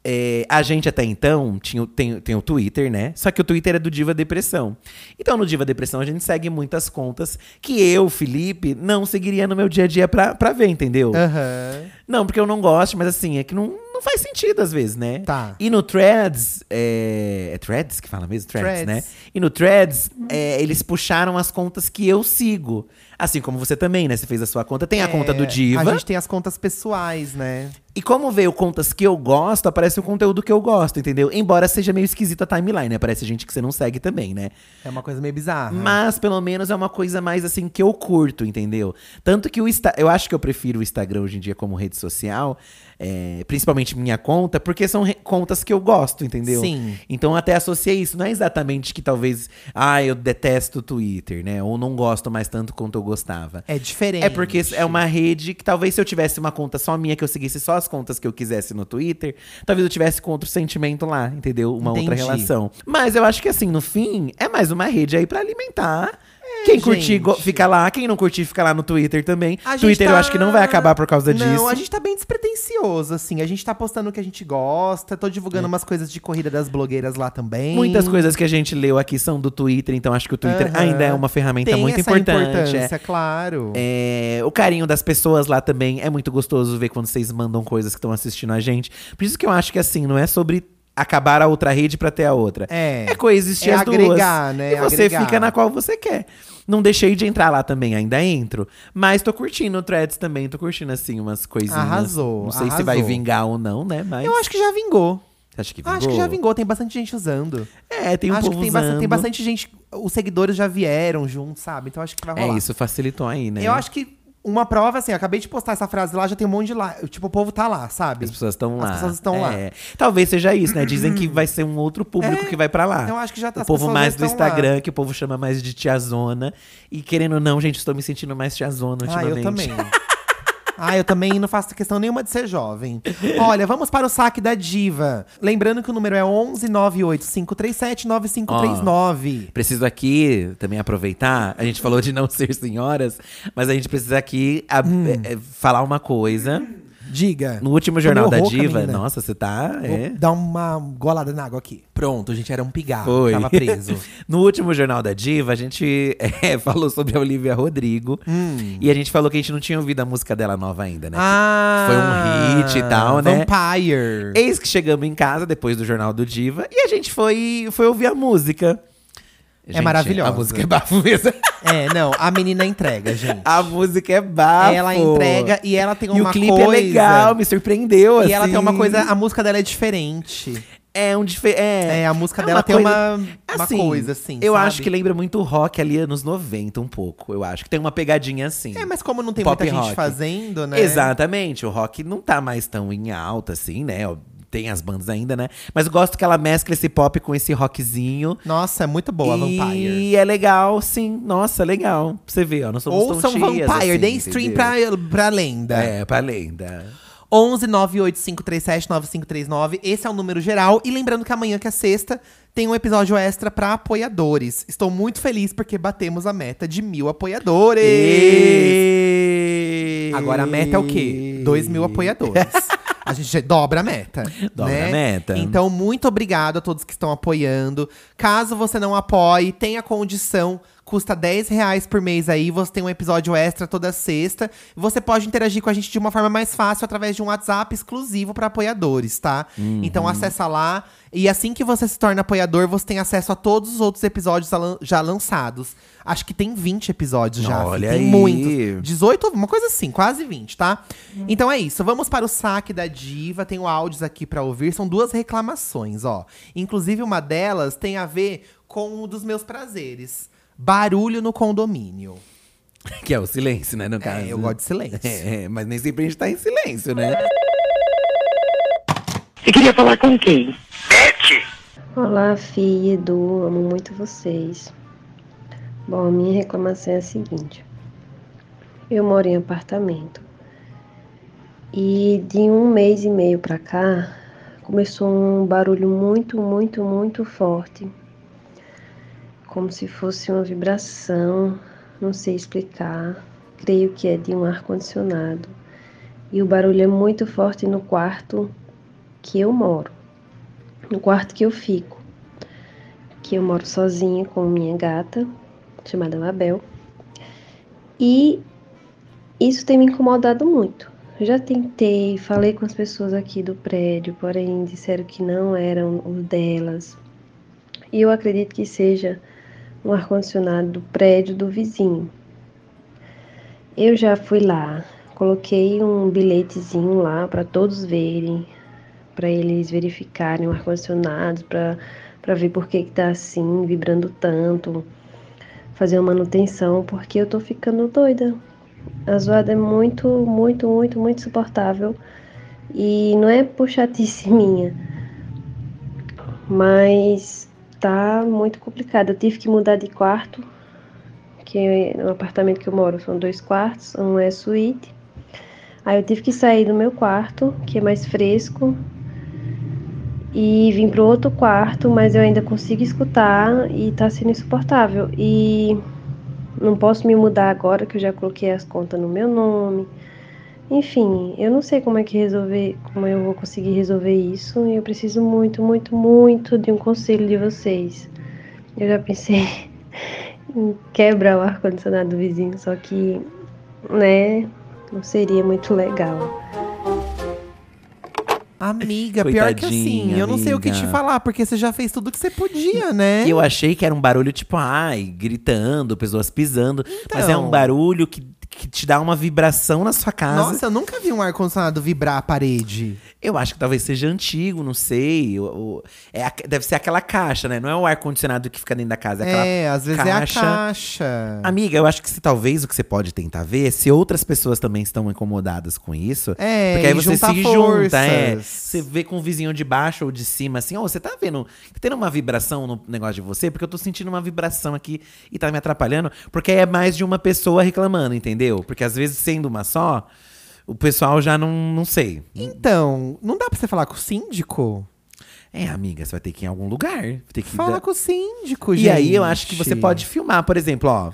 [SPEAKER 2] é, a gente até então tinha, o- tem, tem o Twitter, né? Só que o Twitter é do Diva Depressão. Então no Diva Depressão a gente segue muitas contas que eu, Felipe, não seguiria no meu dia a dia pra, pra ver, entendeu?
[SPEAKER 1] É. Aham.
[SPEAKER 2] Não, porque eu não gosto, mas assim, é que não, não faz sentido às vezes, né?
[SPEAKER 1] Tá.
[SPEAKER 2] E no Threads, é, é Threads que fala mesmo? Threads,
[SPEAKER 1] Threads.
[SPEAKER 2] né? E no Threads, é, eles puxaram as contas que eu sigo. Assim como você também, né? Você fez a sua conta. Tem a conta
[SPEAKER 1] É,
[SPEAKER 2] do Diva.
[SPEAKER 1] A gente tem as contas pessoais, né?
[SPEAKER 2] E como veio contas que eu gosto, aparece o conteúdo que eu gosto, entendeu? Embora seja meio esquisita a timeline, né? Aparece gente que você não segue também, né?
[SPEAKER 1] É uma coisa meio bizarra.
[SPEAKER 2] Mas pelo menos é uma coisa mais assim que eu curto, entendeu? Tanto que o Insta eu acho que eu prefiro o Instagram hoje em dia como rede social, é, principalmente minha conta, porque são re- contas que eu gosto, entendeu?
[SPEAKER 1] Sim.
[SPEAKER 2] Então até associei isso. Não é exatamente que talvez, ah, eu detesto o Twitter, né? Ou não gosto mais tanto quanto eu gostava.
[SPEAKER 1] É diferente.
[SPEAKER 2] É porque é uma rede que talvez se eu tivesse uma conta só minha, que eu seguisse só as contas que eu quisesse no Twitter, talvez eu tivesse com outro sentimento lá, entendeu? Uma outra
[SPEAKER 1] Entendi.
[SPEAKER 2] relação. Mas eu acho que assim, no fim, é mais uma rede aí pra alimentar. Quem curtir
[SPEAKER 1] É, gente.
[SPEAKER 2] go- fica lá, quem não curtir fica lá no Twitter também.
[SPEAKER 1] A gente
[SPEAKER 2] Twitter eu
[SPEAKER 1] tá-
[SPEAKER 2] acho que não vai acabar por causa disso.
[SPEAKER 1] Não, a gente tá bem despretensioso, assim. A gente tá postando o que a gente gosta. Tô divulgando umas coisas de corrida das blogueiras lá também.
[SPEAKER 2] É. Muitas coisas que a gente leu aqui são do Twitter, então acho que o Twitter
[SPEAKER 1] Aham.
[SPEAKER 2] ainda é uma ferramenta
[SPEAKER 1] Tem
[SPEAKER 2] muito
[SPEAKER 1] essa
[SPEAKER 2] importante. é.
[SPEAKER 1] importância, claro.
[SPEAKER 2] É, o carinho das pessoas lá também é muito gostoso ver quando vocês mandam coisas que estão assistindo a gente. Por isso que eu acho que assim, não é sobre acabar a outra rede pra ter a outra.
[SPEAKER 1] É.
[SPEAKER 2] É coexistir
[SPEAKER 1] É
[SPEAKER 2] as
[SPEAKER 1] agregar,
[SPEAKER 2] duas.
[SPEAKER 1] né?
[SPEAKER 2] E você
[SPEAKER 1] Agregar.
[SPEAKER 2] fica na qual você quer. Não deixei de entrar lá também, ainda entro. Mas tô curtindo o Threads também, tô curtindo assim umas coisinhas.
[SPEAKER 1] Arrasou,
[SPEAKER 2] Não sei se
[SPEAKER 1] arrasou.
[SPEAKER 2] vai vingar ou não, né? Mas.
[SPEAKER 1] Eu acho que já vingou.
[SPEAKER 2] Acho que
[SPEAKER 1] Ah, Acho que
[SPEAKER 2] vingou?
[SPEAKER 1] já vingou. Tem bastante gente usando.
[SPEAKER 2] É, tem um
[SPEAKER 1] acho
[SPEAKER 2] povo
[SPEAKER 1] que tem bastante, tem
[SPEAKER 2] usando.
[SPEAKER 1] bastante gente. Os seguidores já vieram junto, sabe? Então acho que vai rolar.
[SPEAKER 2] É, isso facilitou aí, né?
[SPEAKER 1] Eu acho que uma prova, assim, eu acabei de postar essa frase lá, já tem um monte de lá. Tipo, o povo tá lá, sabe?
[SPEAKER 2] As pessoas estão
[SPEAKER 1] As
[SPEAKER 2] lá.
[SPEAKER 1] pessoas estão lá.
[SPEAKER 2] É. Talvez seja isso, né? Dizem que vai ser um outro público que vai pra lá.
[SPEAKER 1] Eu acho que já tá-
[SPEAKER 2] ah, O
[SPEAKER 1] as
[SPEAKER 2] povo
[SPEAKER 1] pessoas
[SPEAKER 2] mais
[SPEAKER 1] já
[SPEAKER 2] do
[SPEAKER 1] estão lá.
[SPEAKER 2] Instagram, que o povo chama mais de tiazona. E querendo ou não, gente, estou me sentindo mais tiazona
[SPEAKER 1] Ah,
[SPEAKER 2] ultimamente.
[SPEAKER 1] eu também. Ah, eu também não faço questão nenhuma de ser jovem. Olha, vamos para o saque da diva. Lembrando que o número é 11 98537 9539.
[SPEAKER 2] Preciso aqui também aproveitar. A gente
[SPEAKER 1] Hum.
[SPEAKER 2] falou de não ser senhoras, mas a gente precisa aqui a- é, é, falar uma coisa.
[SPEAKER 3] Diga.
[SPEAKER 2] No último
[SPEAKER 3] Tô
[SPEAKER 2] jornal
[SPEAKER 3] meio
[SPEAKER 2] da
[SPEAKER 3] rouca,
[SPEAKER 2] Diva,
[SPEAKER 3] menina.
[SPEAKER 2] nossa, você tá. é.
[SPEAKER 3] Vou dar uma golada na água aqui.
[SPEAKER 1] Pronto, gente, era um pigarro,
[SPEAKER 2] Foi.
[SPEAKER 1] tava preso.
[SPEAKER 2] no último Jornal da Diva, a gente é, falou sobre a Olivia Rodrigo.
[SPEAKER 1] Hum.
[SPEAKER 2] E a gente falou que a gente não tinha ouvido a música dela nova ainda, né?
[SPEAKER 1] Ah!
[SPEAKER 2] Foi um hit e tal, né?
[SPEAKER 1] Vampire.
[SPEAKER 2] Eis que chegamos em casa, depois do Jornal do Diva, e a gente foi, foi ouvir a música. Gente,
[SPEAKER 1] maravilhosa.
[SPEAKER 2] A música é bafo mesmo.
[SPEAKER 1] É, não, a menina entrega, gente.
[SPEAKER 2] A música é bafo.
[SPEAKER 1] ela entrega e ela tem
[SPEAKER 2] E
[SPEAKER 1] uma
[SPEAKER 2] o clipe
[SPEAKER 1] coisa.
[SPEAKER 2] é legal, me surpreendeu,
[SPEAKER 1] E ela
[SPEAKER 2] assim.
[SPEAKER 1] tem uma coisa. A música dela é diferente.
[SPEAKER 2] É um dife... é,
[SPEAKER 1] É, a música
[SPEAKER 2] é
[SPEAKER 1] dela
[SPEAKER 2] uma
[SPEAKER 1] tem
[SPEAKER 2] coisa-
[SPEAKER 1] uma, uma coisa, assim.
[SPEAKER 2] Eu
[SPEAKER 1] sabe?
[SPEAKER 2] acho que lembra muito o rock ali anos 90, um pouco. Eu acho que tem uma pegadinha assim.
[SPEAKER 1] É, mas como não tem
[SPEAKER 2] Pop
[SPEAKER 1] muita gente
[SPEAKER 2] rock.
[SPEAKER 1] fazendo, né?
[SPEAKER 2] Exatamente, o rock não tá mais tão em alta assim, né? Tem as bandas ainda, né? Mas eu gosto que ela mescla esse pop com esse rockzinho.
[SPEAKER 1] Nossa, é muito boa a Vampire.
[SPEAKER 2] E é legal, sim. Nossa, legal. Pra você ver, ó. Nós somos
[SPEAKER 1] Ouçam
[SPEAKER 2] tão
[SPEAKER 1] Vampire,
[SPEAKER 2] tias, assim,
[SPEAKER 1] deem stream
[SPEAKER 2] entendeu?
[SPEAKER 1] pra, pra lenda.
[SPEAKER 2] É, pra lenda.
[SPEAKER 1] 11 985379539. Esse é o número geral. E lembrando que amanhã, que é sexta, tem um episódio extra pra apoiadores. Estou muito feliz porque batemos a meta de mil apoiadores.
[SPEAKER 2] E...
[SPEAKER 1] Agora a meta é o quê? 2 mil apoiadores. A gente já dobra a meta.
[SPEAKER 2] Dobra
[SPEAKER 1] né?
[SPEAKER 2] a meta.
[SPEAKER 1] Então, muito obrigado a todos que estão apoiando. Caso você não apoie, tenha condição. Custa 10 reais por mês aí. Você tem um episódio extra toda sexta. Você pode interagir com a gente de uma forma mais fácil através de um WhatsApp exclusivo para apoiadores, tá? Então acessa lá. E assim que você se torna apoiador, você tem acesso a todos os outros episódios alan- já lançados. Acho que tem 20 episódios já. fi.
[SPEAKER 2] Olha
[SPEAKER 1] tem
[SPEAKER 2] aí.
[SPEAKER 1] muitos. 18, uma coisa assim, quase 20, tá? Então é isso, vamos para o saque da diva. Tenho áudios aqui pra ouvir, são duas reclamações, ó. Inclusive uma delas tem a ver com um dos meus prazeres. Barulho no condomínio.
[SPEAKER 2] Que é o silêncio, né, no caso.
[SPEAKER 1] eu gosto de silêncio.
[SPEAKER 2] É, é, mas nem sempre a gente tá em silêncio, né?
[SPEAKER 4] Você queria falar com quem?
[SPEAKER 5] Olá, Fih, Edu, amo muito vocês. Bom, a minha reclamação é a seguinte: eu moro em apartamento e de um mês e meio pra cá começou um barulho muito, muito, muito forte, como se fosse uma vibração, não sei explicar, creio que é de um ar-condicionado. E o barulho é muito forte no quarto que eu moro no quarto que eu fico, que eu moro sozinha com minha gata, chamada Mabel, e isso tem me incomodado muito. Eu já tentei, falei com as pessoas aqui do prédio, porém disseram que não eram o delas. E eu acredito que seja um ar-condicionado do prédio do vizinho. Eu já fui lá, coloquei um bilhetezinho lá para todos verem, para eles verificarem o ar-condicionado, para ver por que está assim, vibrando tanto, fazer uma manutenção, porque eu tô ficando doida. A zoada é muito, muito, muito, muito suportável e não é por chatice minha, mas tá muito complicado. Eu tive que mudar de quarto, que no apartamento que eu moro são dois quartos, um é suíte. Aí eu tive que sair do meu quarto, que é mais fresco, e vim pro outro quarto, mas eu ainda consigo escutar e tá sendo insuportável. E não posso me mudar agora que eu já coloquei as contas no meu nome. Enfim, eu não sei como é que resolver, como eu vou conseguir resolver isso, e eu preciso muito, muito, muito de um conselho de vocês. Eu já pensei em quebrar o ar-condicionado do vizinho, só que, né, não seria muito legal.
[SPEAKER 1] Amiga, pior que assim,
[SPEAKER 2] Coitadinha,
[SPEAKER 1] eu não sei o que te
[SPEAKER 2] amiga.
[SPEAKER 1] falar, porque você já fez tudo que você podia, né?
[SPEAKER 2] E eu achei que era um barulho tipo, ai, gritando, pessoas pisando. Mas é
[SPEAKER 1] Então.
[SPEAKER 2] um barulho que, que te dá uma vibração na sua casa.
[SPEAKER 1] Nossa, eu nunca vi um ar-condicionado vibrar a parede.
[SPEAKER 2] Eu acho que talvez seja antigo, não sei. O- o- é a- deve ser aquela caixa, né? Não é o ar-condicionado que fica dentro da casa, é aquela
[SPEAKER 1] É, às vezes
[SPEAKER 2] caixa.
[SPEAKER 1] é a caixa.
[SPEAKER 2] Amiga, eu acho que se, talvez o que você pode tentar ver é se outras pessoas também estão incomodadas com isso.
[SPEAKER 1] É,
[SPEAKER 2] porque aí
[SPEAKER 1] e
[SPEAKER 2] você
[SPEAKER 1] juntar
[SPEAKER 2] se junta, é.
[SPEAKER 1] forças.
[SPEAKER 2] Você vê com o vizinho de baixo ou de cima, assim, ó, você tá vendo, tá tendo uma vibração no negócio de você? Porque eu tô sentindo uma vibração aqui e tá me atrapalhando. Porque aí é mais de uma pessoa reclamando, entendeu? Porque às vezes, sendo uma só, o pessoal já não, não sei.
[SPEAKER 1] Então, não dá pra você falar com o síndico?
[SPEAKER 2] É, amiga, você vai ter que ir em algum lugar. vai ter que
[SPEAKER 1] Fala
[SPEAKER 2] dar-
[SPEAKER 1] com o síndico, gente.
[SPEAKER 2] E aí eu acho que você pode filmar, por exemplo, ó.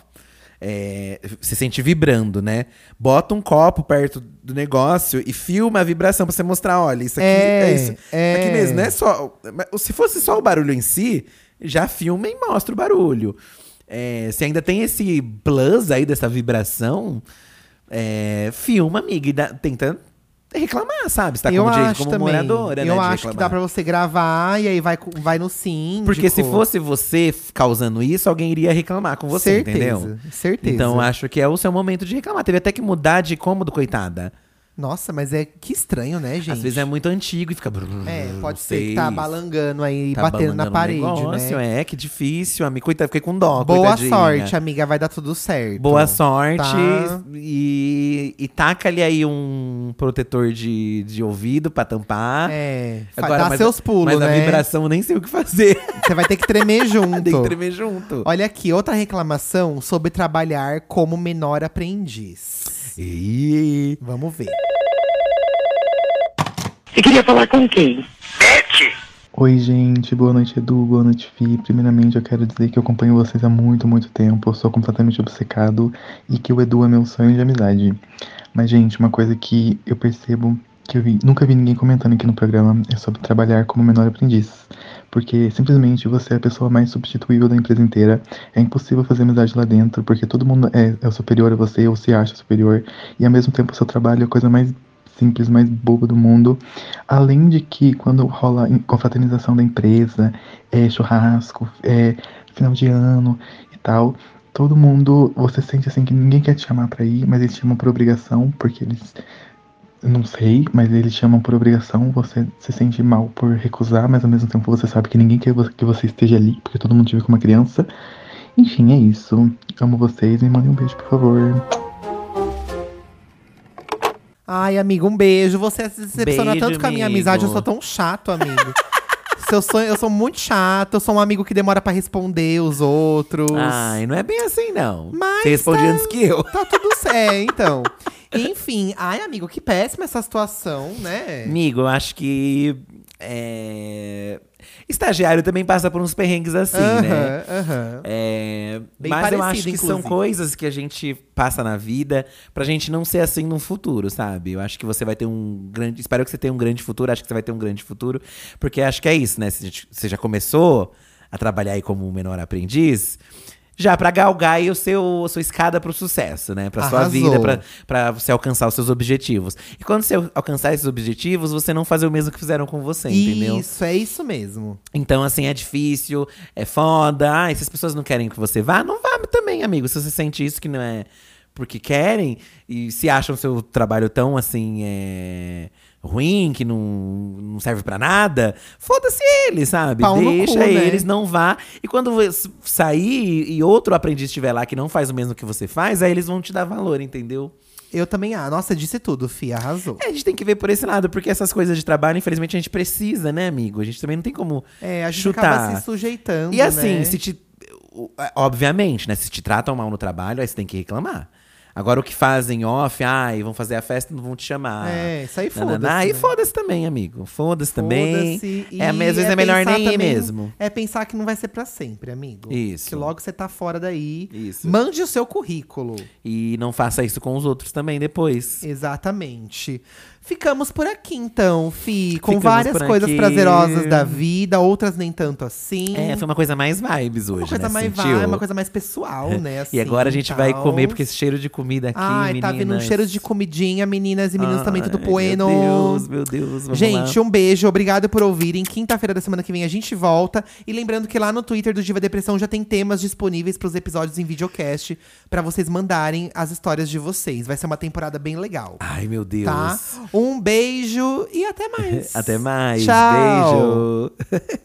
[SPEAKER 2] é, se sente vibrando, né? Bota um copo perto do negócio e filma a vibração pra você mostrar, olha, isso aqui é,
[SPEAKER 1] É,
[SPEAKER 2] isso.
[SPEAKER 1] é.
[SPEAKER 2] Aqui mesmo, né? Só, mas se fosse só o barulho em si, já filma e mostra o barulho. É, se ainda tem esse plus aí dessa vibração, é, filma, amiga, e dá- tenta reclamar, sabe? Você tá
[SPEAKER 1] eu
[SPEAKER 2] como, direito,
[SPEAKER 1] acho
[SPEAKER 2] como
[SPEAKER 1] também.
[SPEAKER 2] moradora, né?
[SPEAKER 1] eu
[SPEAKER 2] de
[SPEAKER 1] acho que
[SPEAKER 2] reclamar.
[SPEAKER 1] dá pra você gravar e aí vai, co- vai no síndico.
[SPEAKER 2] Porque se fosse você f- causando isso, alguém iria reclamar com você,
[SPEAKER 1] certeza,
[SPEAKER 2] entendeu?
[SPEAKER 1] Certeza.
[SPEAKER 2] Então acho que é o seu momento de reclamar. Teve até que mudar de cômodo, coitada.
[SPEAKER 1] Nossa, mas é que estranho, né, gente?
[SPEAKER 2] Às vezes é muito antigo e fica.
[SPEAKER 1] É, pode ser
[SPEAKER 2] Vocês-
[SPEAKER 1] que tá balangando aí,
[SPEAKER 2] tá
[SPEAKER 1] batendo na
[SPEAKER 2] balangando
[SPEAKER 1] parede,
[SPEAKER 2] o negócio,
[SPEAKER 1] né?
[SPEAKER 2] É, que difícil. Amiga, coitada, fiquei com dó.
[SPEAKER 1] Boa
[SPEAKER 2] coitadinha.
[SPEAKER 1] sorte, amiga, vai dar tudo certo.
[SPEAKER 2] Boa sorte.
[SPEAKER 1] Tá.
[SPEAKER 2] E, e taca-lhe aí um protetor de, de ouvido pra tampar.
[SPEAKER 1] É, fa-
[SPEAKER 2] Agora,
[SPEAKER 1] dá
[SPEAKER 2] mas-
[SPEAKER 1] seus pulos,
[SPEAKER 2] mas a
[SPEAKER 1] né?
[SPEAKER 2] vibração eu nem sei o que fazer.
[SPEAKER 1] Você vai ter que tremer junto.
[SPEAKER 2] Tem que tremer junto.
[SPEAKER 1] Olha aqui, outra reclamação sobre trabalhar como menor aprendiz.
[SPEAKER 2] Ih.
[SPEAKER 1] Vamos ver.
[SPEAKER 4] Você queria falar com quem?
[SPEAKER 6] Oi, gente, boa noite, Edu, boa noite, Fi. Primeiramente, eu quero dizer que eu acompanho vocês há muito, muito tempo, eu sou completamente obcecado e que o Edu é meu sonho de amizade. Mas, gente, uma coisa que eu percebo que eu vi- nunca vi ninguém comentando aqui no programa é sobre trabalhar como menor aprendiz. Porque simplesmente você é a pessoa mais substituível da empresa inteira, é impossível fazer amizade lá dentro, porque todo mundo é, é o superior a você ou se acha superior, e ao mesmo tempo o seu trabalho é a coisa mais simples, mais boba do mundo. Além de que quando rola em- confraternização da empresa, é, churrasco, é, final de ano e tal, todo mundo, você sente assim que ninguém quer te chamar pra ir, mas eles te chamam por obrigação, porque eles, eu não sei, mas eles chamam por obrigação, você se sente mal por recusar, mas ao mesmo tempo você sabe que ninguém quer vo- que você esteja ali, porque todo mundo te vê como uma criança. Enfim, é isso. Amo vocês, me mandem um beijo, por favor.
[SPEAKER 1] Ai, amigo, um beijo. Você se decepciona
[SPEAKER 2] Beijo,
[SPEAKER 1] tanto com a minha
[SPEAKER 2] amigo.
[SPEAKER 1] amizade, eu sou tão chato, amigo. Seu sonho, eu sou muito chato, eu sou um amigo que demora pra responder os outros.
[SPEAKER 2] Ai, não é bem assim, não.
[SPEAKER 1] Mas
[SPEAKER 2] Você responde
[SPEAKER 1] tá-
[SPEAKER 2] antes que eu.
[SPEAKER 1] Tá tudo certo, é, então. Enfim, ai, amigo, que péssima essa situação, né?
[SPEAKER 2] Amigo, eu acho que. é, Estagiário também passa por uns perrengues assim, né?
[SPEAKER 1] Aham, aham.
[SPEAKER 2] É,
[SPEAKER 1] Bem
[SPEAKER 2] mas eu
[SPEAKER 1] parecido,
[SPEAKER 2] acho que são
[SPEAKER 1] inclusive.
[SPEAKER 2] coisas que a gente passa na vida pra gente não ser assim no futuro, sabe? Eu acho que você vai ter um grande. Espero que você tenha um grande futuro, acho que você vai ter um grande futuro. Porque acho que é isso, né? Se a gente- Você já começou a trabalhar aí como um menor aprendiz. Já pra galgar aí o seu, a sua escada pro sucesso, né? Pra sua
[SPEAKER 1] Arrasou.
[SPEAKER 2] vida, pra, pra você alcançar os seus objetivos. E quando você alcançar esses objetivos, você não fazer o mesmo que fizeram com você, entendeu?
[SPEAKER 1] Isso, é isso mesmo.
[SPEAKER 2] Então, assim, é difícil, é foda. Ah, essas pessoas não querem que você vá, não vá também, amigo. Se você sente isso que não é porque querem e se acham seu trabalho tão, assim, é, ruim, que não, não serve pra nada, foda-se eles, sabe?
[SPEAKER 1] Pau no
[SPEAKER 2] Deixa
[SPEAKER 1] cu, né?
[SPEAKER 2] eles, não vá. E quando você sair e outro aprendiz estiver lá que não faz o mesmo que você faz, aí eles vão te dar valor, entendeu?
[SPEAKER 1] Eu também, ah, nossa, disse tudo, Fia, arrasou.
[SPEAKER 2] É, a gente tem que ver por esse lado, porque essas coisas de trabalho, infelizmente, a gente precisa, né, amigo? A gente também não tem como
[SPEAKER 1] É, a gente
[SPEAKER 2] chutar.
[SPEAKER 1] acaba se sujeitando,
[SPEAKER 2] E assim,
[SPEAKER 1] né?
[SPEAKER 2] se te. o- é, Obviamente, né? Se te tratam mal no trabalho, aí você tem que reclamar. Agora, o que fazem off, ai, vão fazer a festa, não vão te chamar.
[SPEAKER 1] É, isso aí
[SPEAKER 2] Nananá,
[SPEAKER 1] foda-se. né?
[SPEAKER 2] E foda-se também, amigo. Foda-se também.
[SPEAKER 1] Foda-se. E
[SPEAKER 2] É, mas às vezes é melhor
[SPEAKER 1] pensar
[SPEAKER 2] nem ir
[SPEAKER 1] também-
[SPEAKER 2] mesmo.
[SPEAKER 1] É pensar que não vai ser pra sempre, amigo.
[SPEAKER 2] Isso.
[SPEAKER 1] Que logo você tá fora daí.
[SPEAKER 2] Isso.
[SPEAKER 1] Mande o seu currículo.
[SPEAKER 2] E não faça isso com os outros também depois.
[SPEAKER 1] Exatamente. Ficamos por aqui então, Fi. Com
[SPEAKER 2] Ficamos
[SPEAKER 1] várias
[SPEAKER 2] por
[SPEAKER 1] coisas
[SPEAKER 2] aqui.
[SPEAKER 1] prazerosas da vida, outras nem tanto assim.
[SPEAKER 2] É, foi uma coisa mais vibes hoje.
[SPEAKER 1] uma coisa
[SPEAKER 2] né?
[SPEAKER 1] mais
[SPEAKER 2] Sentiu?
[SPEAKER 1] vai, uma coisa mais pessoal, né? assim,
[SPEAKER 2] E agora a gente vai
[SPEAKER 1] tal.
[SPEAKER 2] comer, porque esse cheiro de comida aqui.
[SPEAKER 1] Ai, tá vindo um
[SPEAKER 2] meninas.
[SPEAKER 1] cheiro de comidinha, meninas e meninos também, tudo
[SPEAKER 2] Ai,
[SPEAKER 1] bueno.
[SPEAKER 2] Meu Deus, meu Deus. Vamos
[SPEAKER 1] Gente,
[SPEAKER 2] lá.
[SPEAKER 1] um beijo, obrigado por ouvirem. Quinta-feira da semana que vem a gente volta. E lembrando que lá no Twitter do Diva Depressão já tem temas disponíveis pros episódios em videocast pra vocês mandarem as histórias de vocês. Vai ser uma temporada bem legal,
[SPEAKER 2] Ai, meu Deus.
[SPEAKER 1] tá? Um beijo e até mais.
[SPEAKER 2] Até mais.
[SPEAKER 1] Tchau.
[SPEAKER 2] Beijo.